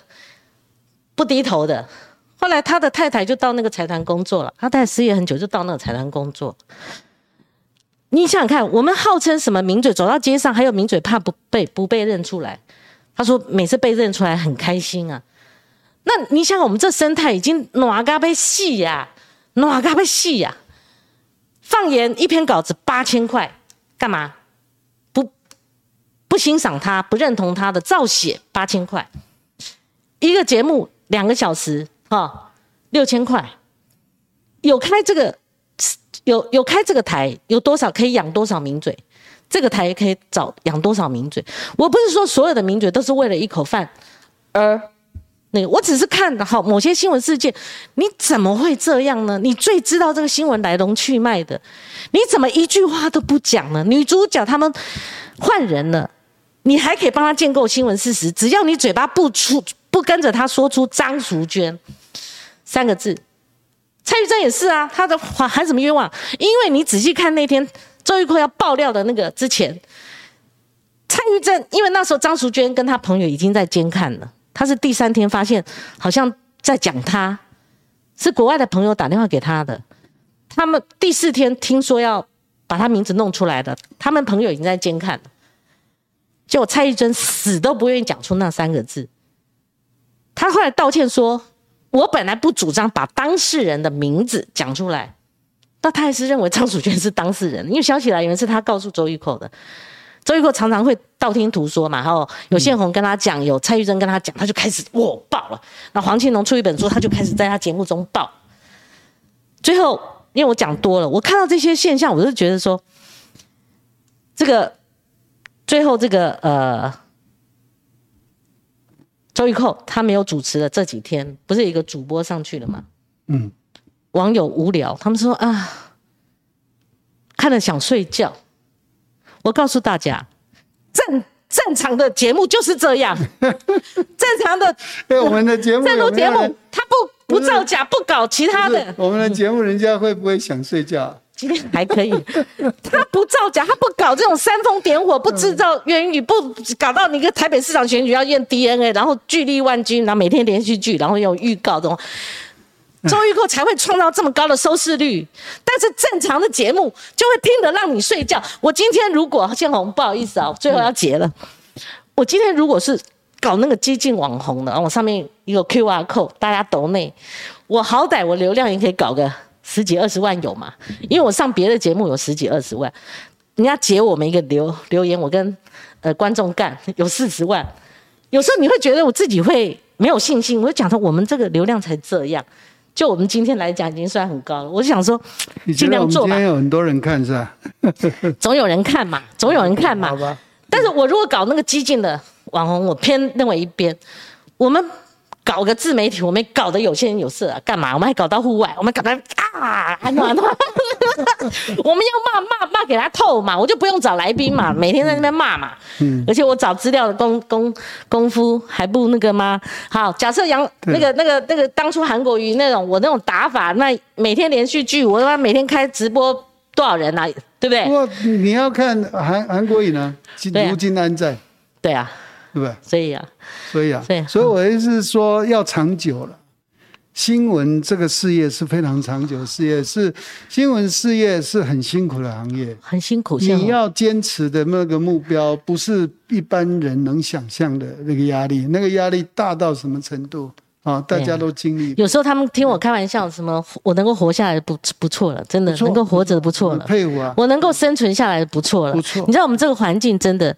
Speaker 1: 不低头的。后来他的太太就到那个财团工作了，他太太失业很久，就到那个财团工作。你想想看，我们号称什么名嘴，走到街上还有名嘴怕不被不被认出来。他说每次被认出来很开心啊。那你想，我们这生态已经哪嘎被戏呀，哪嘎被戏呀、放言一篇稿子八千块，干嘛？不不欣赏他，不认同他的造写八千块，一个节目两个小时啊，六千块，有开这个有有开这个台，有多少可以养多少名嘴？这个台可以找养多少名嘴？我不是说所有的名嘴都是为了一口饭而那个我只是看好某些新闻事件，你怎么会这样呢？你最知道这个新闻来龙去脉的，你怎么一句话都不讲呢？女主角他们换人了，你还可以帮他建构新闻事实，只要你嘴巴不出不跟着他说出张淑娟三个字，蔡玉珍也是啊，他的喊喊什么冤枉？因为你仔细看那天周玉蔻要爆料的那个之前，蔡玉珍因为那时候张淑娟跟她朋友已经在监看了。他是第三天发现，好像在讲他，是国外的朋友打电话给他的。他们第四天听说要把他名字弄出来的，他们朋友已经在监看了。结果蔡玉珍死都不愿意讲出那三个字。他后来道歉说：“我本来不主张把当事人的名字讲出来，但他还是认为张楚娟是当事人，因为消息来源是他告诉周玉蔻的。”周玉蔻常常会道听途说嘛，然后有宪宏跟他讲，有蔡玉珍跟他讲，他就开始我爆了。那黄庆龙出一本书，他就开始在他节目中爆。最后，因为我讲多了，我看到这些现象，我就觉得说，这个最后这个呃，周玉蔻他没有主持的这几天，不是有一个主播上去了嘛？
Speaker 2: 嗯，
Speaker 1: 网友无聊，他们说啊，看了想睡觉。我告诉大家，正正常的节目就是这样，正常的
Speaker 2: 对哎我们的节目
Speaker 1: 正
Speaker 2: 有
Speaker 1: 如
Speaker 2: 没
Speaker 1: 节
Speaker 2: 有
Speaker 1: 目
Speaker 2: 人，
Speaker 1: 他不不造假，不搞其他
Speaker 2: 不是
Speaker 1: 的。
Speaker 2: 我们的节目人家会不会想睡觉啊？
Speaker 1: 今天还可以，他不造假，他不搞这种煽风点火，不制造冤狱，不搞到你一个台北市长选举要验 DNA，然后巨力万钧，然后每天连续剧，然后有预告这种，周玉蔻才会创造这么高的收视率。但是正常的节目就会听得让你睡觉。我今天如果建宏，不好意思啊，我最后要结了。我今天如果是搞那个激进网红的，然后我上面有 QR code，大家抖内，我好歹我流量也可以搞个十几二十万有嘛，因为我上别的节目有十几二十万，人家截我们一个留留言，我跟呃观众干有四十万，有时候你会觉得我自己会没有信心，我就讲说我们这个流量才这样。就我们今天来讲，已经算很高了。我就想说，
Speaker 2: 你觉
Speaker 1: 尽
Speaker 2: 得我
Speaker 1: 量
Speaker 2: 们
Speaker 1: 做
Speaker 2: 今
Speaker 1: 吧
Speaker 2: 天，有很多人看是吧？
Speaker 1: 总有人看嘛，总有人看嘛。
Speaker 2: 好吧，
Speaker 1: 但是我如果搞那个激进的网红，我偏认为一边，我们搞个自媒体，我们搞得有些人有色啊，干嘛？我们还搞到户外，我们搞到啊，暖暖，我们要骂骂骂给他透嘛，我就不用找来宾嘛，每天在那边骂嘛。而且我找资料的功功功夫还不那个吗？好，假设杨
Speaker 2: 对
Speaker 1: 那个那个那个当初韩国瑜那种我那种打法，那每天连续剧，我他妈每天开直播多少人啊？对不
Speaker 2: 不
Speaker 1: 对？
Speaker 2: 过你要看韩韩国瑜呢，今
Speaker 1: 对啊
Speaker 2: 如今安在，
Speaker 1: 对啊，
Speaker 2: 对吧？
Speaker 1: 所以啊，
Speaker 2: 所以啊，
Speaker 1: 对啊
Speaker 2: 所以我的意思是说，要长久了。新闻这个事业是非常长久的事业，是新闻事业是很辛苦的行业。
Speaker 1: 很辛苦。现在
Speaker 2: 你要坚持的那个目标，不是一般人能想象的那个压力，那个压力大到什么程度啊？大家都经历，
Speaker 1: 有时候他们听我开玩笑，什么我能够活下来不不错了，真的
Speaker 2: 错
Speaker 1: 能够活着不错
Speaker 2: 很
Speaker 1: 了，
Speaker 2: 佩服啊！
Speaker 1: 我能够生存下来不错了，
Speaker 2: 不错嗯
Speaker 1: 你知道我们这个环境真的，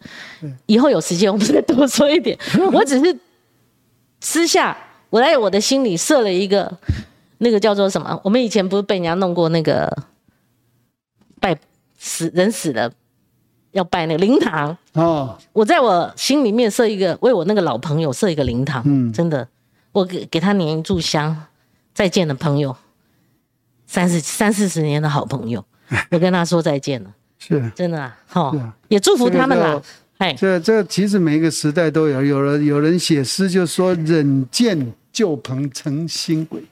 Speaker 1: 以后有时间我们再多说一 点。我只是私下我在我的心里设了一个那个叫做什么？我们以前不是被人家弄过那个拜死人死了要拜那个灵堂，
Speaker 2: 哦，
Speaker 1: 我在我心里面设一个，为我那个老朋友设一个灵堂，
Speaker 2: 嗯
Speaker 1: 真的，我给给他粘一炷香，再见的朋友，三十三四十年的好朋 友，我跟他说再见了，
Speaker 2: 是。
Speaker 1: 真的啊，哈
Speaker 2: 是啊，
Speaker 1: 也祝福他们
Speaker 2: 这
Speaker 1: 啦
Speaker 2: 个，
Speaker 1: 哎，
Speaker 2: 这这其实每一个时代都有，有人有人写诗就说“忍见旧朋成新鬼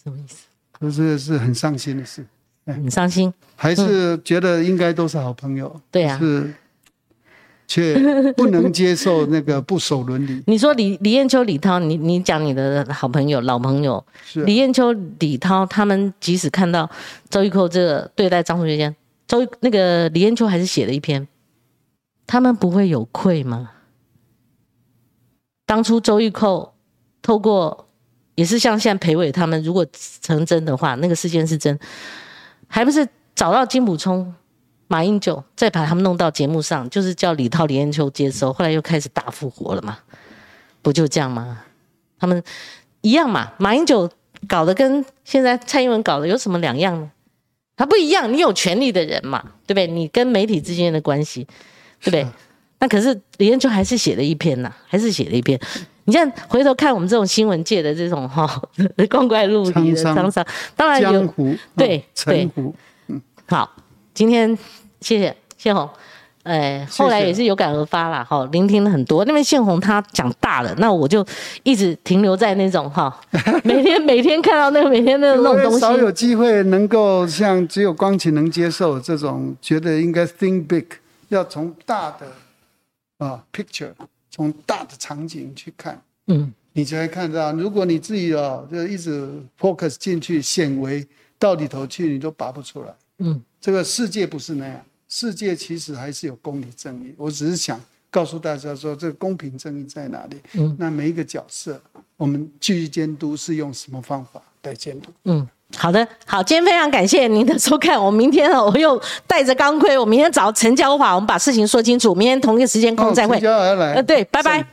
Speaker 1: 什么意思？”，
Speaker 2: 这是是很伤心的事。
Speaker 1: 很伤心，
Speaker 2: 还是觉得应该都是好朋友，
Speaker 1: 对啊。
Speaker 2: 是，却不能接受那个不守伦理
Speaker 1: 你说李李艳秋、李涛，你你讲你的好朋友、老朋友
Speaker 2: 是啊
Speaker 1: 李艳秋、李涛，他们即使看到周玉蔻这个对待张同学间，周玉那个李艳秋还是写了一篇，他们不会有愧吗？当初周玉蔻透过也是像现在裴伟他们，如果成真的话，那个事件是真，还不是找到金溥聪、马英九，再把他们弄到节目上，就是叫李涛、李艳秋接收，后来又开始大复活了嘛，不就这样吗？他们一样嘛，马英九搞得跟现在蔡英文搞的有什么两样呢？他不一样，你有权利的人嘛，对不对？你跟媒体之间的
Speaker 2: 啊
Speaker 1: 关系，对不对？那可是李彦秋还是写了一篇呐、还是写了一篇。你现在回头看我们这种新闻界的这种哈、 光怪陆离的
Speaker 2: 沧桑
Speaker 1: 沧桑，当然
Speaker 2: 江
Speaker 1: 有
Speaker 2: 湖
Speaker 1: 对
Speaker 2: 啊陈湖，
Speaker 1: 好。今天谢谢谢红，哎，
Speaker 2: 谢
Speaker 1: 后来也是有感而发啦，哈、聆听了很多。那边谢红他讲大了，那我就一直停留在那种 哈、每天每天看到那个每天那个那
Speaker 2: 我
Speaker 1: 种东西，
Speaker 2: 也少有机会能够像只有光启能接受这种，觉得应该 think big，要从大的啊 picture，从大的场景去看，
Speaker 1: 嗯，
Speaker 2: 你才会看到。如果你自己啊，就一直 focus 进去，显微到里头去，你都拔不出来。
Speaker 1: 嗯，
Speaker 2: 这个世界不是那样，世界其实还是有公理正义。我只是想告诉大家说，这个公平正义在哪里？嗯，那每一个角色，我们继续监督是用什么方法来监督？
Speaker 1: 嗯，好的，好，今天非常感谢您的收看。我明天呢，我又带着钢盔，我明天找陈娇华，我们把事情说清楚。明天同一个时间空再
Speaker 2: 哦
Speaker 1: 会
Speaker 2: 陈。娇要来，
Speaker 1: 呃对拜拜
Speaker 2: 是